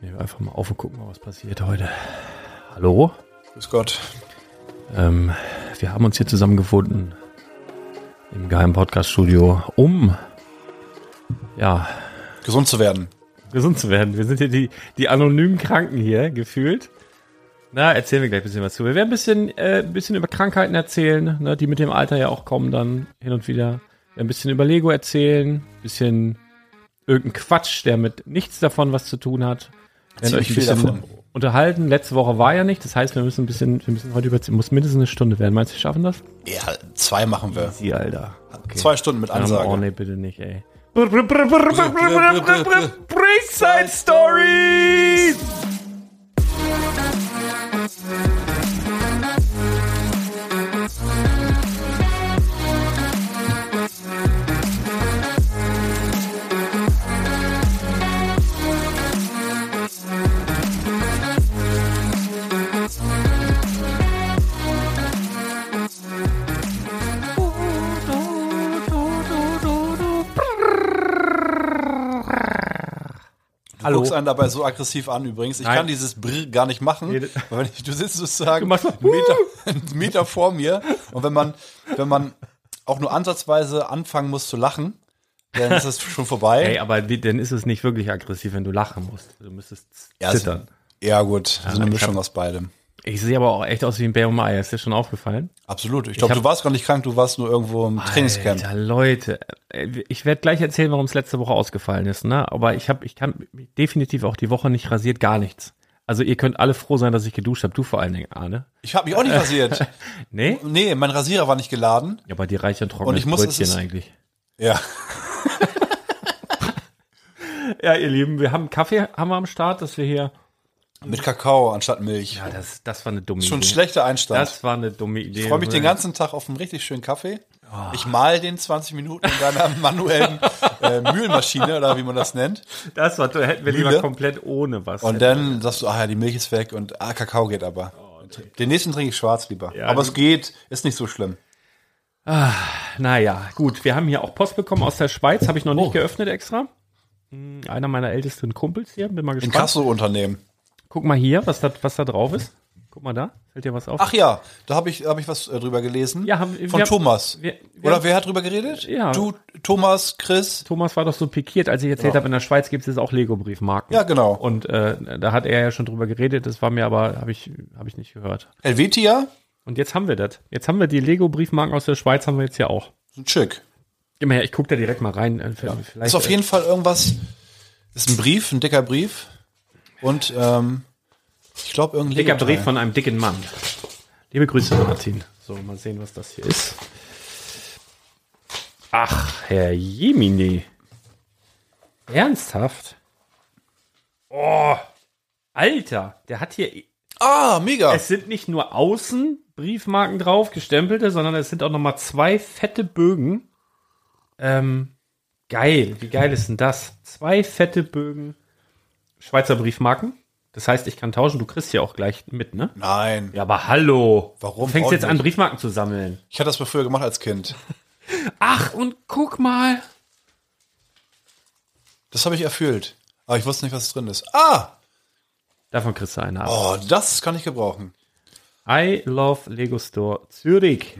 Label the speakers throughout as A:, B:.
A: Nehmen wir einfach mal auf und gucken mal, was passiert heute. Hallo?
B: Grüß Gott.
A: Ähm, wir haben uns hier zusammengefunden im geheimen Podcast-Studio, um ja,
B: Gesund zu werden.
A: gesund zu werden. Wir sind hier die, die anonymen Kranken hier, gefühlt. Na, erzählen wir gleich ein bisschen was zu. Wir werden ein bisschen, äh, ein bisschen über Krankheiten erzählen, ne, die mit dem Alter ja auch kommen dann hin und wieder. Wir werden ein bisschen über Lego erzählen, ein bisschen irgendein Quatsch, der mit nichts davon was zu tun hat. Wir werden euch
B: Ziemlich
A: ein
B: viel
A: bisschen
B: davon.
A: unterhalten. Letzte Woche war ja nicht, das heißt, wir müssen ein bisschen, wir müssen heute überziehen. Muss mindestens eine Stunde werden. Meinst du, wir schaffen das?
B: Ja, zwei machen wir.
A: Die, Alter. Okay.
B: Zwei Stunden mit
A: Oh
B: Ansage.
A: nee, bitte nicht, ey. Breakside Stories!
B: Du
A: Hallo.
B: guckst einen dabei so aggressiv an übrigens. Ich
A: Nein.
B: kann dieses Brr gar nicht machen,
A: Nee,
B: weil wenn ich, du sitzt sozusagen
A: Du machst so,
B: einen Meter, einen Meter vor mir und wenn man, wenn man auch nur ansatzweise anfangen muss zu lachen, dann ist das schon vorbei.
A: Ey, aber wie, dann ist es nicht wirklich aggressiv, wenn du lachen musst. Du müsstest z-
B: ja, so,
A: zittern.
B: ja gut, so eine
A: ich
B: Mischung aus beidem.
A: Ich sehe aber auch echt aus wie ein Bär um Ei. Ist dir schon aufgefallen?
B: Absolut. Ich glaube,
A: hab-
B: du warst gar nicht krank, du warst nur irgendwo im Trainingscamp.
A: Alter, Leute. Ey, Ich werde gleich erzählen, warum es letzte Woche ausgefallen ist. Ne? Aber ich, hab, ich kann mich definitiv auch die Woche nicht rasiert, gar nichts. Also ihr könnt alle froh sein, dass ich geduscht habe. Du vor allen Dingen, Arne.
B: Ich habe mich auch nicht rasiert.
A: Nee?
B: Nee, mein Rasierer war nicht geladen.
A: Ja, bei dir reicht ja ein trockenes
B: ich muss- es
A: Brötchen
B: ist-
A: eigentlich.
B: Ja.
A: Ja, ihr Lieben, wir haben Kaffee haben wir am Start, dass wir hier...
B: Mit Kakao anstatt Milch.
A: Ja, das, das war eine dumme
B: Schon ein
A: Idee.
B: schlechter Einstand.
A: Das war eine dumme Idee.
B: Ich freue mich den ganzen Tag auf einen richtig schönen Kaffee. Ich mal den 20 Minuten in deiner manuellen äh, Mühlmaschine oder wie man das nennt.
A: Das war, hätten wir lieber
B: Mühle.
A: komplett ohne was.
B: Und dann sagst du, ach ja, die Milch ist weg und ah, Kakao geht aber. Den nächsten trinke ich schwarz lieber.
A: Ja,
B: aber
A: du-
B: es geht, ist nicht so schlimm.
A: Naja, gut, wir haben hier auch Post bekommen aus der Schweiz, habe ich noch nicht geöffnet extra. Hm, Einer meiner ältesten Kumpels hier, bin mal
B: In
A: gespannt.
B: Kasso-Unternehmen.
A: Guck mal hier, was da, was da drauf ist. Guck mal da, fällt dir was auf?
B: Ach ja, da habe ich, hab ich was äh, drüber gelesen.
A: Ja, haben-
B: Von
A: wir-
B: Thomas.
A: wir- wir-
B: oder wer hat drüber geredet?
A: Ja.
B: Du, Thomas, Chris.
A: Thomas war doch so pikiert, als ich erzählt habe, in der Schweiz gibt es jetzt auch Lego-Briefmarken.
B: Genau. Ja, genau.
A: Und äh, da hat er ja schon drüber geredet, das war mir aber, habe ich, hab ich nicht gehört.
B: Helvetia.
A: Und jetzt haben wir das. Jetzt haben wir die Lego-Briefmarken aus der Schweiz, haben wir jetzt hier auch.
B: Sind schick.
A: Geh mal her, ich gucke da direkt mal rein. äh, Vielleicht,
B: Ist auf jeden Fall irgendwas. Ist ein Brief, ein dicker Brief. Und ähm, ich glaube, irgendein
A: Dicker
B: Lego-Teil.
A: Brief von einem dicken Mann. Liebe Grüße, Martin. So, mal sehen, was das hier ist. Ach, Herr Jemini. Ernsthaft? Oh, Alter, der hat hier.
B: Ah, mega.
A: Es sind nicht nur außen Briefmarken drauf, gestempelte, sondern es sind auch nochmal zwei fette Bögen. Ähm, geil, wie geil ist denn das? Zwei fette Bögen Schweizer Briefmarken. Das heißt, ich kann tauschen, du kriegst hier auch gleich mit, ne?
B: Nein.
A: Ja, aber hallo.
B: Warum
A: Du fängst
B: auch
A: jetzt an,
B: nicht?
A: Briefmarken zu sammeln.
B: Ich hatte das mal früher gemacht als Kind.
A: Ach, und guck mal.
B: Das habe ich erfüllt. Aber ich wusste nicht, was drin ist. Ah!
A: Davon kriegst du eine ab.
B: Oh, das kann ich gebrauchen.
A: I love Lego Store Zürich.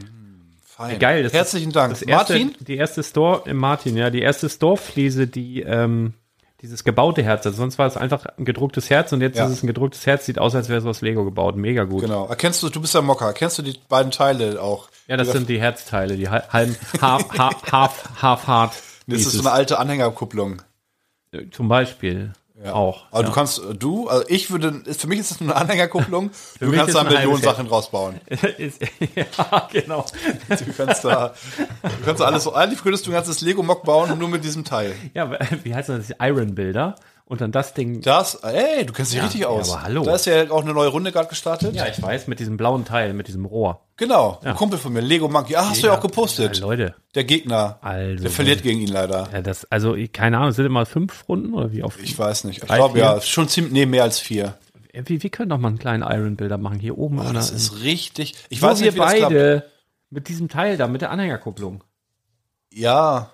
B: Fein.
A: Geil. Das
B: Herzlichen
A: ist,
B: Dank.
A: Das erste,
B: Martin?
A: Die erste Store, äh, Martin, ja. Die erste Store-Fliese, die ähm, dieses gebaute Herz hat. Sonst war es einfach ein gedrucktes Herz und jetzt
B: Ja.
A: ist es ein gedrucktes Herz. Sieht aus, als wäre es aus Lego gebaut. Mega gut.
B: Genau. Erkennst du, du bist ja Mocker. Erkennst du die beiden Teile auch?
A: Ja, das sind die Herzteile, die hal- halben, half, half, half, half hard.
B: Das ist so eine alte Anhängerkupplung.
A: Zum Beispiel auch.
B: Aber du kannst, äh, du, also ich würde, ist- für mich ist das nur eine Anhängerkupplung. du
A: mich
B: kannst
A: ist
B: da
A: ein halbes
B: Millionen
A: Herz.
B: Sachen rausbauen.
A: Ist- ja, genau.
B: Du kannst da, du kannst da alles, so- eigentlich könntest du ein ganzes Lego-Mock bauen, nur mit diesem Teil.
A: Ja, aber, wie heißt das? Iron Builder. Und dann das Ding.
B: Das, ey, du kennst dich richtig aus.
A: aber hallo.
B: Da ist ja auch eine neue Runde gerade gestartet.
A: Ja, ich weiß, mit diesem blauen Teil, mit diesem Rohr.
B: Genau, ein Kumpel von mir, Lego Monkey. Ah, hast du ja auch gepostet.
A: Ja, Leute.
B: Der Gegner,
A: Also,
B: der verliert gegen ihn leider.
A: Ja, das, also, ich- keine Ahnung, sind immer fünf Runden oder wie oft?
B: Ich weiß nicht. Ich
A: Drei,
B: glaube
A: vier?
B: ja, schon ziemlich, nee, mehr als vier.
A: wir, wir können doch mal einen kleinen Iron Builder machen, hier oben. oder?
B: Oh, Das ist richtig. Ich
A: Nur
B: weiß
A: wir
B: nicht, wie das klappt.
A: beide mit diesem Teil da, mit der Anhängerkupplung.
B: Ja,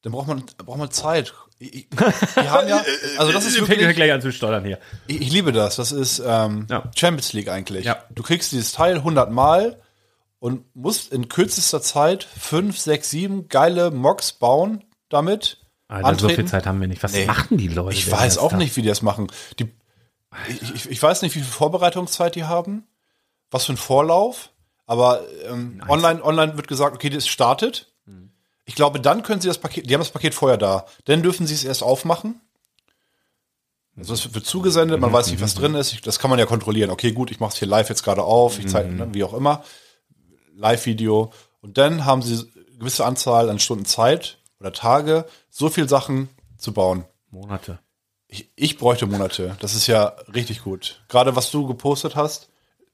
B: dann braucht man, braucht man Zeit. Ich, ich, wir haben ja, also das ist
A: Wir fängt
B: wirklich,
A: gleich an zu steuern hier.
B: ich, ich liebe das. Das ist ähm,
A: Ja.
B: Champions League eigentlich.
A: Ja.
B: Du kriegst dieses Teil 100 Mal und musst in kürzester Zeit fünf, sechs, sieben geile Mocks bauen damit.
A: Alter, so viel Zeit haben wir nicht. Was
B: Nee.
A: machen die Leute?
B: Ich
A: denn
B: weiß
A: jetzt
B: auch
A: da?
B: nicht, wie die das machen. Die, ich, ich, ich weiß nicht, wie viel Vorbereitungszeit die haben, was für ein Vorlauf, aber ähm, online, online wird gesagt, okay, das startet. Ich glaube, dann können sie das Paket, die haben das Paket vorher da, dann dürfen sie es erst aufmachen. Also es wird zugesendet, man weiß nicht, was drin ist. Ich, das kann man ja kontrollieren. Okay, gut, ich mache es hier live jetzt gerade auf, ich zeige, ne, wie auch immer. Live-Video. Und dann haben sie eine gewisse Anzahl an Stunden Zeit oder Tage, so viel Sachen zu bauen.
A: Monate.
B: Ich, ich bräuchte Monate. Das ist ja richtig gut. Gerade was du gepostet hast,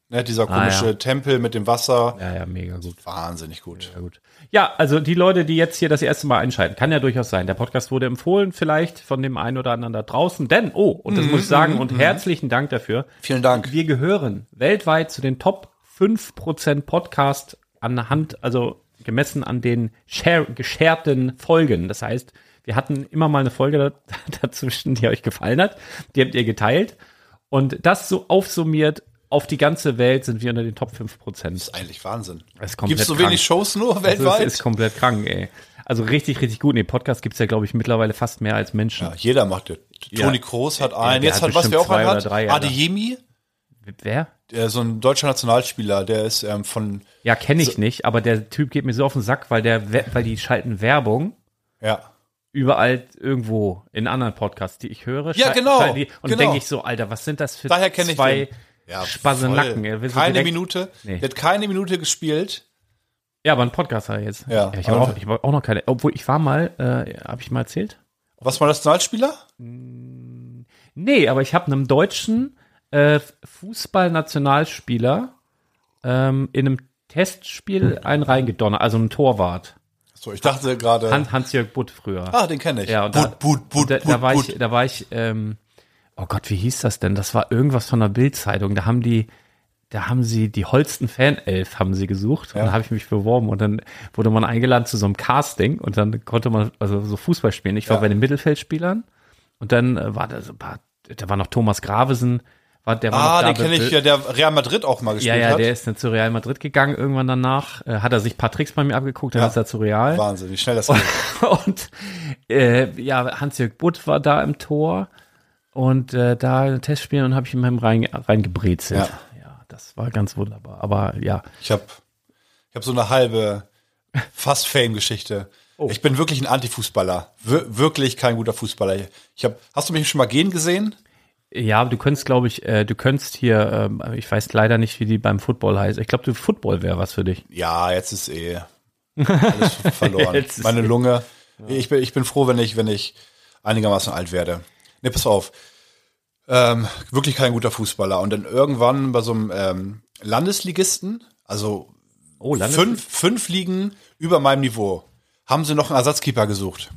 B: ne, dieser
A: Ah,
B: komische
A: ja.
B: Tempel mit dem Wasser.
A: Ja, ja, mega gut.
B: Wahnsinnig gut.
A: Ja, gut. Ja, also die Leute, die jetzt hier das erste Mal einschalten, kann ja durchaus sein. Der Podcast wurde empfohlen, vielleicht von dem einen oder anderen da draußen. Denn, oh, und das muss ich sagen, und herzlichen Dank dafür.
B: Vielen Dank.
A: Wir gehören weltweit zu den Top 5% Podcast anhand, also gemessen an den share, gescherten Folgen. Das heißt, wir hatten immer mal eine Folge da, dazwischen, die euch gefallen hat. Die habt ihr geteilt. Und das so aufsummiert auf die ganze Welt sind wir unter den Top 5%.
B: Das ist eigentlich Wahnsinn.
A: Das ist komplett
B: Gibt es so
A: krank.
B: wenig Shows nur
A: Also
B: weltweit?
A: es ist komplett krank, ey. Also richtig, richtig gut. Nee, Podcast gibt's ja, glaube ich, mittlerweile fast mehr als Menschen.
B: ja, jeder macht das.
A: Ja.
B: Toni Kroos hat einen.
A: der
B: Jetzt
A: hat
B: hat, was
A: bestimmt
B: wir auch
A: zwei
B: einen
A: oder
B: hat,
A: drei, Alter.
B: Adeyemi,
A: Wer?
B: der, so ein deutscher Nationalspieler, der ist ähm, von,
A: Ja, kenne ich nicht, aber der Typ geht mir so auf den Sack, weil der, we- weil die schalten Werbung
B: ja.
A: überall irgendwo in anderen Podcasts, die ich höre.
B: Ja,
A: schal-
B: genau,
A: schalten die, und
B: genau.
A: denke ich so, Alter, was sind das für
B: Daher kenne ich
A: zwei
B: den. Ja,
A: Spasenacken?
B: voll.
A: ey? Wir sind
B: Keine
A: direkt-
B: Minute.
A: Nee.
B: Der hat keine Minute gespielt.
A: Ja, aber ein Podcast halt jetzt.
B: Ja,
A: ich habe
B: aber-
A: auch, ich hab auch noch keine. Obwohl ich war mal, äh, habe ich mal erzählt?
B: Was war Nationalspieler?
A: Nee, aber ich habe einem deutschen äh, Fußballnationalspieler ähm, in einem Testspiel einen reingedonnert, also einen Torwart.
B: So, ich dachte gerade.
A: Han Hans-Jörg Butt früher.
B: Ah, den kenne ich.
A: Ja, und da-
B: But, but, but,
A: da, da
B: but,
A: war
B: but.
A: ich, da war ich, ähm, oh Gott, wie hieß das denn? Das war irgendwas von der Bild-Zeitung. Da haben die, da haben sie die Holsten Fanelf haben sie gesucht und da habe ich mich beworben und dann wurde man eingeladen zu so einem Casting und dann konnte man also so Fußball spielen. Ich war
B: Ja.
A: bei den Mittelfeldspielern und dann äh, war da so ein paar, da war noch Thomas Gravesen, war der war
B: Ah,
A: noch
B: den
A: da,
B: kenne ich ja, der Real Madrid auch mal
A: ja,
B: gespielt
A: ja,
B: hat.
A: der ist dann zu Real Madrid gegangen irgendwann danach. Äh, hat er sich ein paar Tricks bei mir abgeguckt, dann
B: Ja.
A: ist er zu Real.
B: Wahnsinn, wie schnell das geht.
A: Und äh, ja, Hans-Jörg Butt war da im Tor und äh, da ein Testspiel und habe ich ihm rein, reingebrezelt.
B: Ja.
A: Ja. das war ganz wunderbar. Aber ja,
B: Ich habe ich hab so eine halbe fast Fame-Geschichte.
A: Oh.
B: Ich bin wirklich ein Anti-Fußballer. Wir, wirklich kein guter Fußballer. Ich hab, hast du mich schon mal gehen gesehen?
A: ja, du könntest, glaube ich, äh, du könntest hier, ähm, ich weiß leider nicht, wie die beim Football heißt. Ich glaube, du Football wäre was für dich.
B: Ja, jetzt ist eh alles verloren.
A: Jetzt ist
B: Meine
A: eh-
B: Lunge. Ich bin, ich bin froh, wenn ich, wenn ich einigermaßen alt werde. Ne, pass auf. Ähm, wirklich kein guter Fußballer. Und dann irgendwann bei so einem ähm, Landesligisten, also
A: Oh, Landes-
B: fünf, fünf Ligen über meinem Niveau. Haben sie noch einen Ersatzkeeper gesucht.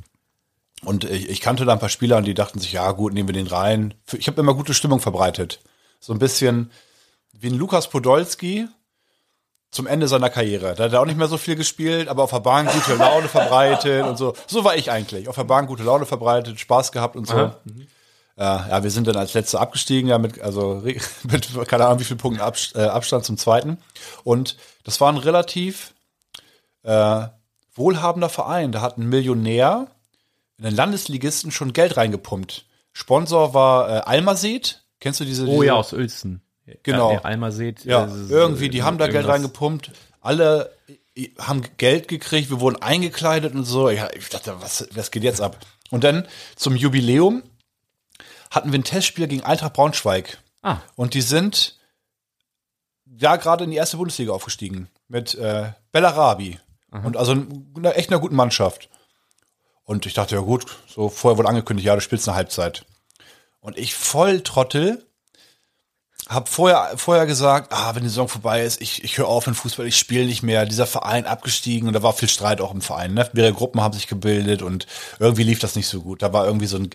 B: Und ich, ich kannte da ein paar Spieler und die dachten sich, ja gut, nehmen wir den rein. Für- Ich habe immer gute Stimmung verbreitet. So ein bisschen wie ein Lukas Podolski zum Ende seiner Karriere. Da hat er auch nicht mehr so viel gespielt, aber auf der Bahn gute Laune verbreitet und so. So war ich eigentlich. Auf der Bahn gute Laune verbreitet, Spaß gehabt und so.
A: Aha.
B: Ja, ja, wir sind dann als Letzte abgestiegen, ja, mit, also re- mit keine Ahnung, wie viel Punkten Abs- äh, Abstand zum Zweiten. Und das war ein relativ äh, wohlhabender Verein. Da hat ein Millionär in den Landesligisten schon Geld reingepumpt. Sponsor war äh, Almased. Kennst du diese?
A: Oh
B: diese
A: ja, aus Uelzen.
B: Genau.
A: Ja, einmal seht. äh,
B: ja, irgendwie, die haben da Geld
A: reingepumpt.
B: reingepumpt. Alle i- haben Geld gekriegt, wir wurden eingekleidet und so. Ja, ich dachte, was, was geht jetzt ab? Und dann zum Jubiläum hatten wir ein Testspiel gegen Eintracht Braunschweig.
A: Ah,
B: Und die sind ja gerade in die erste Bundesliga aufgestiegen. Mit äh, Bellarabi. Und also n- einer echt einer guten Mannschaft. Und ich dachte, ja gut, so vorher wurde angekündigt, ja, du spielst eine Halbzeit. Und ich voll Trottel hab vorher, vorher gesagt, ah, wenn die Saison vorbei ist, ich, ich höre auf mit Fußball, ich spiele nicht mehr. Dieser Verein abgestiegen und da war viel Streit auch im Verein. Ne? Mehrere Gruppen haben sich gebildet und irgendwie lief das nicht so gut. Da war irgendwie so ein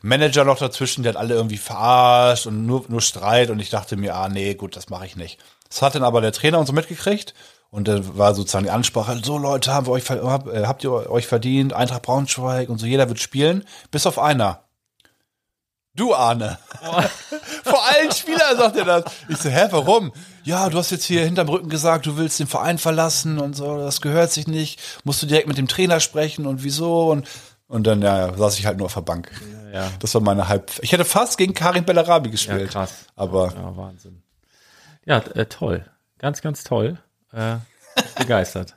B: Manager noch dazwischen, der hat alle irgendwie verarscht und nur, nur Streit und ich dachte mir, ah, nee, gut, das mache ich nicht. Das hat dann aber der Trainer und so mitgekriegt Und dann war sozusagen die Ansprache, so Leute, haben wir euch, ver- hab, äh, habt ihr euch verdient, Eintracht Braunschweig und so, jeder wird spielen, bis auf einer. Du, Arne. Vor allen Spielern sagt er das. Ich so, hä, warum? Ja, du hast jetzt hier hinterm Rücken gesagt, du willst den Verein verlassen und so, das gehört sich nicht. Musst du direkt mit dem Trainer sprechen und wieso? Und, und dann ja, saß ich halt nur auf der Bank.
A: Ja.
B: Das war meine Halb... Ich hätte fast gegen Karim Bellarabi
A: Ja,
B: gespielt.
A: krass.
B: Aber
A: Ja, Wahnsinn. Ja, äh, toll. Ganz, ganz toll. Äh, begeistert.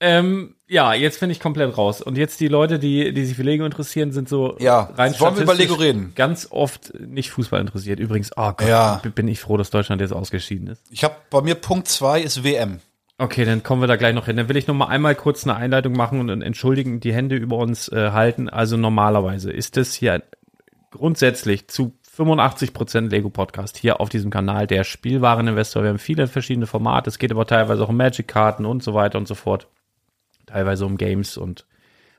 A: Ähm, ja, jetzt bin ich komplett raus. Und jetzt die Leute, die, die sich für Lego interessieren, sind so
B: Ja, wollen wir über
A: statistisch
B: Lego reden?
A: ganz oft nicht Fußball interessiert. Übrigens, oh Gott,
B: Ja.
A: bin ich froh, dass Deutschland jetzt ausgeschieden ist.
B: ich habe bei mir Punkt 2 ist WM.
A: Okay, dann kommen wir da gleich noch hin. Dann will ich noch mal einmal kurz eine Einleitung machen und dann entschuldigen, die Hände über uns äh, halten. Also normalerweise ist das hier grundsätzlich zu 85% Lego Podcast hier auf diesem Kanal der Spielwareninvestor. Wir haben viele verschiedene Formate. Es geht aber teilweise auch um Magic-Karten und so weiter und so fort. Teilweise um Games und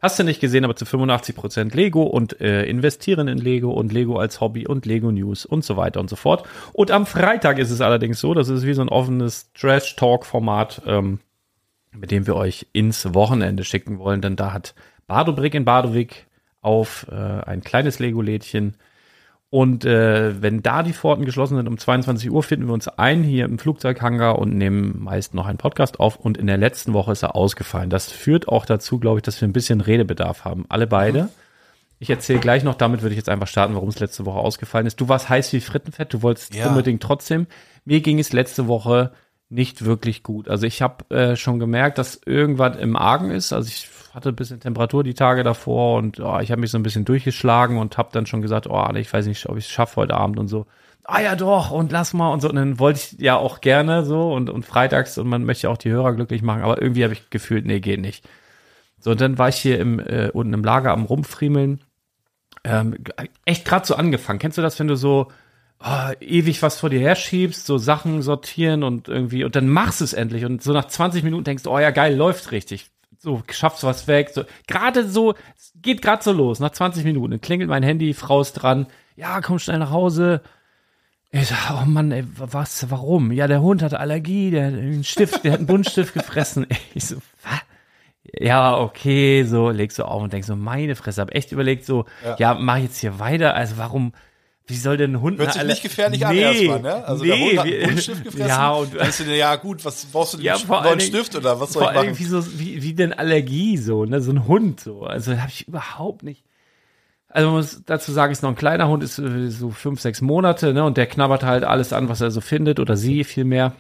A: hast du nicht gesehen, aber zu 85% Lego und äh, investieren in Lego und Lego als Hobby und Lego News und so weiter und so fort. Und am Freitag ist es allerdings so, das ist wie so ein offenes Trash-Talk-Format. Ähm, mit dem wir euch ins Wochenende schicken wollen, denn da hat Badobrick in Badowig auf äh, ein kleines Lego-Lädchen. Und äh, wenn da die Pforten geschlossen sind, um 22 Uhr finden wir uns ein hier im Flugzeughangar und nehmen meist noch einen Podcast auf. Und in der letzten Woche ist er ausgefallen. Das führt auch dazu, glaube ich, dass wir ein bisschen Redebedarf haben. Alle beide. Ich erzähle gleich noch, damit würde ich jetzt einfach starten, warum es letzte Woche ausgefallen ist. Du warst heiß wie Frittenfett, du wolltest
B: Ja.
A: unbedingt trotzdem. Mir ging es letzte Woche nicht wirklich gut. Also ich habe äh, schon gemerkt, dass irgendwas im Argen ist. Also ich hatte ein bisschen Temperatur die Tage davor und oh, ich habe mich so ein bisschen durchgeschlagen und habe dann schon gesagt, oh, Alter, ich weiß nicht, ob ich es schaffe heute Abend und so. Ah ja, doch, und lass mal und so. Und dann wollte ich ja auch gerne so und, und freitags und man möchte auch die Hörer glücklich machen, aber irgendwie habe ich gefühlt, nee, geht nicht. So, und dann war ich hier im, äh, unten im Lager am Rumfriemeln. Ähm, echt gerade so angefangen. Kennst du das, wenn du so ah, ewig was vor dir herschiebst, so Sachen sortieren und irgendwie, und dann machst du es endlich und so nach 20 Minuten denkst, oh ja, geil, läuft richtig. So, schaffst was weg. So, gerade so, es geht gerade so los, nach 20 Minuten. Dann klingelt mein Handy, Frau ist dran. Ja, komm schnell nach Hause. Ich sag, oh Mann, ey, wa- was, warum? Ja, der Hund hatte Allergie, der hat einen Stift, der hat einen Buntstift gefressen. Ich so, was? ja, okay, so legst du auf und denkst so, meine Fresse, hab echt überlegt, so, ja, mach ich jetzt hier weiter, also warum, wie soll denn ein Hund
B: Hört
A: eine
B: sich
A: Aller-
B: nicht gefährlich an
A: nee,
B: erstmal, ne? Also der Hund hat einen
A: wir-
B: Buntstift gefressen.
A: Ja, und
B: Dann denkst du dir, ja gut, was brauchst du denn
A: ja,
B: einen
A: vor allen
B: neuen
A: Dingen-
B: Stift oder was soll
A: vor
B: ich
A: allen
B: machen?
A: Dingen, wie, so, wie, wie denn Allergie so, ne? So ein Hund so. Also habe ich überhaupt nicht. Also man muss dazu sagen, ist noch ein kleiner Hund, ist äh, so fünf, sechs Monate, ne? Und der knabbert halt alles an, was er so findet oder sie vielmehr.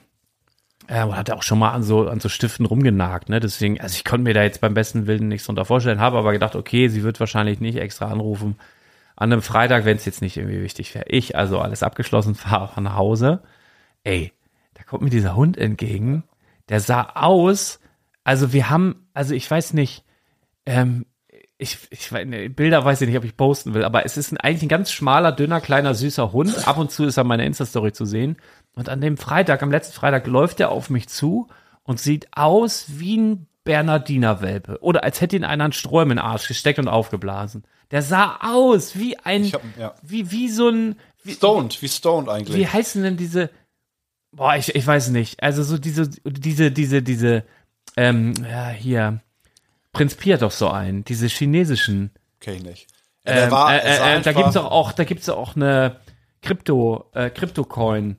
A: Äh, und hat auch schon mal an so, an so Stiften rumgenagt, ne? Deswegen, also ich konnte mir da jetzt beim besten Willen nichts drunter vorstellen, habe aber gedacht, okay, sie wird wahrscheinlich nicht extra anrufen. An einem Freitag, wenn es jetzt nicht irgendwie wichtig wäre. Ich also alles abgeschlossen, fahre nach Hause. Ey, da kommt mir dieser Hund entgegen. Der sah aus, also wir haben, also ich weiß nicht, ähm, ich, ich weiß, ne, Bilder weiß ich nicht, ob ich posten will, aber es ist ein, eigentlich ein ganz schmaler, dünner, kleiner, süßer Hund. Ab und zu ist er in meiner Insta-Story zu sehen. Und an dem Freitag, am letzten Freitag, läuft er auf mich zu und sieht aus wie ein Bernardiner-Welpe. Oder als hätte ihn einer einen Sträum in den Arsch gesteckt und aufgeblasen. Der sah aus wie ein,
B: Ich hab- ja.
A: wie, wie so ein, wie,
B: Stoned, wie stoned eigentlich.
A: wie heißen denn diese? Boah, ich, ich weiß nicht. Also so diese, diese, diese, diese, ähm, ja, hier. Prinz Pi hat doch so einen, diese chinesischen.
B: Kenn ich nicht. Ja,
A: Ähm,
B: der war,
A: äh,
B: er sah
A: äh, äh, da
B: einfach-
A: gibt's doch auch, da gibt's doch auch eine Krypto, äh, Krypto-Coin.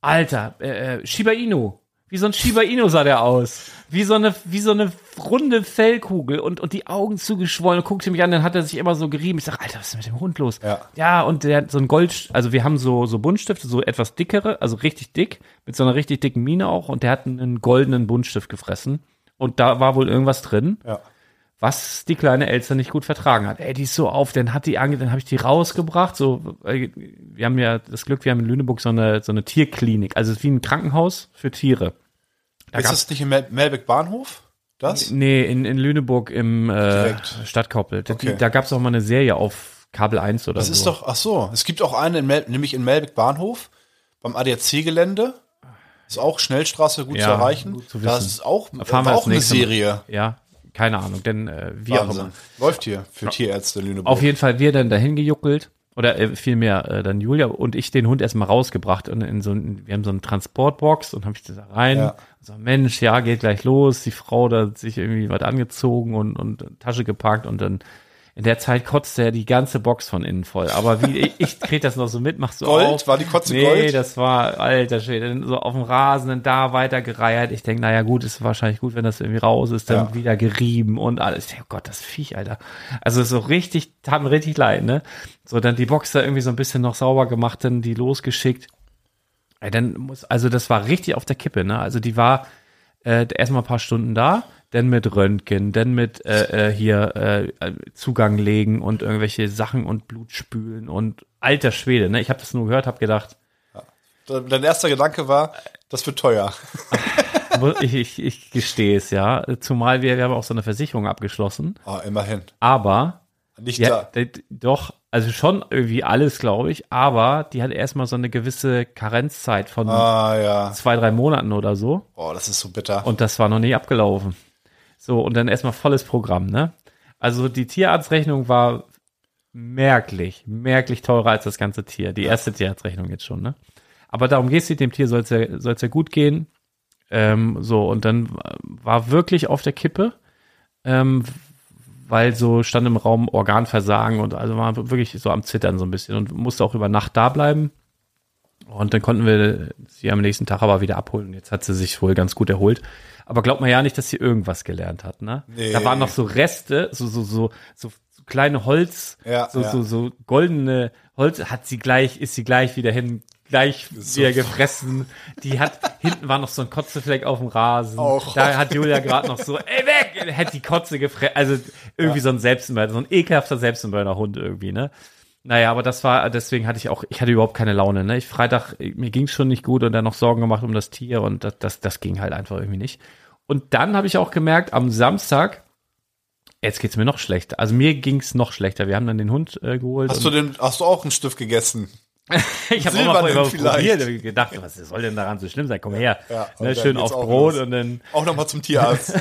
A: Alter, äh, äh, Shiba Inu. Wie so ein Shiba Inu sah der aus. Wie so eine, wie so eine runde Fellkugel und, und die Augen zugeschwollen und guckte mich an, dann hat er sich immer so gerieben. Ich sag, Alter, was ist mit dem Hund los?
B: Ja.
A: ja und der hat so ein Gold, also wir haben so, so Buntstifte, so etwas dickere, also richtig dick, mit so einer richtig dicken Mine auch und der hat einen goldenen Buntstift gefressen. Und da war wohl irgendwas drin
B: Ja.
A: was die kleine Elster nicht gut vertragen hat. Ey, die ist so auf, dann hat die ange, dann habe ich die rausgebracht. So, äh, wir haben ja das Glück, wir haben in Lüneburg so eine so eine Tierklinik, also es ist wie ein Krankenhaus für Tiere. Da
B: Ist
A: gab's,
B: das nicht im Mel Melbeck Bahnhof? Das?
A: nee, in, in Lüneburg im äh,
B: Direkt.
A: Stadtkoppel. Da,
B: Okay.
A: da gab es auch mal eine Serie auf Kabel 1 oder
B: Das
A: so.
B: ist doch, ach so, es gibt auch eine, in Mel nämlich in Melbeck Bahnhof, beim ADAC-Gelände. Ist auch Schnellstraße gut
A: Ja,
B: zu erreichen.
A: gut zu
B: das
A: wissen.
B: ist auch,
A: Erfahren wir
B: war
A: das
B: auch eine
A: nächste Mal.
B: Serie.
A: ja, keine Ahnung, denn äh, wie auch immer.
B: Wahnsinn. Läuft hier für Tierärzte in Lüneburg.
A: Auf jeden Fall wir dann dahin gejuckelt oder äh, vielmehr äh, dann Julia und ich den Hund erstmal rausgebracht und in so ein, wir haben so eine Transportbox und habe ich das da rein.
B: Ja.
A: So, Mensch, ja, geht gleich los. Die Frau da hat sich irgendwie was angezogen und, und Tasche gepackt und dann in der Zeit kotzte er die ganze Box von innen voll. Aber wie ich, ich krieg das noch so mit, mach so
B: Gold?
A: auf.
B: War die Kotze
A: nee,
B: Gold?
A: das war, alter Schwede, dann so auf dem Rasen, dann da weitergereiht. Ich denke, naja gut, ist wahrscheinlich gut, wenn das irgendwie raus ist, dann
B: Ja.
A: wieder gerieben und alles. Ich denk, oh Gott, das Viech, Alter. Also so richtig, tat mir richtig leid, ne? So, dann die Box da irgendwie so ein bisschen noch sauber gemacht, dann die losgeschickt. Ey, dann muss, also das war richtig auf der Kippe, ne? Also die war äh, erstmal ein paar Stunden da, dann mit Röntgen, dann mit äh, äh, hier äh, äh, Zugang legen und irgendwelche Sachen und Blut spülen und alter Schwede, ne? Ich habe das nur gehört, habe gedacht,
B: Dein erster Gedanke war, das wird teuer.
A: mu- ich, ich, ich gestehe es, ja. Zumal wir, wir haben auch so eine Versicherung abgeschlossen,
B: Ah, immerhin.
A: aber
B: Nicht
A: ja,
B: da.
A: d- doch, also schon irgendwie alles, glaube ich, aber die hat erstmal so eine gewisse Karenzzeit von
B: Ah, ja.
A: zwei, drei Monaten oder so.
B: Oh, das ist so bitter.
A: Und das war noch nicht abgelaufen. So, und dann erstmal volles Programm, ne? Also die Tierarztrechnung war merklich, merklich teurer als das ganze Tier. Die erste Tierarztrechnung jetzt schon, ne? Aber darum geht's nicht, dem Tier soll's ja, soll's ja gut gehen. Ähm, so, und dann war wirklich auf der Kippe, ähm, weil so stand im Raum Organversagen und also war wirklich so am Zittern so ein bisschen und musste auch über Nacht da bleiben. Und dann konnten wir sie am nächsten Tag aber wieder abholen. Jetzt hat sie sich wohl ganz gut erholt. Aber glaubt man ja nicht, dass sie irgendwas gelernt hat, ne?
B: Nee.
A: Da waren noch so Reste, so, so, so, so kleine Holz,
B: Ja,
A: so,
B: ja.
A: so, so goldene Holz, hat sie gleich, ist sie gleich wieder hin, gleich wieder gefressen. Die hat, hinten war noch so ein Kotzefleck auf dem Rasen.
B: Auch.
A: Da hat Julia gerade noch so, ey, weg! Hätte die Kotze gefressen. Also irgendwie so ein Selbstmörder, so ein ekelhafter Selbstmörderhund irgendwie, ne? Naja, aber das war, deswegen hatte ich auch, ich hatte überhaupt keine Laune, ne? Ich Freitag, mir ging's schon nicht gut und dann noch Sorgen gemacht um das Tier und das, das, das ging halt einfach irgendwie nicht. Und dann habe ich auch gemerkt, am Samstag, jetzt geht's mir noch schlechter. Also mir ging's noch schlechter. Wir haben dann den Hund äh, geholt.
B: Hast
A: und-
B: du, den, hast du auch einen Stift gegessen?
A: ich habe auch mal
B: Silbernen
A: vorher
B: vielleicht.
A: probiert und gedacht, was soll denn daran so schlimm sein? Komm her.
B: ja, und
A: ne,
B: dann
A: schön
B: geht's
A: auf
B: auch
A: Brot
B: los.
A: und dann.
B: Auch nochmal zum Tierarzt.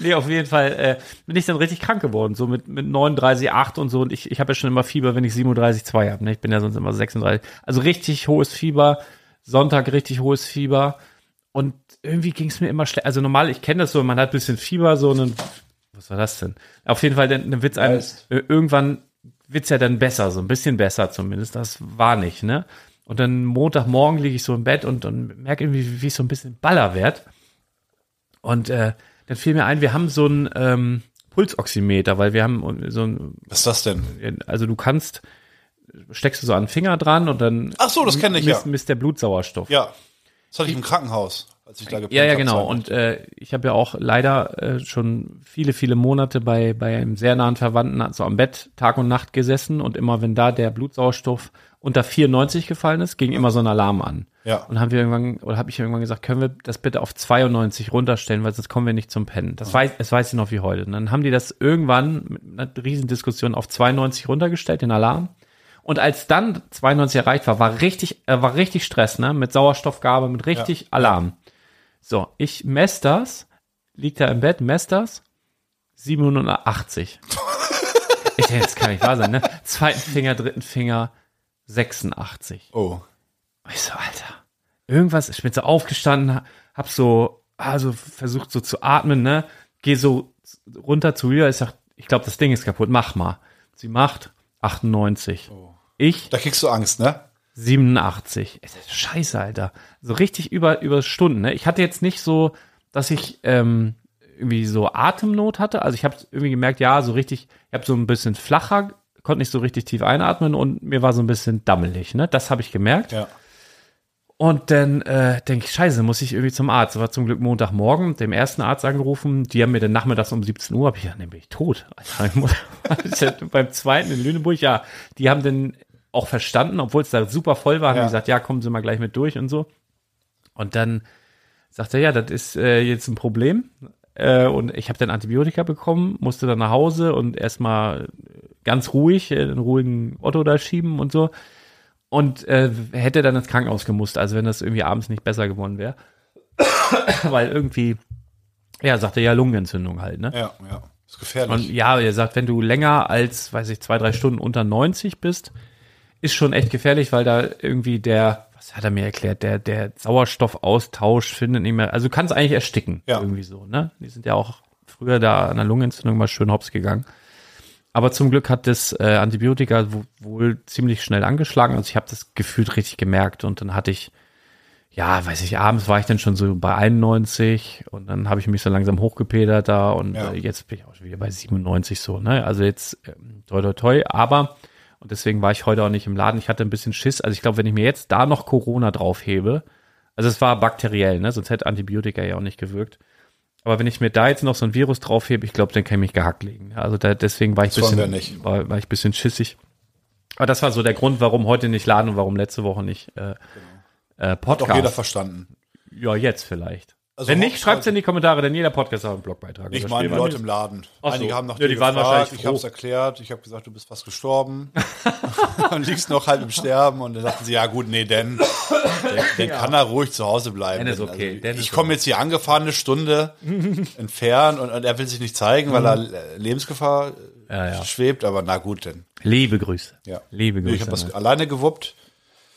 A: Nee, auf jeden Fall äh, bin ich dann richtig krank geworden, so mit, mit 39,8 und so. Und ich, ich habe ja schon immer Fieber, wenn ich 37,2 habe. Ne? Ich bin ja sonst immer 36. Also richtig hohes Fieber, Sonntag richtig hohes Fieber. Und irgendwie ging es mir immer schlecht. Also normal, ich kenne das so, man hat ein bisschen Fieber, so einen. Was war das denn? Auf jeden Fall, dann, dann wird's einem,
B: Geist.
A: äh, irgendwann wird's ja dann besser, so ein bisschen besser zumindest. Das war nicht, ne? Und dann Montagmorgen liege ich so im Bett und, und merke irgendwie, wie ich so ein bisschen Baller werd. Und äh, dann fiel mir ein, wir haben so ein ähm, Pulsoximeter, weil wir haben so ein,
B: Was ist das denn?
A: also du kannst, steckst du so an den Finger dran und dann
B: Ach so, das kenne ich ja.
A: misst, misst der Blutsauerstoff.
B: Ja. Das hatte ich im Krankenhaus, als ich da gepennt
A: Ja, ja,
B: hab,
A: genau.
B: zwei-
A: Und äh, ich habe ja auch leider äh, schon viele, viele Monate bei, bei einem sehr nahen Verwandten so am Bett Tag und Nacht gesessen und immer, wenn da der Blutsauerstoff unter 94 gefallen ist, ging immer so ein Alarm an.
B: Ja.
A: Und haben wir irgendwann, oder habe ich irgendwann gesagt, können wir das bitte auf 92 runterstellen, weil sonst kommen wir nicht zum Pennen. Das weiß, es weiß ich noch wie heute. Und dann haben die das irgendwann mit einer Riesendiskussion auf 92 runtergestellt, den Alarm. Und als dann 92 erreicht war, war richtig, äh, war richtig Stress, ne? Mit Sauerstoffgabe, mit richtig Alarm. So, ich messe das, liegt da im Bett, messe das, 87. ich denke, das kann nicht wahr sein, ne? Zweiten Finger, dritten Finger, 86.
B: Oh.
A: Ich so, Alter, irgendwas, ich bin so aufgestanden, hab so, also versucht so zu atmen, ne? Geh so runter zu ihr, ich sag, ich glaube, das Ding ist kaputt, mach mal. Sie macht 98. Ich
B: Da kriegst du Angst, ne?
A: 87. Es ist Scheiße, Alter. So richtig über, über Stunden. Ne? Ich hatte jetzt nicht so, dass ich ähm, irgendwie so Atemnot hatte. Also ich habe irgendwie gemerkt, ja, so richtig, ich habe so ein bisschen flacher, konnte nicht so richtig tief einatmen und mir war so ein bisschen dammelig. Ne? Das habe ich gemerkt.
B: Ja.
A: Und dann äh, denke ich, scheiße, muss ich irgendwie zum Arzt. Das war zum Glück Montagmorgen, dem ersten Arzt angerufen. Die haben mir dann nachmittags um 17 Uhr, hab ich gedacht, nee, bin ich tot. Alter, ich muss- Ich hatte beim zweiten in Lüneburg, ja, die haben dann auch verstanden, obwohl es da super voll war, haben
B: Ja.
A: die gesagt, ja, kommen Sie mal gleich mit durch und so. Und dann sagt er, ja, das ist äh, jetzt ein Problem. Äh, und ich habe dann Antibiotika bekommen, musste dann nach Hause und erstmal ganz ruhig, äh, einen ruhigen Otto da schieben und so. Und äh, hätte dann ins Krankenhaus gemusst, also wenn das irgendwie abends nicht besser geworden wäre. Weil irgendwie, ja, sagt er ja Lungenentzündung halt, ne?
B: Ja, ja. Ist
A: Und
B: gefährlich.
A: ja, er sagt, wenn du länger als, weiß ich, zwei, drei Stunden unter 90 bist, ist schon echt gefährlich, weil da irgendwie der, was hat er mir erklärt, der, der Sauerstoffaustausch findet nicht mehr, also kann es eigentlich ersticken,
B: Ja.
A: irgendwie so, ne? Die sind ja auch früher da an der Lungenentzündung mal schön hops gegangen. Aber zum Glück hat das äh, Antibiotika wo- wohl ziemlich schnell angeschlagen. Also ich habe das gefühlt richtig gemerkt und dann hatte ich, ja, weiß ich, abends war ich dann schon so bei 91 und dann habe ich mich so langsam hochgepedert da und
B: Ja.
A: äh, jetzt bin ich auch schon wieder bei 97 so, ne? Also jetzt ähm, toi toi toi, aber und deswegen war ich heute auch nicht im Laden. Ich hatte ein bisschen Schiss. Also ich glaube, wenn ich mir jetzt da noch Corona draufhebe, also es war bakteriell, ne? Sonst hätte Antibiotika ja auch nicht gewirkt. Aber wenn ich mir da jetzt noch so ein Virus draufhebe, ich glaube, dann kann ich mich gehackt legen. Also da, deswegen war ich
B: Das wollen
A: bisschen,
B: wir nicht.
A: War, war ich bisschen schissig. Aber das war so der Grund, warum heute nicht laden und warum letzte Woche nicht äh, äh,
B: Genau. Doch jeder
A: Podcast.
B: verstanden.
A: Ja, jetzt vielleicht.
B: Also
A: wenn
B: heute-
A: nicht, schreibt's in die Kommentare, denn jeder Podcast hat einen Blogbeitrag.
B: Ich
A: über
B: meine die
A: Spielwaren.
B: Leute im Laden.
A: Ach so.
B: Einige haben nach
A: Ja,
B: dir
A: die waren
B: gefragt,
A: wahrscheinlich
B: ich habe es
A: froh.
B: erklärt, ich habe gesagt, du bist fast gestorben. und liegst noch halb im Sterben und dann sagten sie, ja gut, nee, denn der, der kann da ruhig zu Hause bleiben. also,
A: Denn ist okay, denn
B: ich
A: ist
B: komme jetzt hier angefahren eine Stunde entfernt und, und er will sich nicht zeigen, weil er äh, Lebensgefahr äh,
A: Mhm. Ja, ja.
B: schwebt, aber na gut, denn.
A: Liebe Grüße.
B: Ja.
A: Liebe
B: Nee,
A: Grüße.
B: Ich habe das
A: ne?
B: alleine gewuppt.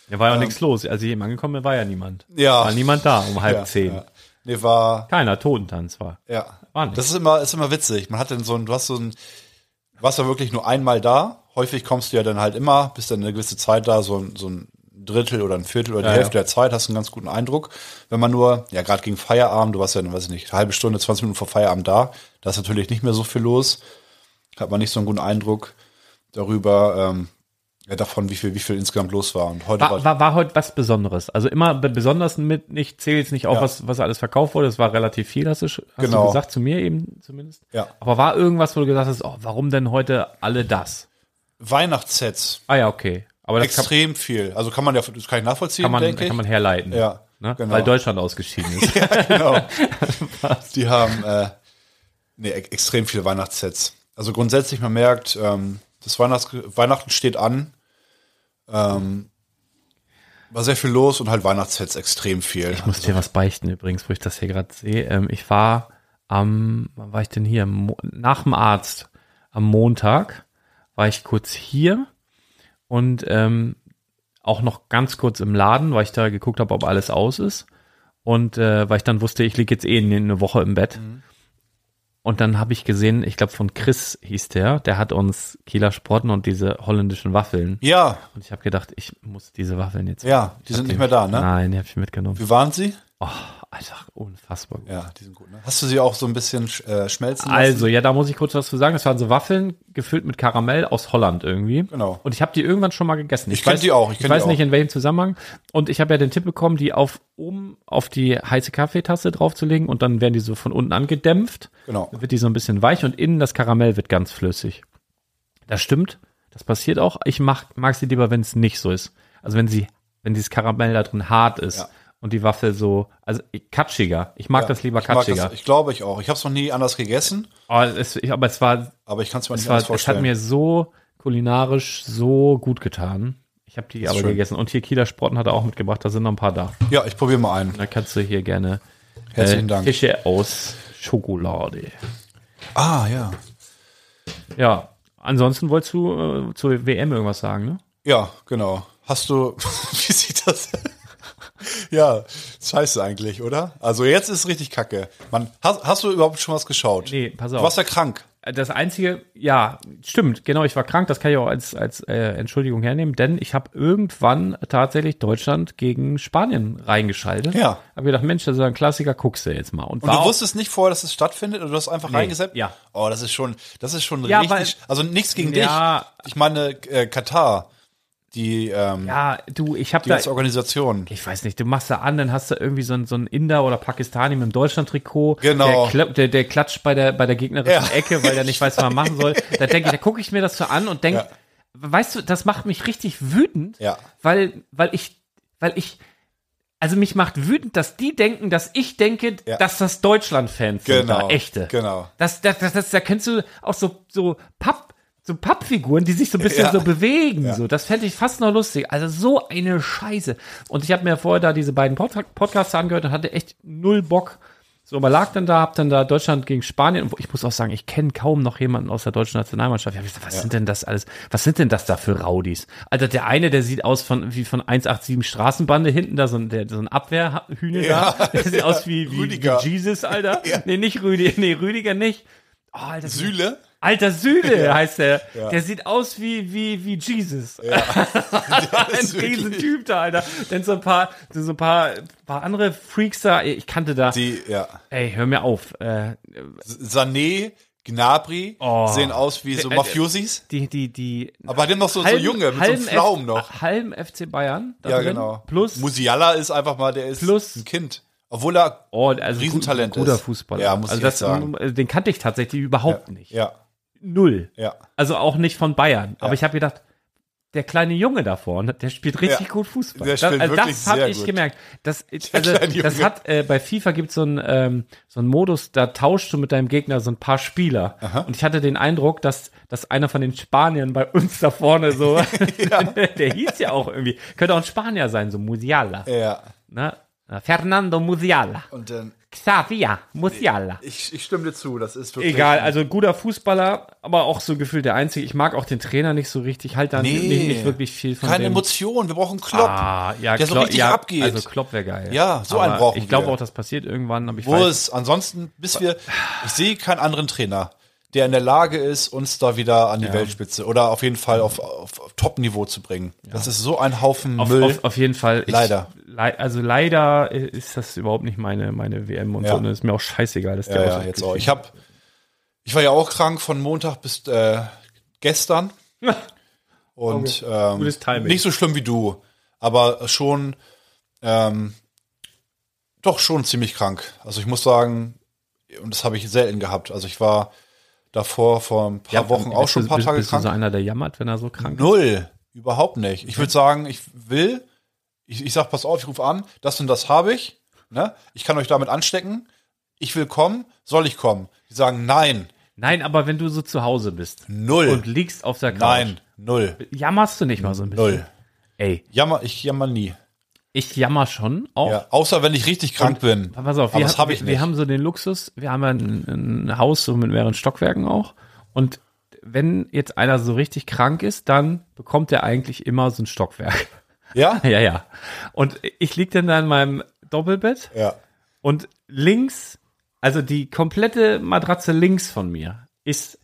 A: Da war ja auch nichts los. Als ich eben angekommen bin, war ja niemand.
B: Ja.
A: War niemand da um halb
B: ja,
A: zehn.
B: Ja. Nee, war
A: Keiner, Totentanz war.
B: Ja.
A: War nicht.
B: Das ist immer, ist immer witzig. Man hat dann so ein, du hast so ein, du warst ja wirklich nur einmal da. Häufig kommst du ja dann halt immer, bist dann eine gewisse Zeit da, so ein, so ein Drittel oder ein Viertel oder die
A: Ja,
B: Hälfte
A: ja.
B: der Zeit, hast einen ganz guten Eindruck. Wenn man nur, ja, gerade gegen Feierabend, du warst ja, weiß ich nicht, halbe Stunde, 20 Minuten vor Feierabend da, da ist natürlich nicht mehr so viel los. Hat man nicht so einen guten Eindruck darüber, ähm, ja, davon, wie viel, wie viel insgesamt los war. Und heute
A: War, war, war heute was Besonderes. Also immer be- besonders mit nicht, zähle jetzt nicht auf,
B: Ja.
A: was, was alles verkauft wurde. Es war relativ viel, hast du, sch- hast
B: Genau.
A: du gesagt, zu mir eben zumindest.
B: Ja.
A: Aber war irgendwas, wo du gesagt hast, oh, warum denn heute alle das?
B: Weihnachtssets,
A: Ah ja, okay. Aber das kann,
B: extrem viel. Also kann man ja, das kann ich nachvollziehen,
A: kann, man,
B: denke ich.
A: kann man herleiten.
B: Ja,
A: Ne?
B: genau.
A: Weil Deutschland ausgeschieden ist.
B: genau. Die haben äh, nee, e- extrem viele Weihnachtssets. Also grundsätzlich, man merkt, ähm, das Weihnachts Weihnachten steht an. Ähm, war sehr viel los und halt Weihnachtssets extrem viel.
A: Ich muss dir was beichten übrigens, wo ich das hier gerade sehe. Ähm, ich war am, wann war ich denn hier? Mo nach dem Arzt am Montag war ich kurz hier und ähm, auch noch ganz kurz im Laden, weil ich da geguckt habe, ob alles aus ist. Und äh, weil ich dann wusste, ich liege jetzt eh in- in eine Woche im Bett.
B: Mhm.
A: Und dann habe ich gesehen, ich glaube von Chris hieß der, der hat uns Kieler Sporten und diese holländischen Waffeln.
B: Ja,
A: Und ich habe gedacht, ich muss diese Waffeln jetzt.
B: ja, die sind nicht mehr da, ne?
A: Nein, die habe ich mitgenommen.
B: Wie waren sie?
A: Oh, einfach unfassbar. gut.
B: Ja, die sind gut, ne? Hast du sie auch so ein bisschen sch- äh, schmelzen lassen?
A: Also, ja, da muss ich kurz was zu sagen. Das waren so Waffeln gefüllt mit Karamell aus Holland irgendwie.
B: Genau.
A: Und ich habe die irgendwann schon mal gegessen.
B: Ich kenn die auch, ich
A: Ich,
B: kenn die
A: weiß
B: auch.
A: nicht, in welchem Zusammenhang. Und ich habe ja den Tipp bekommen, die auf oben auf die heiße Kaffeetasse draufzulegen und dann werden die so von unten angedämpft.
B: Genau.
A: Dann wird die so ein bisschen weich und innen das Karamell wird ganz flüssig. Das stimmt. Das passiert auch. Ich mag, mag sie lieber, wenn es nicht so ist. Also wenn sie, wenn dieses Karamell da drin hart ist
B: Ja.
A: und die Waffel so, also katschiger. Ich mag
B: Ja,
A: das lieber
B: ich, mag
A: katschiger.
B: das, ich glaube ich auch. Ich habe es noch nie anders gegessen,
A: Oh, es, ich, aber es war,
B: aber ich kann es mir
A: es
B: nicht
A: war,
B: anders
A: es hat
B: vorstellen.
A: mir so kulinarisch so gut getan. Ich habe die aber
B: schön.
A: gegessen. Und hier Kieler Sporten hat er auch mitgebracht. Da sind noch ein paar da.
B: ja, ich probiere mal einen.
A: Da kannst du hier gerne äh,
B: Herzlichen Dank.
A: Fische aus Schokolade.
B: Ah, ja.
A: Ja, ansonsten wolltest du äh, zur WM irgendwas sagen, ne?
B: Ja, genau. Hast du. Wie sieht das? ja, scheiße eigentlich, oder? Also jetzt ist richtig kacke. Man, hast, hast du überhaupt schon was geschaut?
A: Nee, pass
B: Du
A: auf.
B: warst ja krank.
A: Das einzige, ja, stimmt, genau, ich war krank, das kann ich auch als, als äh, Entschuldigung hernehmen, denn ich habe irgendwann tatsächlich Deutschland gegen Spanien reingeschaltet.
B: Ja.
A: Habe gedacht, Mensch, das ist ja ein Klassiker, guckst du jetzt mal. Und,
B: Und
A: war
B: du
A: auch-
B: wusstest nicht vorher, dass es stattfindet oder du hast einfach reingesetzt?
A: ja.
B: Oh, das ist schon, das ist schon
A: Ja,
B: richtig. Also nichts gegen
A: Ja.
B: dich. Ich meine, äh, Katar, die, ähm,
A: Ja, du, ich habe
B: die
A: da,
B: ganze Organisation.
A: ich weiß nicht, du machst da an, dann hast du irgendwie so einen, so einen Inder oder Pakistani mit dem Deutschland-Trikot.
B: Genau.
A: Der, kla- der, der klatscht bei der, bei der gegnerischen
B: Ja.
A: Ecke, weil er nicht weiß, was man machen soll. Da denke ich, da gucke ich mir das so an und denke,
B: Ja.
A: weißt du, das macht mich richtig wütend,
B: Ja.
A: weil, weil ich, weil ich, also mich macht wütend, dass die denken, dass ich denke,
B: Ja.
A: dass das Deutschland-Fans sind, da,
B: Genau.
A: echte.
B: Genau.
A: Das, das, das, das, da kennst du auch so, so Papp, so Pappfiguren, die sich so ein bisschen
B: Ja.
A: so bewegen. So, das fände ich fast noch lustig. Also so eine Scheiße. Und ich habe mir vorher da diese beiden Pod Podcasts angehört und hatte echt null Bock, So, aber lag dann da, hab dann da Deutschland gegen Spanien. Und ich muss auch sagen, ich kenne kaum noch jemanden aus der deutschen Nationalmannschaft. Ich hab gesagt, was sind denn das alles? Was sind denn das da für Raudis? Alter, der eine, der sieht aus von, wie von 187 Straßenbande hinten, da so ein, der, so ein Abwehrhühne
B: Ja,
A: da. Der sieht
B: ja.
A: aus wie, wie,
B: Rüdiger.
A: wie Jesus, Alter. Nee, nicht Rüdiger, nee, Rüdiger nicht. Oh, Alter,
B: Süle?
A: Alter Süle heißt der.
B: Ja.
A: Der sieht aus wie, wie, wie Jesus. ein
B: ist wirklich-
A: Riesentyp da, Alter. Dann so ein paar, so ein paar, paar andere Freaks da. Ich kannte da.
B: Die, ja.
A: Ey, hör mir auf. Äh,
B: Sané, Gnabry
A: Oh.
B: sehen aus wie so
A: Äh, äh,
B: Mafiosis.
A: die, die, die.
B: Aber die haben noch so, so Junge mit so einem Pflaumen noch.
A: Halben FC Bayern. da
B: Ja,
A: drin,
B: genau.
A: Plus.
B: Musiala ist einfach mal, der ist
A: Plus-
B: ein Kind. Obwohl er.
A: oh, also gut-
B: Riesentalent
A: Guter
B: ist.
A: Fußballer.
B: Ja, muss
A: also
B: ich echt sagen.
A: also Den kannte ich tatsächlich überhaupt nicht.
B: Ja,
A: Null.
B: ja.
A: Also auch nicht von Bayern. Aber
B: Ja.
A: ich habe gedacht, der kleine Junge da vorne, der spielt richtig
B: Ja.
A: gut Fußball.
B: Der spielt
A: das also
B: wirklich
A: das habe
B: sehr
A: ich
B: gut.
A: gemerkt. Das, also,
B: kleine Junge.
A: das hat äh, bei FIFA gibt so ein ähm, so ein Modus, da tauschst du mit deinem Gegner so ein paar Spieler. Und ich hatte den Eindruck, dass dass einer von den Spaniern bei uns da vorne so, der hieß ja auch irgendwie, könnte auch ein Spanier sein, so Musiala,
B: Ja.
A: ne? Fernando Musiala,
B: Und dann.
A: Xavier Musiala.
B: Ich, ich stimme dir zu, das ist wirklich.
A: Egal, also guter Fußballer, aber auch so gefühlt der Einzige. Ich mag auch den Trainer nicht so richtig, halt dann
B: Nee.
A: nicht, nicht wirklich viel von
B: Keine
A: dem.
B: Emotion, wir brauchen Klopp.
A: Ah, ja,
B: der so
A: Klopp-
B: richtig
A: ja,
B: abgeht.
A: Also Klopp wäre geil.
B: Ja, so einen
A: Aber
B: brauchen
A: Ich glaube
B: wir.
A: auch, das passiert irgendwann, aber ich
B: Wo
A: weiß.
B: es ansonsten, bis wir, ich sehe keinen anderen Trainer, der in der Lage ist, uns da wieder an die Weltspitze oder auf jeden Fall auf, auf, auf Top-Niveau zu bringen. Das ist so ein Haufen
A: Auf,
B: Müll.
A: auf, auf jeden Fall. Ich,
B: Leider.
A: Lei, also leider äh, ist das überhaupt nicht meine, meine WM und
B: Ja.
A: so. Und ist mir auch scheißegal, dass
B: ja,
A: der
B: ja,
A: ausgekickt
B: jetzt auch.
A: wird.
B: Ich hab, ich war ja auch krank von Montag bis äh, gestern und ähm,
A: Gutes Timing.
B: nicht so schlimm wie du, aber schon ähm, doch schon ziemlich krank. Also ich muss sagen, und das habe ich selten gehabt. Also ich war davor vor ein paar Wochen auch
A: ähm, Bist du-
B: schon ein paar
A: bist,
B: Tage
A: bist
B: krank.
A: Du so einer, der jammert, wenn er so krank ist.
B: Null. Überhaupt nicht. Ich würde sagen, ich will, ich, ich sag, pass auf, ich rufe an, das und das habe ich. Ne? Ich kann euch damit anstecken. Ich will kommen, soll ich kommen? Die sagen nein,
A: Nein, aber wenn du so zu Hause bist
B: null.
A: und liegst auf der Couch,
B: nein, null.
A: jammerst du nicht mal so ein bisschen.
B: Null.
A: Ey,
B: Jammer, ich jammer nie.
A: ich jammer schon auch.
B: Ja, außer wenn ich richtig krank bin.
A: Pass auf,
B: Aber
A: wir,
B: das
A: hab
B: habe ich
A: wir,
B: nicht.
A: wir haben so den Luxus, wir haben ja ein, ein Haus so mit mehreren Stockwerken auch. Und wenn jetzt einer so richtig krank ist, dann bekommt er eigentlich immer so ein Stockwerk.
B: ja?
A: ja, ja. Und ich lieg dann da in meinem Doppelbett
B: Ja.
A: und links, also die komplette Matratze links von mir ist,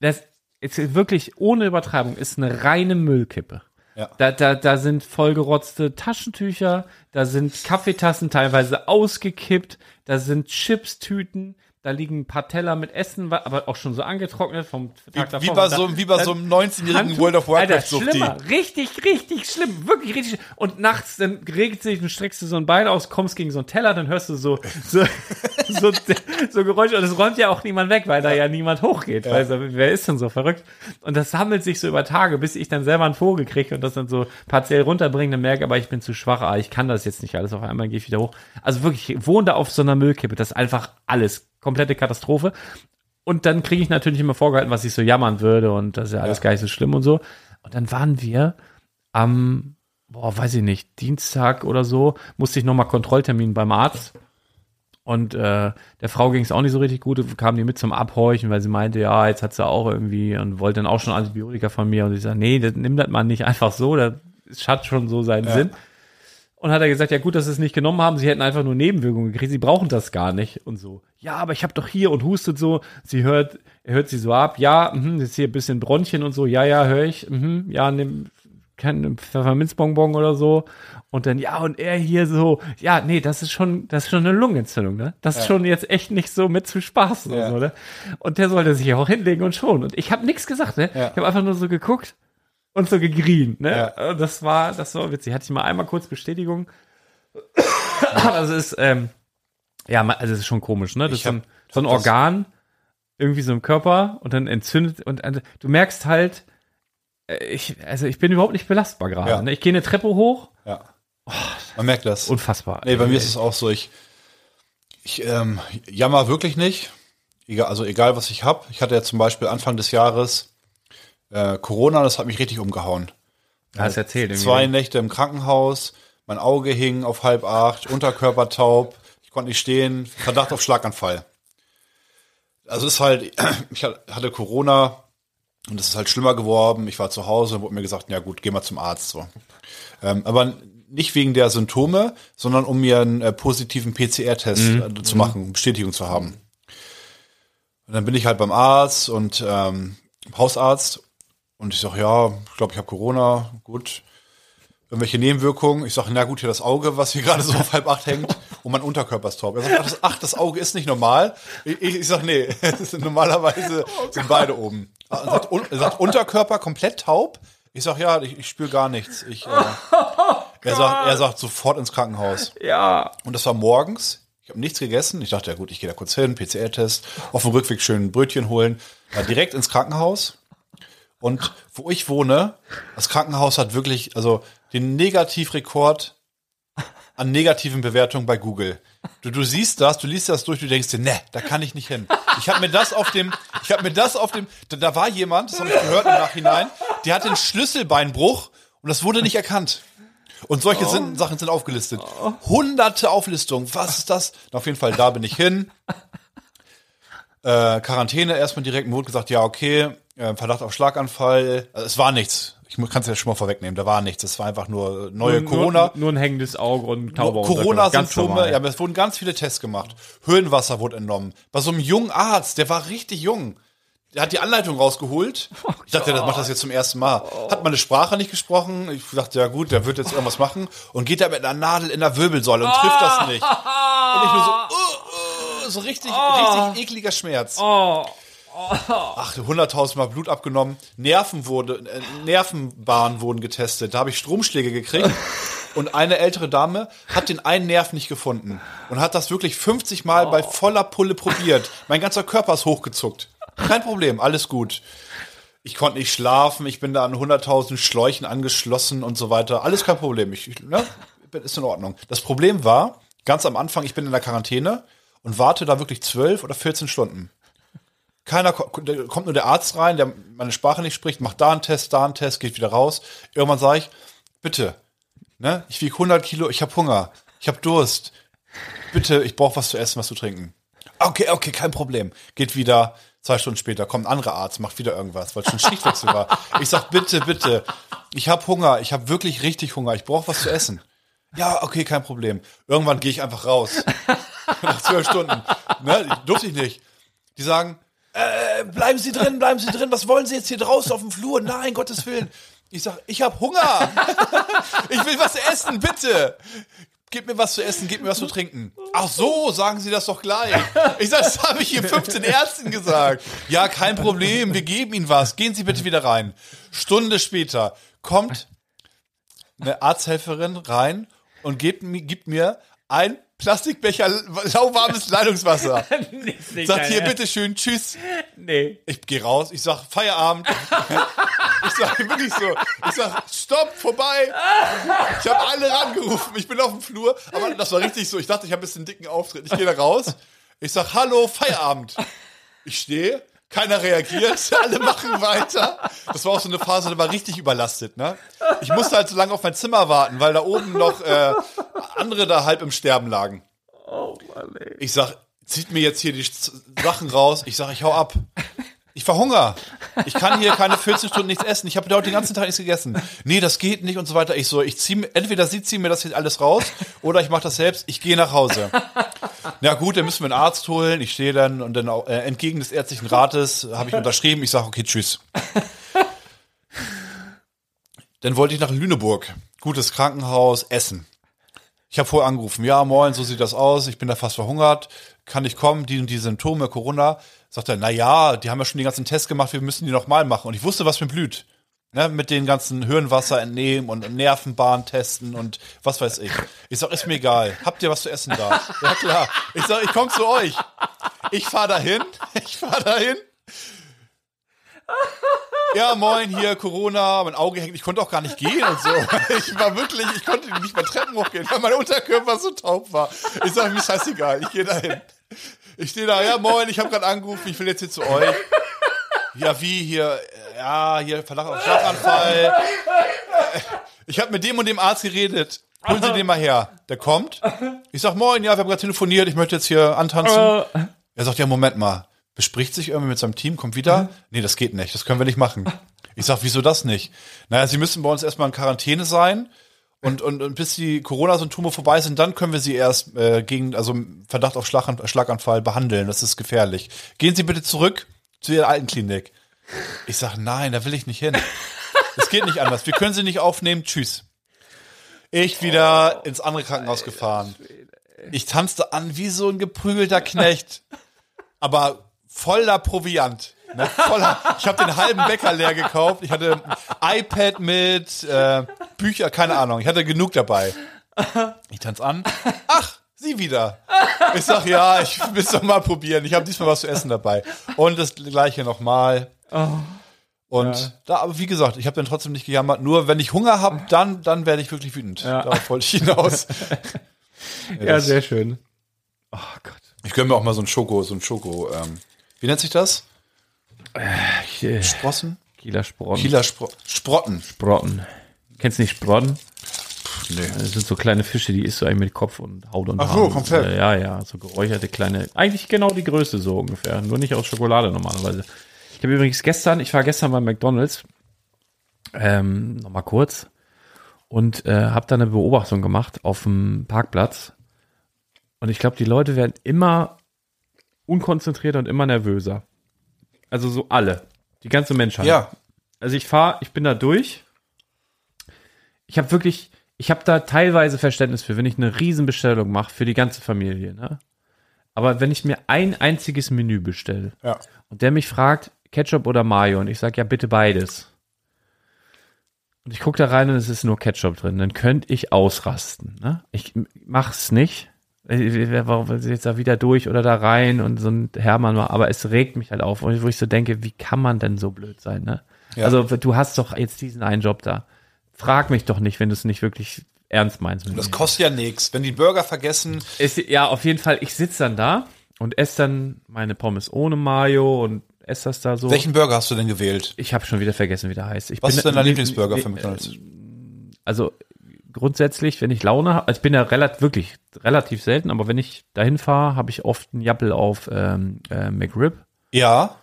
A: das ist wirklich ohne Übertreibung, ist eine reine Müllkippe.
B: Ja.
A: Da, da, da sind vollgerotzte Taschentücher, da sind Kaffeetassen teilweise ausgekippt, da sind Chipstüten, da liegen ein paar Teller mit Essen, wa- aber auch schon so angetrocknet vom Tag davor.
B: Wie bei
A: Da-
B: so, wie bei
A: da-
B: so einem 19-jährigen
A: Handtuch-
B: World of
A: Alter,
B: Warcraft-Suchti.
A: schlimmer. Richtig, richtig schlimm. Wirklich richtig schlimm. Und nachts, dann regelt sich und streckst du so ein Bein aus, kommst gegen so einen Teller, dann hörst du so, so, so, so Geräusche. Und es räumt ja auch niemand weg, weil da ja niemand hochgeht. Weil so, wer ist denn so verrückt? Und das sammelt sich so über Tage, bis ich dann selber einen Vogel kriege und das dann so partiell runterbringe, dann merke, aber ich bin zu schwach, ah, ich kann das jetzt nicht alles. Auf einmal gehe ich wieder hoch. Also wirklich, ich wohne da auf so einer Müllkippe. Das ist einfach alles. Komplette Katastrophe. Und dann kriege ich natürlich immer vorgehalten, was ich so jammern würde und das ist ja alles gar nicht so schlimm und so. Und dann waren wir am, boah, weiß ich nicht, Dienstag oder so, musste ich nochmal Kontrolltermin beim Arzt. Und äh, der Frau ging es auch nicht so richtig gut, kam die mit zum Abhorchen, weil sie meinte, ja, jetzt hat sie auch irgendwie und wollte dann auch schon Antibiotika von mir. Und ich sage, nee, das, nimm das mal nicht einfach so, das hat schon so seinen Sinn. Und hat er gesagt, ja gut, dass sie es nicht genommen haben, sie hätten einfach nur Nebenwirkungen gekriegt, sie brauchen das gar nicht und so. Ja, aber ich habe doch hier und hustet so. Sie hört, er hört sie so ab, ja, mhm, jetzt hier ein bisschen Bronchien und so, ja, ja, höre ich, mhm, ja, nimm kein Pfefferminzbonbon oder so. Und dann, ja, und er hier so, ja, nee, das ist schon, das ist schon eine Lungenentzündung, ne? Das ist schon jetzt echt nicht so mit zu spaßen
B: Ja.
A: und so, ne? Und der sollte sich auch hinlegen und schon. Und ich habe nichts gesagt, ne?
B: Ja.
A: Ich habe einfach nur so geguckt und so gegrien. Ne?
B: Ja.
A: Äh, Das war, das war witzig. Hatte ich mal einmal kurz Bestätigung. Aber es ist, ähm, ja, ma- also es ist schon komisch, ne? Das ist
B: Ich
A: so ein,
B: hab-
A: so ein
B: hab das-
A: Organ irgendwie so im Körper und dann entzündet und äh, du merkst halt, äh, ich, also ich bin überhaupt nicht belastbar gerade.
B: Ja.
A: Ne? Ich gehe eine Treppe hoch,
B: Ja.
A: Oh,
B: Man merkt das.
A: unfassbar.
B: Nee, bei mir ist es auch so, ich, ich ähm, jammer wirklich nicht. Egal, also egal, was ich habe. Ich hatte ja zum Beispiel Anfang des Jahres äh, Corona, das hat mich richtig umgehauen.
A: hast du erzählt. irgendwie.
B: Zwei Nächte im Krankenhaus, mein Auge hing auf halb acht, Unterkörper taub, ich konnte nicht stehen, Verdacht auf Schlaganfall. Also es ist halt, ich hatte Corona und es ist halt schlimmer geworden. Ich war zu Hause und wurde mir gesagt, ja gut, geh mal zum Arzt so. Ähm, aber nicht wegen der Symptome, sondern um mir einen äh, positiven PCR-Test
A: Mhm.
B: äh, zu machen, um Bestätigung zu haben. Und dann bin ich halt beim Arzt und ähm, Hausarzt und ich sage, ja, ich glaube, ich habe Corona, gut. Irgendwelche Nebenwirkungen. Ich sage, na gut, hier das Auge, was hier gerade so auf halb acht hängt und mein Unterkörper ist taub. Er sagt, ach, das, ach, das Auge ist nicht normal. Ich, ich, ich sage, nee, das ist, normalerweise sind beide oben. Er sagt, un, er sagt, Unterkörper komplett taub. Ich sage, ja, ich, ich spüre gar nichts. Ich, äh, er, sagt, er sagt, sofort ins Krankenhaus.
A: Ja.
B: Und das war morgens. Ich habe nichts gegessen. Ich dachte, ja gut, ich gehe da kurz hin, PCR-Test, auf dem Rückweg schön ein Brötchen holen. Ja, direkt ins Krankenhaus. Und wo ich wohne, das Krankenhaus hat wirklich, also den Negativrekord an negativen Bewertungen bei Google. Du, du siehst das, du liest das durch, du denkst dir, ne, da kann ich nicht hin. Ich habe mir das auf dem, ich habe mir das auf dem, da, da war jemand, das habe ich gehört im Nachhinein, der hatte einen Schlüsselbeinbruch und das wurde nicht erkannt. Und solche sind, Sachen sind aufgelistet. Hunderte Auflistungen. Was ist das? Na, auf jeden Fall, da bin ich hin. Äh, Quarantäne erstmal direkt. Mir wurde gesagt, ja, okay, äh, Verdacht auf Schlaganfall. Also, es war nichts. Ich kann es ja schon mal vorwegnehmen, da war nichts. Es war einfach nur
A: Nur-
B: neue Äh, Corona.
A: Nur, nur ein hängendes Auge und ein tauber
B: Corona-Symptome, ja, aber es wurden ganz viele Tests gemacht. Höhenwasser wurde entnommen. Bei so einem jungen Arzt, der war richtig jung. Der hat die Anleitung rausgeholt. Ich dachte, der macht das jetzt zum ersten Mal. Hat meine Sprache nicht gesprochen. Ich dachte, ja gut, der wird jetzt irgendwas machen. Und geht da mit einer Nadel in der Wirbelsäule und trifft das nicht. Und ich nur so, uh, uh, so richtig, richtig ekliger Schmerz. Ach, 100.000 Mal Blut abgenommen. Nerven wurde, äh, Nervenbahnen wurden getestet. Da habe ich Stromschläge gekriegt. Und eine ältere Dame hat den einen Nerv nicht gefunden und hat das wirklich 50 Mal bei voller Pulle probiert. Mein ganzer Körper ist hochgezuckt. Kein Problem, alles gut. Ich konnte nicht schlafen, ich bin da an 100.000 Schläuchen angeschlossen und so weiter. Alles kein Problem, ich, ich, ne, ist in Ordnung. Das Problem war, ganz am Anfang, ich bin in der Quarantäne und warte da wirklich 12 oder 14 Stunden. Keiner ko- da kommt nur der Arzt rein, der meine Sprache nicht spricht, macht da einen Test, da einen Test, geht wieder raus. Irgendwann sage ich, bitte, ne, ich wiege 100 Kilo, ich habe Hunger, ich habe Durst. Bitte, ich brauche was zu essen, was zu trinken. Okay, okay, kein Problem. Geht wieder. Zwei Stunden später kommt ein anderer Arzt, macht wieder irgendwas, weil schon Schichtwechsel war. Ich sag bitte, bitte, ich habe Hunger, ich habe wirklich richtig Hunger, ich brauche was zu essen. Ja, okay, kein Problem. Irgendwann gehe ich einfach raus. Nach zwölf Stunden. Ne, durfte ich nicht. Die sagen, äh, bleiben Sie drin, bleiben Sie drin. Was wollen Sie jetzt hier draußen auf dem Flur? Nein, Gottes Willen. Ich sag, ich habe Hunger. Ich will was essen, bitte. Gib mir was zu essen, gib mir was zu trinken. Ach so, sagen Sie das doch gleich. Ich sag, das habe ich hier 15 Ärzten gesagt. Ja, kein Problem, wir geben Ihnen was. Gehen Sie bitte wieder rein. Stunde später kommt eine Arzthelferin rein und gibt, mi- gibt mir ein Plastikbecher lauwarmes Leitungswasser. Sagt hier bitte schön, tschüss.
A: Nee.
B: Ich gehe raus, ich sag Feierabend. Ich sag wirklich so, ich sag Stopp, vorbei. Ich habe alle rangerufen, ich bin auf dem Flur, aber das war richtig so. Ich dachte, ich habe jetzt einen dicken Auftritt. Ich gehe da raus, ich sag Hallo, Feierabend. Ich stehe, keiner reagiert, alle machen weiter. Das war auch so eine Phase, da war richtig überlastet. Ne? Ich musste halt so lange auf mein Zimmer warten, weil da oben noch äh, andere da halb im Sterben lagen.
A: Oh Mann, ey.
B: Ich sag, zieht mir jetzt hier die Z- Sachen raus. Ich sag, ich hau ab. Ich verhungere. Ich kann hier keine 14 Stunden nichts essen. Ich habe heute den ganzen Tag nichts gegessen. Nee, das geht nicht und so weiter. Ich so, ich zieh, mir- entweder sie ziehen mir das jetzt alles raus oder ich mache das selbst. Ich gehe nach Hause. Na gut, dann müssen wir einen Arzt holen. Ich stehe dann und dann auch, äh, entgegen des ärztlichen Rates habe ich unterschrieben. Ich sag, okay, tschüss. Dann wollte ich nach Lüneburg. Gutes Krankenhaus, Essen. Ich habe vorher angerufen, ja, moin, so sieht das aus, ich bin da fast verhungert, kann ich kommen, die und die Symptome, Corona. Sagt er, na ja, die haben ja schon den ganzen Test gemacht, wir müssen die nochmal machen. Und ich wusste, was mir blüht. Ne, mit den ganzen Hirnwasser entnehmen und Nervenbahn testen und was weiß ich. Ich sag, ist mir egal. Habt ihr was zu essen da? Ja klar. Ich sag, ich komm zu euch. Ich fahr dahin. Ich fahr dahin. Ja, moin, hier Corona, mein Auge hängt, ich konnte auch gar nicht gehen und so. Ich war wirklich, ich konnte nicht mal Treppen hochgehen, weil mein Unterkörper so taub war. Ich sage, mir scheißegal, ich gehe dahin. Ich stehe da, ja, moin, ich habe gerade angerufen, ich will jetzt hier zu euch. Ja, wie hier, ja, hier Verdacht auf Schlaganfall. Ich habe mit dem und dem Arzt geredet. Holen Sie den mal her. Der kommt. Ich sag, moin, ja, wir haben gerade telefoniert, ich möchte jetzt hier antanzen. Er sagt, ja, Moment mal. Bespricht sich irgendwie mit seinem Team, kommt wieder. Nee, das geht nicht, das können wir nicht machen. Ich sag, wieso das nicht? Naja, Sie müssen bei uns erstmal in Quarantäne sein. Und, und, und bis die Corona-Symptome vorbei sind, dann können wir sie erst äh, gegen, also Verdacht auf Schlag, Schlaganfall behandeln. Das ist gefährlich. Gehen Sie bitte zurück zu Ihrer alten Klinik. Ich sage, nein, da will ich nicht hin. Es geht nicht anders. Wir können sie nicht aufnehmen. Tschüss. Ich wieder ins andere Krankenhaus gefahren. Ich tanzte an wie so ein geprügelter Knecht. Aber voller Proviant. Ne? Voller, ich habe den halben Bäcker leer gekauft. Ich hatte ein iPad mit, äh, Bücher, keine Ahnung. Ich hatte genug dabei. Ich tanz an. Ach, sie wieder. Ich sag, ja, ich will es doch mal probieren. Ich habe diesmal was zu essen dabei. Und das gleiche nochmal. Und da, aber wie gesagt, ich habe dann trotzdem nicht gejammert. Nur wenn ich Hunger habe, dann, dann werde ich wirklich wütend. Darauf wollte ich hinaus.
A: Ja, sehr schön. Oh Gott.
B: Ich gönn mir auch mal so ein Schoko, so ein Schoko. Ähm, wie nennt sich das? Sprossen?
A: Kieler Sprotten.
B: Kieler Spro Sprotten.
A: Sprotten. Kennst du nicht Sprotten?
B: Nee.
A: Das sind so kleine Fische, die isst du eigentlich mit Kopf und Haut und
B: Ach so,
A: Haaren.
B: komplett.
A: Äh, Ja, ja, so geräucherte kleine. Eigentlich genau die Größe so ungefähr. Nur nicht aus Schokolade normalerweise. Ich habe übrigens gestern, ich war gestern bei McDonalds, ähm, nochmal kurz, und äh, habe da eine Beobachtung gemacht auf dem Parkplatz. Und ich glaube, die Leute werden immer unkonzentrierter und immer nervöser. Also so alle. Die ganze Menschheit.
B: Ja.
A: Also ich fahre, ich bin da durch. Ich habe wirklich, ich habe da teilweise Verständnis für, wenn ich eine Riesenbestellung mache für die ganze Familie. Ne? Aber wenn ich mir ein einziges Menü bestelle
B: Ja.
A: und der mich fragt, Ketchup oder Mayo, und ich sage, ja, bitte beides. Und ich gucke da rein und es ist nur Ketchup drin, dann könnte ich ausrasten. Ne? Ich m- mach's nicht. Äh, wer- Warum will sie jetzt da wieder durch oder da rein und so ein Hermann war, aber es regt mich halt auf, und wo ich so denke, wie kann man denn so blöd sein, ne?
B: Ja.
A: Also du hast doch jetzt diesen einen Job da. Frag mich doch nicht, wenn du es nicht wirklich ernst meinst. mit
B: Das
A: mir.
B: kostet ja nichts. Wenn die Burger vergessen,
A: Ist, ja, auf jeden Fall, ich sitze dann da und esse dann meine Pommes ohne Mayo und esse das da so.
B: welchen Burger hast du denn gewählt?
A: Ich habe schon wieder vergessen, wie der heißt. Ich
B: Was
A: bin-
B: ist denn dein
A: nee,
B: Lieblingsburger
A: nee,
B: für McDonalds?
A: Also grundsätzlich, wenn ich Laune habe, ich bin ja relativ, wirklich relativ selten, aber wenn ich dahin fahre, habe ich oft einen Jappel auf ähm, äh, McRib.
B: Ja,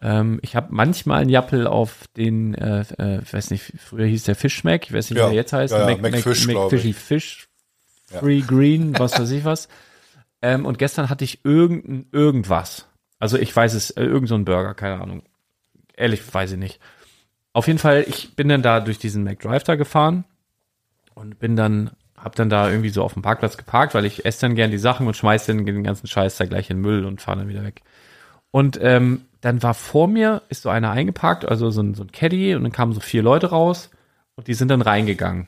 A: Ähm, ich habe manchmal einen Jappel auf den, äh, äh, ich weiß nicht, früher hieß der Fischmac, ich weiß nicht,
B: Ja,
A: wie der jetzt heißt.
B: ja, ja, McFish, glaub
A: McFishy
B: ich.
A: Fish,
B: Ja.
A: Free Green, was weiß ich was. Ähm, und gestern hatte ich irgendein irgendwas. Also ich weiß es, äh, irgend so ein Burger, keine Ahnung. Ehrlich, weiß ich nicht. Auf jeden Fall, ich bin dann da durch diesen McDrive da gefahren und bin dann, hab dann da irgendwie so auf dem Parkplatz geparkt, weil ich esse dann gern die Sachen und schmeiß dann den ganzen Scheiß da gleich in den Müll und fahre dann wieder weg. Und ähm, dann war vor mir, ist so einer eingeparkt, also so ein, so ein Caddy, und dann kamen so vier Leute raus und die sind dann reingegangen.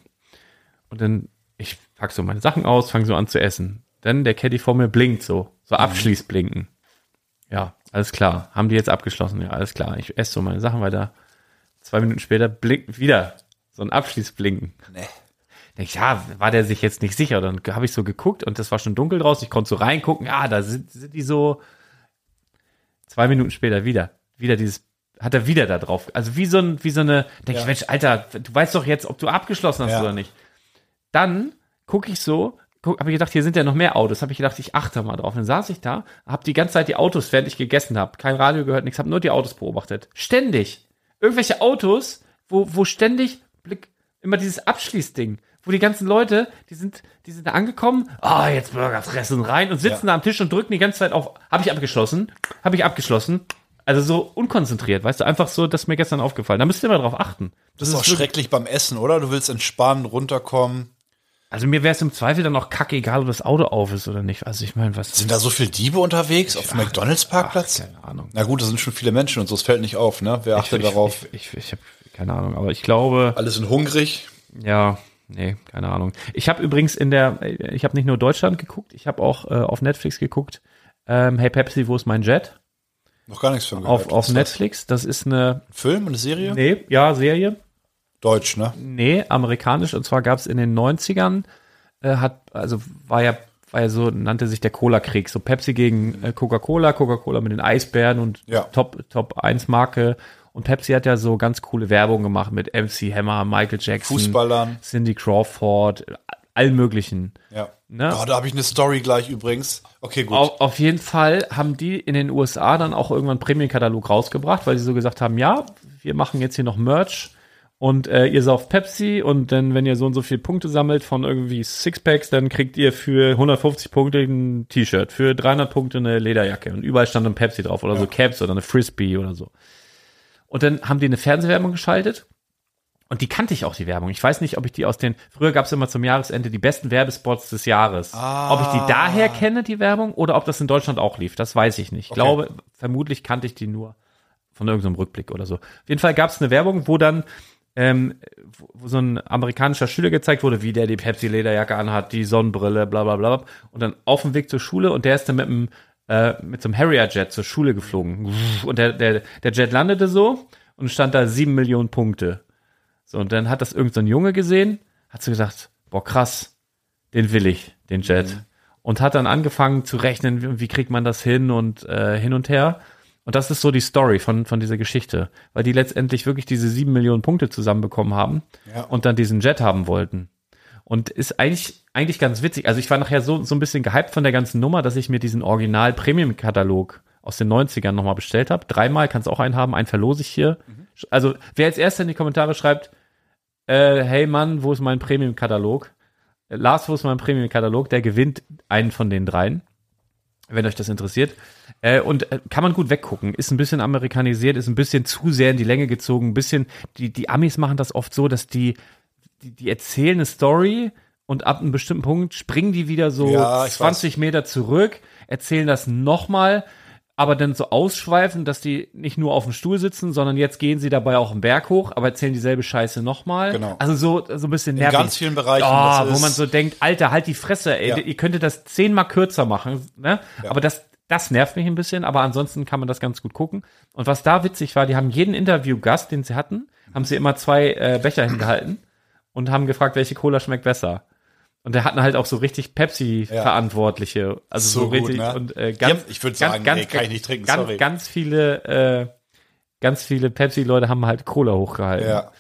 A: Und dann, ich pack so meine Sachen aus, fange so an zu essen. Dann der Caddy vor mir blinkt so,
B: Mhm.
A: so abschließblinken. Ja, alles klar. Haben die jetzt abgeschlossen? Ja, alles klar. Ich esse so meine Sachen weiter. Zwei Minuten später blinkt wieder so ein Abschließblinken.
B: Nee.
A: Denk ich, ja, war der sich jetzt nicht sicher? Dann habe ich so geguckt und das war schon dunkel draußen. Ich konnte so reingucken. Ah, da sind, sind die so. Zwei Minuten später wieder. Wieder dieses. Hat er wieder da drauf. Also wie so, ein, wie so eine. Denk ich,
B: Ja.
A: Mensch, Alter, du weißt doch jetzt, ob du abgeschlossen hast
B: Ja.
A: oder nicht. Dann gucke ich so. Guck, habe ich gedacht, hier sind ja noch mehr Autos. Habe ich gedacht, ich achte mal drauf. Dann saß ich da, habe die ganze Zeit die Autos, während ich gegessen habe. Kein Radio gehört, nichts, habe nur die Autos beobachtet. Ständig. Irgendwelche Autos, wo, wo ständig Blick, immer dieses Abschließding, wo die ganzen Leute, die sind, die sind da angekommen, ah, jetzt Burger fressen rein und sitzen
B: Ja.
A: da am Tisch und drücken die ganze Zeit auf, habe ich abgeschlossen, habe ich abgeschlossen. Also so unkonzentriert, weißt du, einfach so, das ist mir gestern aufgefallen. Da müsst ihr mal drauf achten.
B: das ist auch
A: wirklich-
B: schrecklich beim Essen, oder? Du willst entspannen, runterkommen.
A: Also mir wäre es im Zweifel dann auch kacke, egal ob das Auto auf ist oder nicht. Also ich meine, was.
B: Sind da so viele Diebe unterwegs auf dem McDonalds-Parkplatz?
A: Keine Ahnung.
B: Na gut, da sind schon viele Menschen und so, es fällt nicht auf, ne? Wer achtet
A: ich,
B: darauf?
A: Ich, ich, ich habe keine Ahnung, aber ich glaube,
B: Alle sind hungrig.
A: ja, nee, keine Ahnung. Ich habe übrigens in der, ich habe nicht nur Deutschland geguckt, ich habe auch äh, auf Netflix geguckt. Ähm, hey Pepsi, wo ist mein Jet?
B: Noch gar nichts von gehört.
A: Auf, auf
B: Ist das
A: Netflix. Das ist eine,
B: ein Film und eine Serie?
A: nee, ja, Serie.
B: Deutsch, ne?
A: Nee, amerikanisch. Und zwar gab es in den 90ern, äh, hat, also war ja, war ja so, nannte sich der Cola-Krieg. So Pepsi gegen äh, Coca-Cola, Coca-Cola mit den Eisbären und
B: Ja.
A: Top, Top 1 Marke. Und Pepsi hat ja so ganz coole Werbung gemacht mit MC Hammer, Michael Jackson,
B: Fußballern.
A: Cindy Crawford, allen möglichen.
B: Ja.
A: Ne?
B: Oh, da habe ich eine Story gleich übrigens. Okay, gut.
A: Auf, auf jeden Fall haben die in den USA dann auch irgendwann einen Prämienkatalog rausgebracht, weil sie so gesagt haben, ja, wir machen jetzt hier noch Merch und äh, ihr sauft Pepsi und dann, wenn ihr so und so viele Punkte sammelt von irgendwie Sixpacks, dann kriegt ihr für 150 Punkte ein T-Shirt, für 300 Punkte eine Lederjacke und überall stand dann Pepsi drauf oder so Caps oder eine Frisbee oder so. Und dann haben die eine Fernsehwerbung geschaltet und die kannte ich auch, die Werbung. Ich weiß nicht, ob ich die aus den, früher gab es immer zum Jahresende die besten Werbespots des Jahres. Ob ich die daher kenne, die Werbung, oder ob das in Deutschland auch lief, das weiß ich nicht. Ich glaube, vermutlich kannte ich die nur von irgendeinem Rückblick oder so. Auf jeden Fall gab es eine Werbung, wo dann ähm, wo, wo so ein amerikanischer Schüler gezeigt wurde, wie der die Pepsi-Lederjacke anhat, die Sonnenbrille, bla bla bla. bla. Und dann auf dem Weg zur Schule und der ist dann mit einem äh, mit so einem Harrier-Jet zur Schule geflogen. Und der, der, der Jet landete so und stand da sieben Millionen Punkte. So, und dann hat das irgendein so ein Junge gesehen, hat so gesagt, boah, krass, den will ich, den Jet. Und hat dann angefangen zu rechnen, wie, wie kriegt man das hin und äh, hin und her. Und das ist so die Story von, von dieser Geschichte, weil die letztendlich wirklich diese sieben Millionen Punkte zusammenbekommen haben
B: Ja.
A: und dann diesen Jet haben wollten. Und ist eigentlich, eigentlich ganz witzig. Also ich war nachher so, so ein bisschen gehypt von der ganzen Nummer, dass ich mir diesen Original-Premium-Katalog aus den 90ern nochmal bestellt habe. Dreimal kannst auch einen haben, einen verlose ich hier. Also wer als erster in die Kommentare schreibt, äh, hey Mann, wo ist mein Premium-Katalog? Äh, Lars, wo ist mein Premium-Katalog? Der gewinnt einen von den dreien, wenn euch das interessiert. Äh, und äh, kann man gut weggucken. Ist ein bisschen amerikanisiert, ist ein bisschen zu sehr in die Länge gezogen. Ein bisschen, die, die Amis machen das oft so, dass die, die, die erzählen eine Story und ab einem bestimmten Punkt springen die wieder so
B: Ja, ich
A: 20 Meter zurück, erzählen das nochmal. Aber dann so ausschweifen, dass die nicht nur auf dem Stuhl sitzen, sondern jetzt gehen sie dabei auch einen Berg hoch, aber erzählen dieselbe Scheiße nochmal.
B: Genau.
A: Also so, so ein bisschen nervig.
B: ganz vielen Bereichen,
A: Ja,
B: das
A: wo
B: ist-
A: man so denkt, Alter, halt die Fresse, ey,
B: Ja.
A: ihr könntet das zehnmal kürzer machen, ne? Aber das, das nervt mich ein bisschen, aber ansonsten kann man das ganz gut gucken. Und was da witzig war, die haben jeden Interviewgast, den sie hatten, haben sie immer zwei äh, Becher hingehalten und haben gefragt, welche Cola schmeckt besser. Und da hatten halt auch so richtig Pepsi-Verantwortliche. Also so,
B: So gut,
A: richtig
B: ne?
A: und äh,
B: Die
A: ganz,
B: haben- ich würd
A: ganz-
B: sagen,
A: ganz,
B: nee, kann ich nicht trinken,
A: ganz,
B: sorry.
A: Ganz viele, äh, ganz viele Pepsi-Leute haben halt Cola hochgehalten.
B: Ja.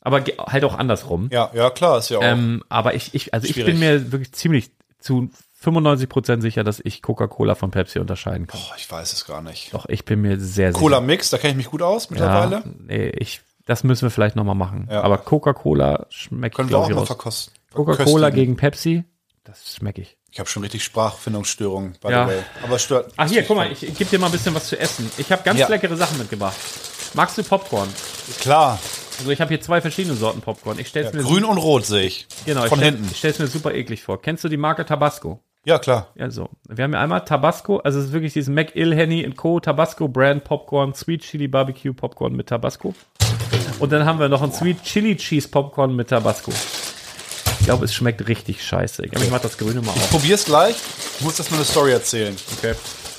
A: Aber ge- halt auch andersrum.
B: ja, ja, klar, ist ja auch.
A: Ähm, aber ich, ich, also ich
B: Schwierig.
A: bin mir wirklich ziemlich zu 95% sicher, dass ich Coca-Cola von Pepsi unterscheiden kann.
B: Boah, ich weiß es gar nicht.
A: Doch, ich bin mir sehr sicher.
B: Cola Mix, da kenne ich mich gut aus mittlerweile.
A: ja, nee, ich, das müssen wir vielleicht nochmal machen.
B: Ja.
A: Aber Coca-Cola schmeckt
B: Können wir auch
A: glaub ich,
B: mal
A: raus.
B: verkosten.
A: Coca-Cola
B: verköstigen.
A: gegen Pepsi, das schmecke ich.
B: Ich habe schon richtig Sprachfindungsstörungen, by
A: Ja.
B: the way. Aber stört.
A: Ach Ah, hier, guck mal, ich, gebe dir mal ein bisschen was zu essen. Ich habe ganz
B: Ja.
A: leckere Sachen mitgebracht. Magst du Popcorn?
B: Klar.
A: Also ich habe hier zwei verschiedene Sorten Popcorn. Ich stell's mir
B: Grün und rot sehe ich.
A: genau, ich
B: Von
A: stell-
B: hinten.
A: Ich stell's mir super eklig vor. Kennst du die Marke Tabasco?
B: Ja, klar.
A: Ja, so. Wir haben ja einmal Tabasco, also es ist wirklich dieses McIll, Henny Co. Tabasco Brand Popcorn, Sweet Chili Barbecue Popcorn mit Tabasco. Und dann haben wir noch ein Sweet Chili Cheese Popcorn mit Tabasco. Ich glaube, es schmeckt richtig scheiße. Ich, glaub, ich mach das Grüne mal auf.
B: Probier's gleich. Ich muss erstmal eine Story erzählen.
A: Okay.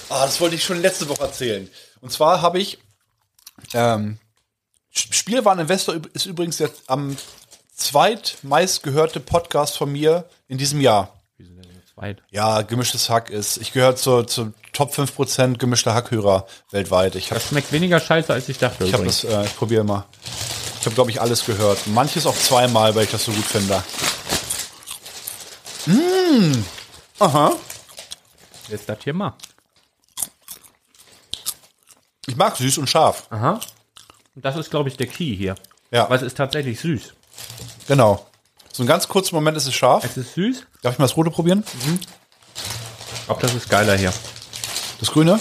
B: Ah, das wollte ich schon letzte Woche erzählen. Und zwar habe ich. Ähm, Sch- Spielwareninvestor üb- ist übrigens jetzt am zweitmeistgehörte Podcast von mir in diesem Jahr.
A: Weit.
B: Ja, gemischtes Hack ist. Ich gehöre zu, zu Top 5% gemischter Hackhörer weltweit. Ich habe
A: Das schmeckt weniger scheiße, als ich dachte.
B: ich hab
A: übrigens.
B: das, äh, ich probiere mal. Ich habe, glaube ich, alles gehört. Manches auch zweimal, weil ich das so gut finde. Mmh. Aha.
A: Jetzt das hier mal.
B: Ich mag süß und scharf.
A: Aha. Und das ist, glaube ich, der Key hier.
B: Ja.
A: Weil es ist tatsächlich süß.
B: Genau. So einen ganz kurzen Moment ist es scharf.
A: Es ist süß.
B: Darf ich mal das Rote probieren?
A: Ich glaube, das ist geiler hier.
B: Das Grüne?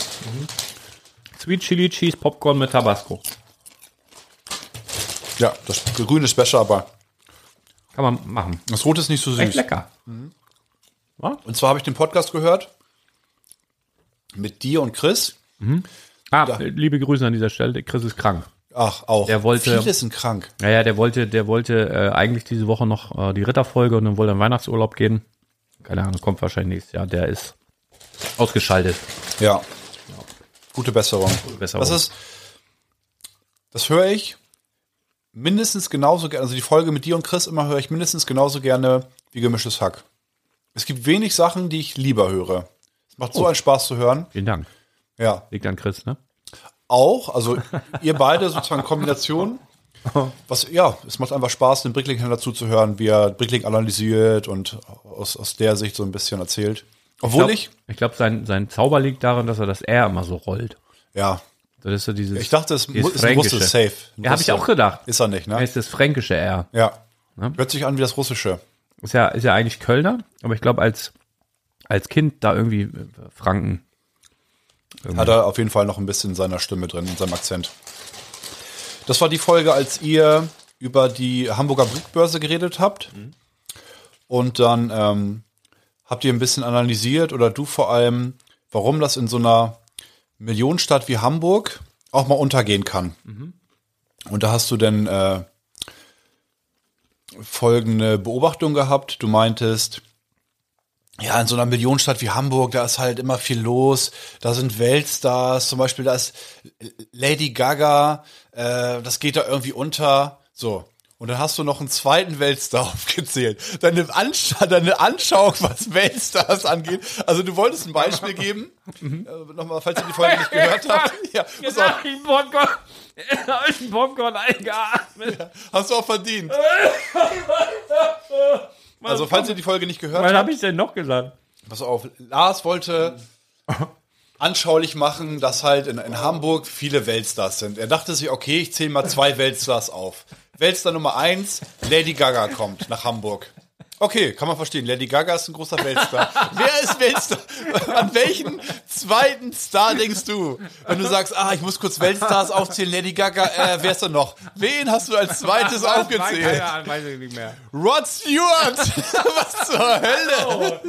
A: Sweet Chili Cheese Popcorn mit Tabasco.
B: Ja, das Grüne ist besser, aber
A: Kann man machen.
B: das Rote ist nicht so
A: Echt
B: süß.
A: lecker.
B: Und zwar habe ich den Podcast gehört mit dir und Chris.
A: Ah, liebe Grüße an dieser Stelle. Chris ist krank.
B: Ach, auch.
A: Der wollte-
B: Viele sind krank.
A: Naja, der wollte, der wollte äh, eigentlich diese Woche noch äh, die Ritterfolge und dann wollte er in Weihnachtsurlaub gehen. Keine Ahnung, kommt wahrscheinlich nächstes Jahr. Der ist ausgeschaltet.
B: Ja. Gute Besserung.
A: Besserung.
B: Das ist, das höre ich mindestens genauso gerne, also die Folge mit dir und Chris immer höre ich mindestens genauso gerne wie gemischtes Hack. Es gibt wenig Sachen, die ich lieber höre. Es macht so
A: Oh.
B: einen Spaß zu hören.
A: Vielen Dank.
B: Ja.
A: Liegt an Chris, ne?
B: Auch, also ihr beide sozusagen Kombination. Was, ja, es macht einfach Spaß, den Brickling dazu zu hören, wie er Brickling analysiert und aus, aus der Sicht so ein bisschen erzählt. Obwohl ich,
A: Ich glaube, sein, sein Zauber liegt darin, dass er das R immer so rollt.
B: ja,
A: Das ist so dieses.
B: ich dachte, es mu-
A: dieses
B: ist ein
A: Fränkische.
B: russisch safe. Ein
A: Ja, habe ich
B: Russe.
A: auch gedacht.
B: Ist er nicht,
A: Das
B: ne?
A: heißt das fränkische R.
B: Ja.
A: Ne?
B: Hört sich an wie das russische.
A: Ist ja, ist ja eigentlich Kölner, aber ich glaube, als, als Kind da irgendwie äh, Franken.
B: Hat er auf jeden Fall noch ein bisschen seiner Stimme drin, in seinem Akzent. Das war die Folge, als ihr über die Hamburger Brickbörse geredet habt.
A: Mhm.
B: Und dann ähm, habt ihr ein bisschen analysiert oder du vor allem, warum das in so einer Millionenstadt wie Hamburg auch mal untergehen kann. Und da hast du dann äh, folgende Beobachtung gehabt. Du meintest, ja, in so einer Millionenstadt wie Hamburg, da ist halt immer viel los. Da sind Weltstars, zum Beispiel, da ist Lady Gaga, äh, das geht da irgendwie unter. So. Und dann hast du noch einen zweiten Weltstar aufgezählt. Deine, Anschau deine Anschauung, was Weltstars angeht. Also du wolltest ein Beispiel geben. Äh, Nochmal, falls ihr die Folge nicht gehört habt. Ja, pass auf.
A: ich Popcorn. ich ein Popcorn eingeatmet.
B: Hast du auch verdient. also, falls ihr die Folge nicht gehört
A: Was
B: habt,
A: habe ich denn noch gesagt?
B: pass auf, Lars wollte anschaulich machen, dass halt in, in Hamburg viele Weltstars sind. Er dachte sich, okay, ich zähle mal zwei Weltstars auf. Weltstar Nummer eins, Lady Gaga kommt nach Hamburg. Okay, kann man verstehen. Lady Gaga ist ein großer Weltstar. Wer ist Weltstar? An welchen zweiten Star denkst du? Wenn du sagst, ah, ich muss kurz Weltstars aufzählen, Lady Gaga, äh, wer ist da noch? Wen hast du als zweites aufgezählt?
A: weiß ich nicht mehr.
B: Rod Stewart! Was zur Hölle?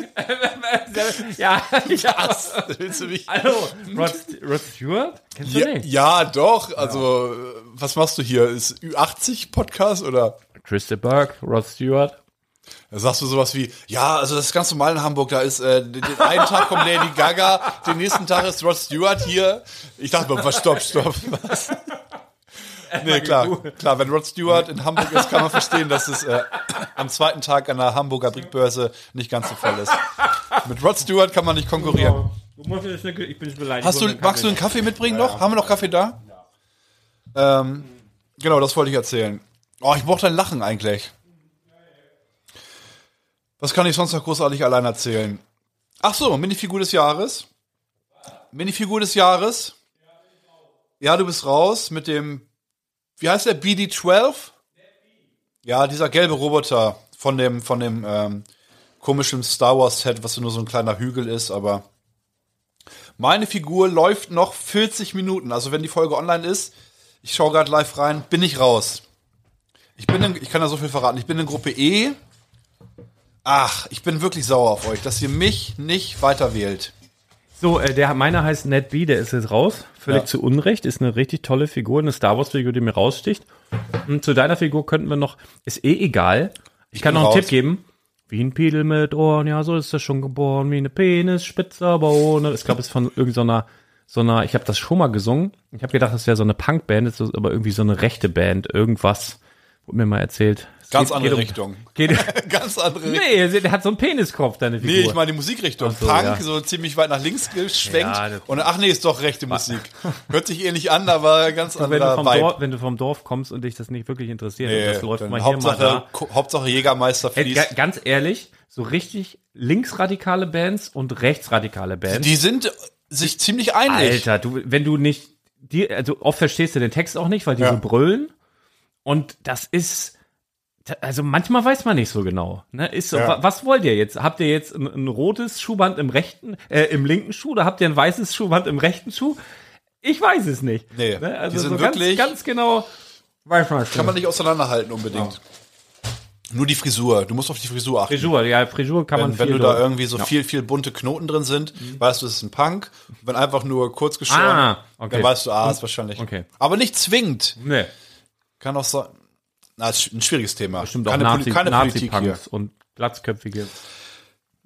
A: ja, ja.
B: Was? Willst du mich?
A: Hallo, Rod, Rod Stewart? Kennst du
B: Ja,
A: nicht?
B: ja, doch. Also, äh, was machst du hier? Ist Ü80-Podcast oder
A: Christa Burke, Rod Stewart.
B: sagst du sowas wie, ja, also das ist ganz normal in Hamburg, da ist, äh, den den einen Tag kommt Lady Gaga, den nächsten Tag ist Rod Stewart hier. Ich dachte mir, was, stopp, stopp. Was? Nee, klar, klar, wenn Rod Stewart in Hamburg ist, kann man verstehen, dass es äh, am zweiten Tag an der Hamburger Brickbörse nicht ganz so voll ist. Mit Rod Stewart kann man nicht konkurrieren.
A: Du musst jetzt nicht, ich bin nicht beleidigt.
B: Hast du, magst du einen Kaffee mitbringen noch? Haben wir noch Kaffee da? Ähm, genau, das wollte ich erzählen. Oh, ich brauche dein Lachen eigentlich. Was kann ich sonst noch großartig allein erzählen? Ach so, Minifigur des Jahres. Minifigur des Jahres. Ja, du bist raus mit dem, wie heißt der, BD-12? Ja, dieser gelbe Roboter von dem, von dem ähm, komischen Star Wars-Set, was nur so ein kleiner Hügel ist, aber meine Figur läuft noch 40 Minuten. Also wenn die Folge online ist, ich schaue gerade live rein, bin ich raus. Ich bin, in, ich kann da so viel verraten. Ich bin in Gruppe E. Ach, ich bin wirklich sauer auf euch, dass ihr mich nicht weiterwählt.
A: So, äh, der, meiner heißt Ned B, der ist jetzt raus. Völlig
B: Ja.
A: zu Unrecht. Ist eine richtig tolle Figur, eine Star Wars-Figur, die mir raussticht. Und zu deiner Figur könnten wir noch, ist eh egal. Ich kann
B: bin
A: noch einen
B: raus.
A: Tipp geben. Wie ein Piedel mit Ohren, ja, so ist er schon geboren. Wie eine Penis, spitze, aber ohne. Ich glaube, es ist von irgendeiner, so einer, ich habe das schon mal gesungen. Ich habe gedacht, das wäre so eine Punkband, ist das aber irgendwie so eine rechte Band. Irgendwas, wurde mir mal erzählt. Es
B: Ganz
A: geht-
B: andere
A: geht um-
B: Richtung.
A: Geht,
B: Ganz andere Richtung.
A: nee, der hat so einen Peniskopf, deine Figur.
B: Nee, ich meine die Musikrichtung.
A: Ach so,
B: Punk,
A: ja.
B: so ziemlich weit nach links geschwenkt.
A: Ja, das-
B: und ach nee, ist doch rechte Musik. Hört sich ähnlich an, aber ganz
A: wenn du,
B: anderer
A: vom
B: Vibe.
A: Dorf, wenn du vom Dorf kommst und dich das nicht wirklich interessiert, und
B: Nee,
A: das läuft
B: dann
A: mal hier mal
B: Hauptsache,
A: da.
B: Ko- Hauptsache Jägermeister
A: Ey,
B: fließt.
A: ga- ganz ehrlich, so richtig linksradikale Bands und rechtsradikale Bands.
B: Die sind sich ziemlich einig.
A: Alter, du, wenn du nicht, die, also oft verstehst du den Text auch nicht, weil die
B: Ja.
A: so brüllen. Und das ist, da- also manchmal weiß man nicht so genau. Ne? Ist so,
B: Ja.
A: wa- was wollt ihr jetzt? Habt ihr jetzt ein, ein rotes Schuhband im rechten, äh, im linken Schuh oder habt ihr ein weißes Schuhband im rechten Schuh? Ich weiß es nicht.
B: Nee,
A: ne? also
B: die sind
A: so
B: wirklich-
A: ganz, ganz genau. Weiß man schon.
B: Kann man nicht auseinanderhalten unbedingt. Nur die Frisur. Du musst auf die Frisur achten.
A: Frisur, ja, Frisur kann man
B: Wenn, wenn
A: viel
B: du da
A: durch.
B: irgendwie so viel, viel bunte Knoten drin sind, weißt du, es ist ein Punk. Wenn einfach nur kurz geschoren,
A: Ah, okay.
B: dann weißt du, ah, ist wahrscheinlich.
A: okay.
B: Aber nicht zwingend.
A: Nee,
B: Kann auch sein. Na, ist ein schwieriges Thema.
A: stimmt
B: keine
A: auch
B: Poli-
A: Nazi,
B: keine
A: Nazi
B: Politik hier.
A: Punks und glatzköpfige.